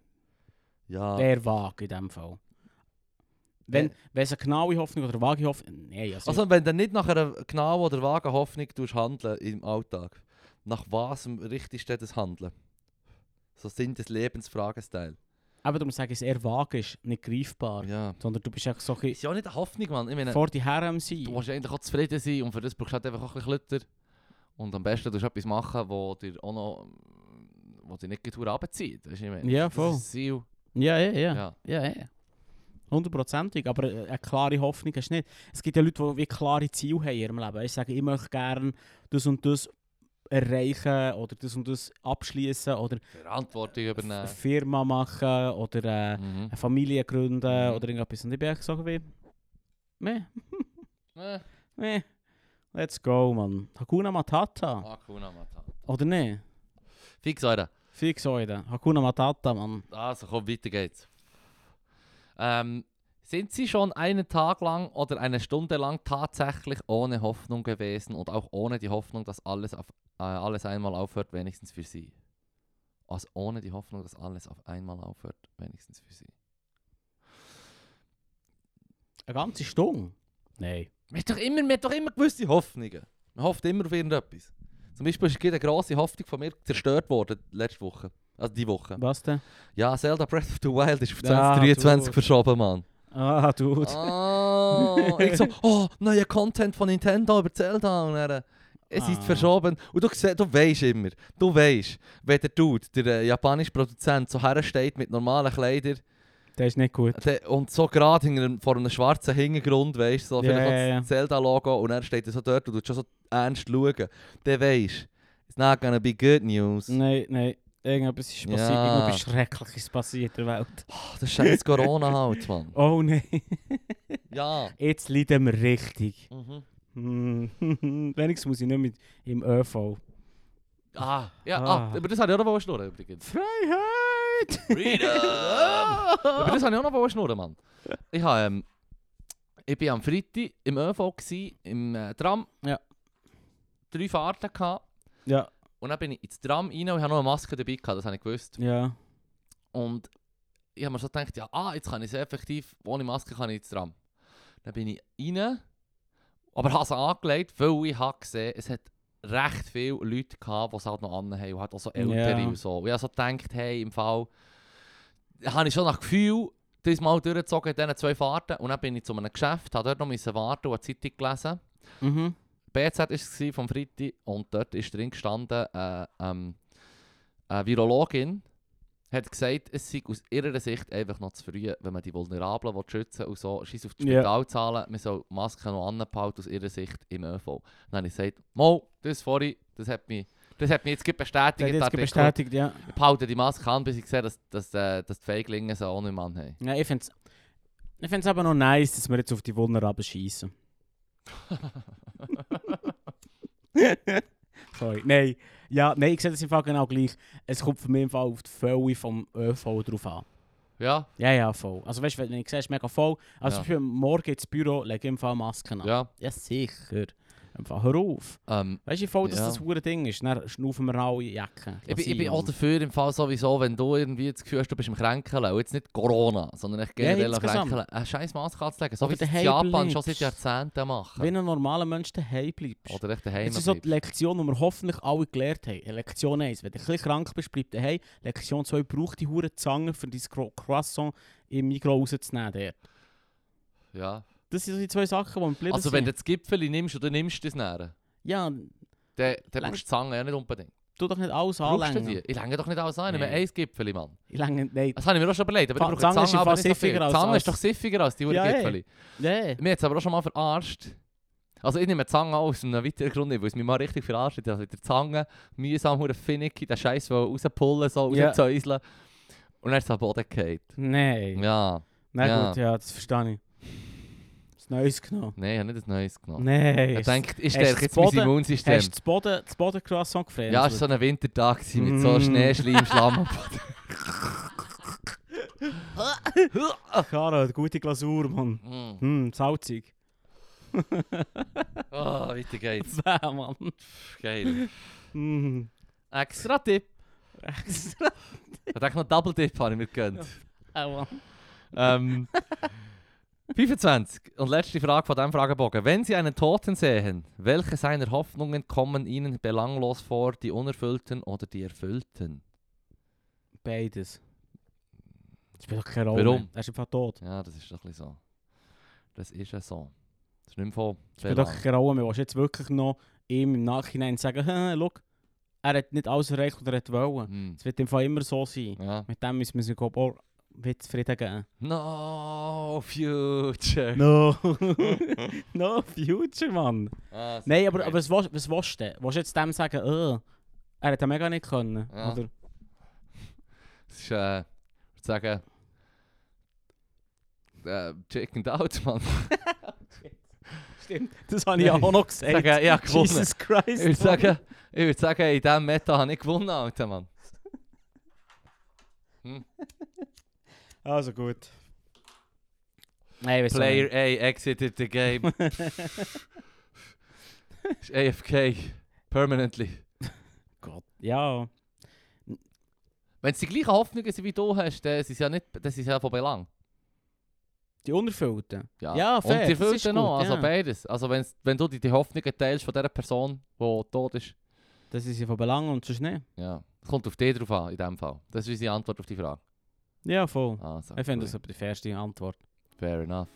[SPEAKER 1] Ja.
[SPEAKER 2] Der vage in dem Fall. Wenn,
[SPEAKER 1] Der-
[SPEAKER 2] wenn es eine genaue Hoffnung oder eine vage Hoffnung... Nein, also...
[SPEAKER 1] Also, wenn du nicht nach einer genauen oder vagen Hoffnung tust handeln im Alltag, nach was richtigst du das Handeln? So sind des Lebens Fragesteil.
[SPEAKER 2] Eben darum sage ich, es eher vage ist, nicht greifbar.
[SPEAKER 1] Ja.
[SPEAKER 2] Sondern du bist einfach so ein bisschen
[SPEAKER 1] Ist ja auch nicht eine Hoffnung, Mann. Ich meine,
[SPEAKER 2] vor die Herren sein.
[SPEAKER 1] du musst eigentlich auch zufrieden sein und für das brauchst du halt einfach auch ein bisschen Lütter. Und am besten tust du etwas machen, wo dir auch noch, mm, wo dir nicht die Tour runterzieht. Weißt du, ich meine,
[SPEAKER 2] Ja,
[SPEAKER 1] das
[SPEAKER 2] voll.
[SPEAKER 1] ist das Ziel.
[SPEAKER 2] Ja, ja, ja.
[SPEAKER 1] Ja.
[SPEAKER 2] Ja, ja. ja. Hundertprozentig, aber äh, eine klare Hoffnung hast du nicht. Es gibt ja Leute, die wie klare Ziele haben in ihrem Leben. Ich sage, ich möchte gerne das und das erreichen oder das und das abschließen oder
[SPEAKER 1] Verantwortung
[SPEAKER 2] eine
[SPEAKER 1] übernehmen.
[SPEAKER 2] Firma machen oder äh,
[SPEAKER 1] Mhm.
[SPEAKER 2] eine Familie gründen
[SPEAKER 1] Mhm.
[SPEAKER 2] oder irgendetwas. Und ich bin echt so wie, meh,
[SPEAKER 1] Äh,
[SPEAKER 2] meh, let's go, man. Hakuna Matata,
[SPEAKER 1] Hakuna Matata.
[SPEAKER 2] oder ne?
[SPEAKER 1] Ah, Fix, Alter.
[SPEAKER 2] Fix heute. Hakuna Matata, man.
[SPEAKER 1] Also, komm, weiter geht's. Ähm, sind Sie schon einen Tag lang oder eine Stunde lang tatsächlich ohne Hoffnung gewesen und auch ohne die Hoffnung, dass alles, auf, äh, alles einmal aufhört, wenigstens für Sie? Also ohne die Hoffnung, dass alles auf einmal aufhört, wenigstens für Sie.
[SPEAKER 2] Eine ganze Stunde? Nein.
[SPEAKER 1] Man hat doch immer, man hat doch immer gewisse Hoffnungen. Man hofft immer auf irgendetwas. Zum Beispiel ist eine grosse Hoffnung von mir zerstört worden letzte Woche. Also die Woche.
[SPEAKER 2] Was denn?
[SPEAKER 1] Ja, Zelda Breath of the Wild ist auf
[SPEAKER 2] Ah,
[SPEAKER 1] 2023
[SPEAKER 2] du.
[SPEAKER 1] verschoben, Mann.
[SPEAKER 2] Ah, Dude.
[SPEAKER 1] Oh, ich so, oh, neuer Content von Nintendo über Zelda. Und dann, äh, es
[SPEAKER 2] Ah.
[SPEAKER 1] ist verschoben. Und du, siehst- du weißt immer, du weißt, wenn der Dude, der äh, japanische Produzent, so hersteht mit normalen Kleidern
[SPEAKER 2] Das ist nicht gut.
[SPEAKER 1] der, und so gerade hinter einem- vor einem schwarzen Hintergrund, weißt du, so
[SPEAKER 2] Ja,
[SPEAKER 1] vielleicht auch
[SPEAKER 2] ja, ja.
[SPEAKER 1] das Zelda-Logo und er steht er so dort und du schon so ernst schauen, dann weißt it's not gonna be good news.
[SPEAKER 2] Nein, nein. Irgendetwas ist passiert.
[SPEAKER 1] Ja.
[SPEAKER 2] Irgendetwas Schreckliches passiert in der Welt.
[SPEAKER 1] Oh, das scheiß Corona halt, Mann.
[SPEAKER 2] Oh nein.
[SPEAKER 1] Ja.
[SPEAKER 2] Jetzt leiden wir richtig.
[SPEAKER 1] Mhm.
[SPEAKER 2] Hm. Wenigstens muss ich nicht mit im ÖV.
[SPEAKER 1] Ah, ja,
[SPEAKER 2] Ah.
[SPEAKER 1] ah. über das habe ich auch noch schnurren übrigens.
[SPEAKER 2] Freiheit!
[SPEAKER 1] Aber das habe ich auch noch schnurren, Mann. Ich habe, ähm, ich bin am Freitag im ÖV, gsi, im äh, Tram.
[SPEAKER 2] Ja.
[SPEAKER 1] Drei Fahrten gehabt.
[SPEAKER 2] Ja,
[SPEAKER 1] Und dann bin ich ins Tram rein und ich habe noch eine Maske dabei gehabt, das habe ich gewusst.
[SPEAKER 2] ja.
[SPEAKER 1] Und ich habe mir so gedacht, ja, ah, jetzt kann ich es effektiv, ohne Maske kann ich ins Tram. Dann bin ich rein, aber habe es angelegt, weil ich habe gesehen, es hat recht viele Leute gehabt, die es halt noch anhaben und halt auch so Ältere
[SPEAKER 2] Ja.
[SPEAKER 1] und so. Und ich habe so gedacht, hey, im Fall, habe ich schon nach Gefühl diesmal durchgezogen in diesen zwei Fahrten und dann bin ich zu einem Geschäft, habe dort noch müssen warten und eine Zeitung gelesen.
[SPEAKER 2] Mhm.
[SPEAKER 1] BZ war es gewesen vom Freitag und dort ist drin gestanden, äh, ähm, eine Virologin hat gesagt, es sei aus ihrer Sicht einfach noch zu früh, wenn man die Vulnerablen will schützen will und so, scheiss auf die
[SPEAKER 2] Ja.
[SPEAKER 1] Spitalzahlen, man soll die Masken noch anbehalten aus ihrer Sicht im ÖV. Dann habe ich gesagt, Mo, das vorhin, das hat mich, das hat mich jetzt gerade
[SPEAKER 2] Das
[SPEAKER 1] bestätigt,
[SPEAKER 2] hat
[SPEAKER 1] der
[SPEAKER 2] jetzt
[SPEAKER 1] Artikel.
[SPEAKER 2] bestätigt, ja.
[SPEAKER 1] ich behalte die Maske an, bis ich sehe, dass, dass, äh, dass die Feiglinge so ohne Mann haben.
[SPEAKER 2] ja ich finde es ich find's aber noch nice, dass wir jetzt auf die Vulnerablen schießen. Sorry, nein. Ja, nein, ich sehe das im Fall genau gleich. Es kommt für mich im Fall auf die Fülle vom ÖV drauf an.
[SPEAKER 1] Ja,
[SPEAKER 2] Ja, ja, voll. Also weißt du, wenn ich sehe, es ist mega voll. Also
[SPEAKER 1] Ja.
[SPEAKER 2] für morgen ins Büro lege ich im Fall Masken an.
[SPEAKER 1] ja.
[SPEAKER 2] Ja, sicher. Im Fall, hör auf.
[SPEAKER 1] Ähm,
[SPEAKER 2] Weißt du, voll, dass
[SPEAKER 1] Ja.
[SPEAKER 2] das hure Ding ist. Dann schnaufen wir alle Jacken.
[SPEAKER 1] Ich bin, ich bin auch dafür im Fall sowieso, wenn du irgendwie das Gefühl hast, du bist im Kränkeln, und jetzt nicht Corona, sondern ich generell ja,
[SPEAKER 2] insgesamt.
[SPEAKER 1] Kränkeln, eine scheiß Maske anzulegen, so
[SPEAKER 2] Aber
[SPEAKER 1] wie das in
[SPEAKER 2] daheim
[SPEAKER 1] Japan
[SPEAKER 2] bleibst.
[SPEAKER 1] schon seit Jahrzehnten machen.
[SPEAKER 2] Wenn ein normaler Mensch daheim bleibst.
[SPEAKER 1] Oder echt daheim
[SPEAKER 2] Das ist so die
[SPEAKER 1] bleibst.
[SPEAKER 2] Lektion, die wir hoffentlich alle gelernt haben. Lektion 1, wenn du ein bisschen krank bist, bleib daheim. Lektion 2, brauch die hure Zange, für dein Cro- Croissant im Mikro rauszunehmen. Dort.
[SPEAKER 1] ja.
[SPEAKER 2] Das sind so die zwei Sachen, die wir geblieben
[SPEAKER 1] Also
[SPEAKER 2] sind.
[SPEAKER 1] wenn du das Gipfel nimmst oder nimmst das näher,
[SPEAKER 2] ja,
[SPEAKER 1] dann, dann
[SPEAKER 2] Lang-
[SPEAKER 1] brauchst du die Zange ja nicht unbedingt.
[SPEAKER 2] tu doch nicht alles
[SPEAKER 1] Brauchst du die?
[SPEAKER 2] anlängen.
[SPEAKER 1] Ich länge doch nicht alles an, ich
[SPEAKER 2] Ah, Nee.
[SPEAKER 1] nehme ein Gipfel, Mann.
[SPEAKER 2] Ich länge, nein.
[SPEAKER 1] Das habe ich mir auch schon überlegt, aber
[SPEAKER 2] Fa-
[SPEAKER 1] ich brauche
[SPEAKER 2] Zange
[SPEAKER 1] Zange,
[SPEAKER 2] ist im
[SPEAKER 1] aber
[SPEAKER 2] Fall
[SPEAKER 1] nicht so viel.
[SPEAKER 2] siffiger als-
[SPEAKER 1] Zange
[SPEAKER 2] als-
[SPEAKER 1] ist doch siffiger als die
[SPEAKER 2] Ja,
[SPEAKER 1] ja,
[SPEAKER 2] ey.
[SPEAKER 1] Gipfel.
[SPEAKER 2] Nee.
[SPEAKER 1] Mir hat es aber auch schon mal verarscht. Also ich nehme die Zange auch aus einem weiteren Grund nicht, weil es mich mal richtig verarscht hat. Also mit der Zange, mühsam, hure finicky, den Scheiß wollte rauspullen, so
[SPEAKER 2] Ja.
[SPEAKER 1] rauszäuseln. Und dann ist es am Boden gefallen.
[SPEAKER 2] Nein.
[SPEAKER 1] Ja,
[SPEAKER 2] Na
[SPEAKER 1] Ja.
[SPEAKER 2] gut, ja, das verstehe ich. Das Neues genommen.
[SPEAKER 1] nein, ich habe nicht ein neues genommen.
[SPEAKER 2] Nein.
[SPEAKER 1] Ich denke, ich
[SPEAKER 2] hast
[SPEAKER 1] stärke jetzt
[SPEAKER 2] du das
[SPEAKER 1] mein
[SPEAKER 2] Boden-
[SPEAKER 1] Immunsystem.
[SPEAKER 2] Hast du das Boden, das Bodencroissant gefressen?
[SPEAKER 1] Ja, es war so ein Wintertag gewesen mit so
[SPEAKER 2] Mm.
[SPEAKER 1] Schnee, Schleim, Schlamm.
[SPEAKER 2] Karo, gute Glasur, Mann.
[SPEAKER 1] Mm.
[SPEAKER 2] Hm, salzig.
[SPEAKER 1] oh, weiter geht's.
[SPEAKER 2] Bäh, Mann.
[SPEAKER 1] Geil.
[SPEAKER 2] Hm.
[SPEAKER 1] Extra Tipp.
[SPEAKER 2] Extra.
[SPEAKER 1] Ich denke noch Double Tipp habe ich mir gegönnt.
[SPEAKER 2] Bäh, Mann.
[SPEAKER 1] ähm, 25. Und letzte Frage von diesem Fragebogen. Wenn Sie einen Toten sehen, welche seiner Hoffnungen kommen Ihnen belanglos vor, die unerfüllten oder die erfüllten?
[SPEAKER 2] Beides. Das spielt doch keine Rolle.
[SPEAKER 1] Waarom?
[SPEAKER 2] Er ist einfach tot.
[SPEAKER 1] Ja, das ist doch ein bisschen so. Das ist ja so. Das ist nicht mehr von
[SPEAKER 2] Das spielt doch keine Rolle. Wir willst jetzt wirklich noch ihm im Nachhinein sagen, «Hä, schau, er hat nicht alles erreicht, was er hat wollen.
[SPEAKER 1] Hm.
[SPEAKER 2] Es wird im Fall immer so sein.
[SPEAKER 1] Ja.
[SPEAKER 2] Mit dem müssen wir sich, glaube ich, auch wieder zufrieden geben.
[SPEAKER 1] No future.
[SPEAKER 2] No. no future, Mann.
[SPEAKER 1] Ah, das
[SPEAKER 2] Nein,
[SPEAKER 1] ist
[SPEAKER 2] aber,
[SPEAKER 1] gemein.
[SPEAKER 2] aber was, willst- was willst du denn? Willst du jetzt dem sagen, «Oh, er hat ja mega nicht können?
[SPEAKER 1] Ja.
[SPEAKER 2] Oder
[SPEAKER 1] Das ist, äh, ich würde sagen, äh, chickened out, Mann.
[SPEAKER 2] Stimmt, das habe ich ja
[SPEAKER 1] Nein.
[SPEAKER 2] auch noch
[SPEAKER 1] Ich
[SPEAKER 2] gesagt.
[SPEAKER 1] sage, ich habe gewonnen.
[SPEAKER 2] Jesus Christ.
[SPEAKER 1] Ich würde sagen, ich würde sagen, in diesem Meta habe ich gewonnen, Alter, Mann.
[SPEAKER 2] Also gut. Nein, weißt
[SPEAKER 1] Player A exited the game. ist AFK. Permanently.
[SPEAKER 2] Gott. Ja.
[SPEAKER 1] Wenn es die gleichen Hoffnungen sind wie du hast, dann ist es ja nicht, das ist ja von Belang.
[SPEAKER 2] Die Unerfüllten.
[SPEAKER 1] Ja,
[SPEAKER 2] Ja, fair,
[SPEAKER 1] Und
[SPEAKER 2] das
[SPEAKER 1] die
[SPEAKER 2] ist
[SPEAKER 1] Füllten noch,
[SPEAKER 2] gut,
[SPEAKER 1] also
[SPEAKER 2] ja.
[SPEAKER 1] beides. Also wenn's, wenn du die, die Hoffnungen teilst von dieser Person, die tot ist,
[SPEAKER 2] Das ist ja von Belang und sonst nicht.
[SPEAKER 1] ja. Es kommt auf dich drauf an, in dem Fall. Das ist unsere Antwort auf die Frage.
[SPEAKER 2] Ja, voll.
[SPEAKER 1] Also,
[SPEAKER 2] ich finde
[SPEAKER 1] gut.
[SPEAKER 2] das aber die fairste Antwort.
[SPEAKER 1] Fair enough.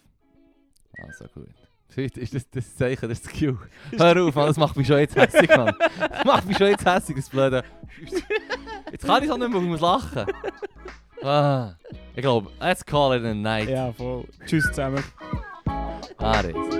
[SPEAKER 1] Ah, Also gut. Shit, ist das das Zeichen der Skill? Hör auf, Mann, das macht mich schon jetzt hässig, Mann. Das macht mich schon jetzt hässig, das Blöde. Jetzt kann ich auch nicht mehr, ich muss lachen. Ah, ich glaube, let's call it a night.
[SPEAKER 2] Ja, voll. Tschüss zusammen.
[SPEAKER 1] Aris.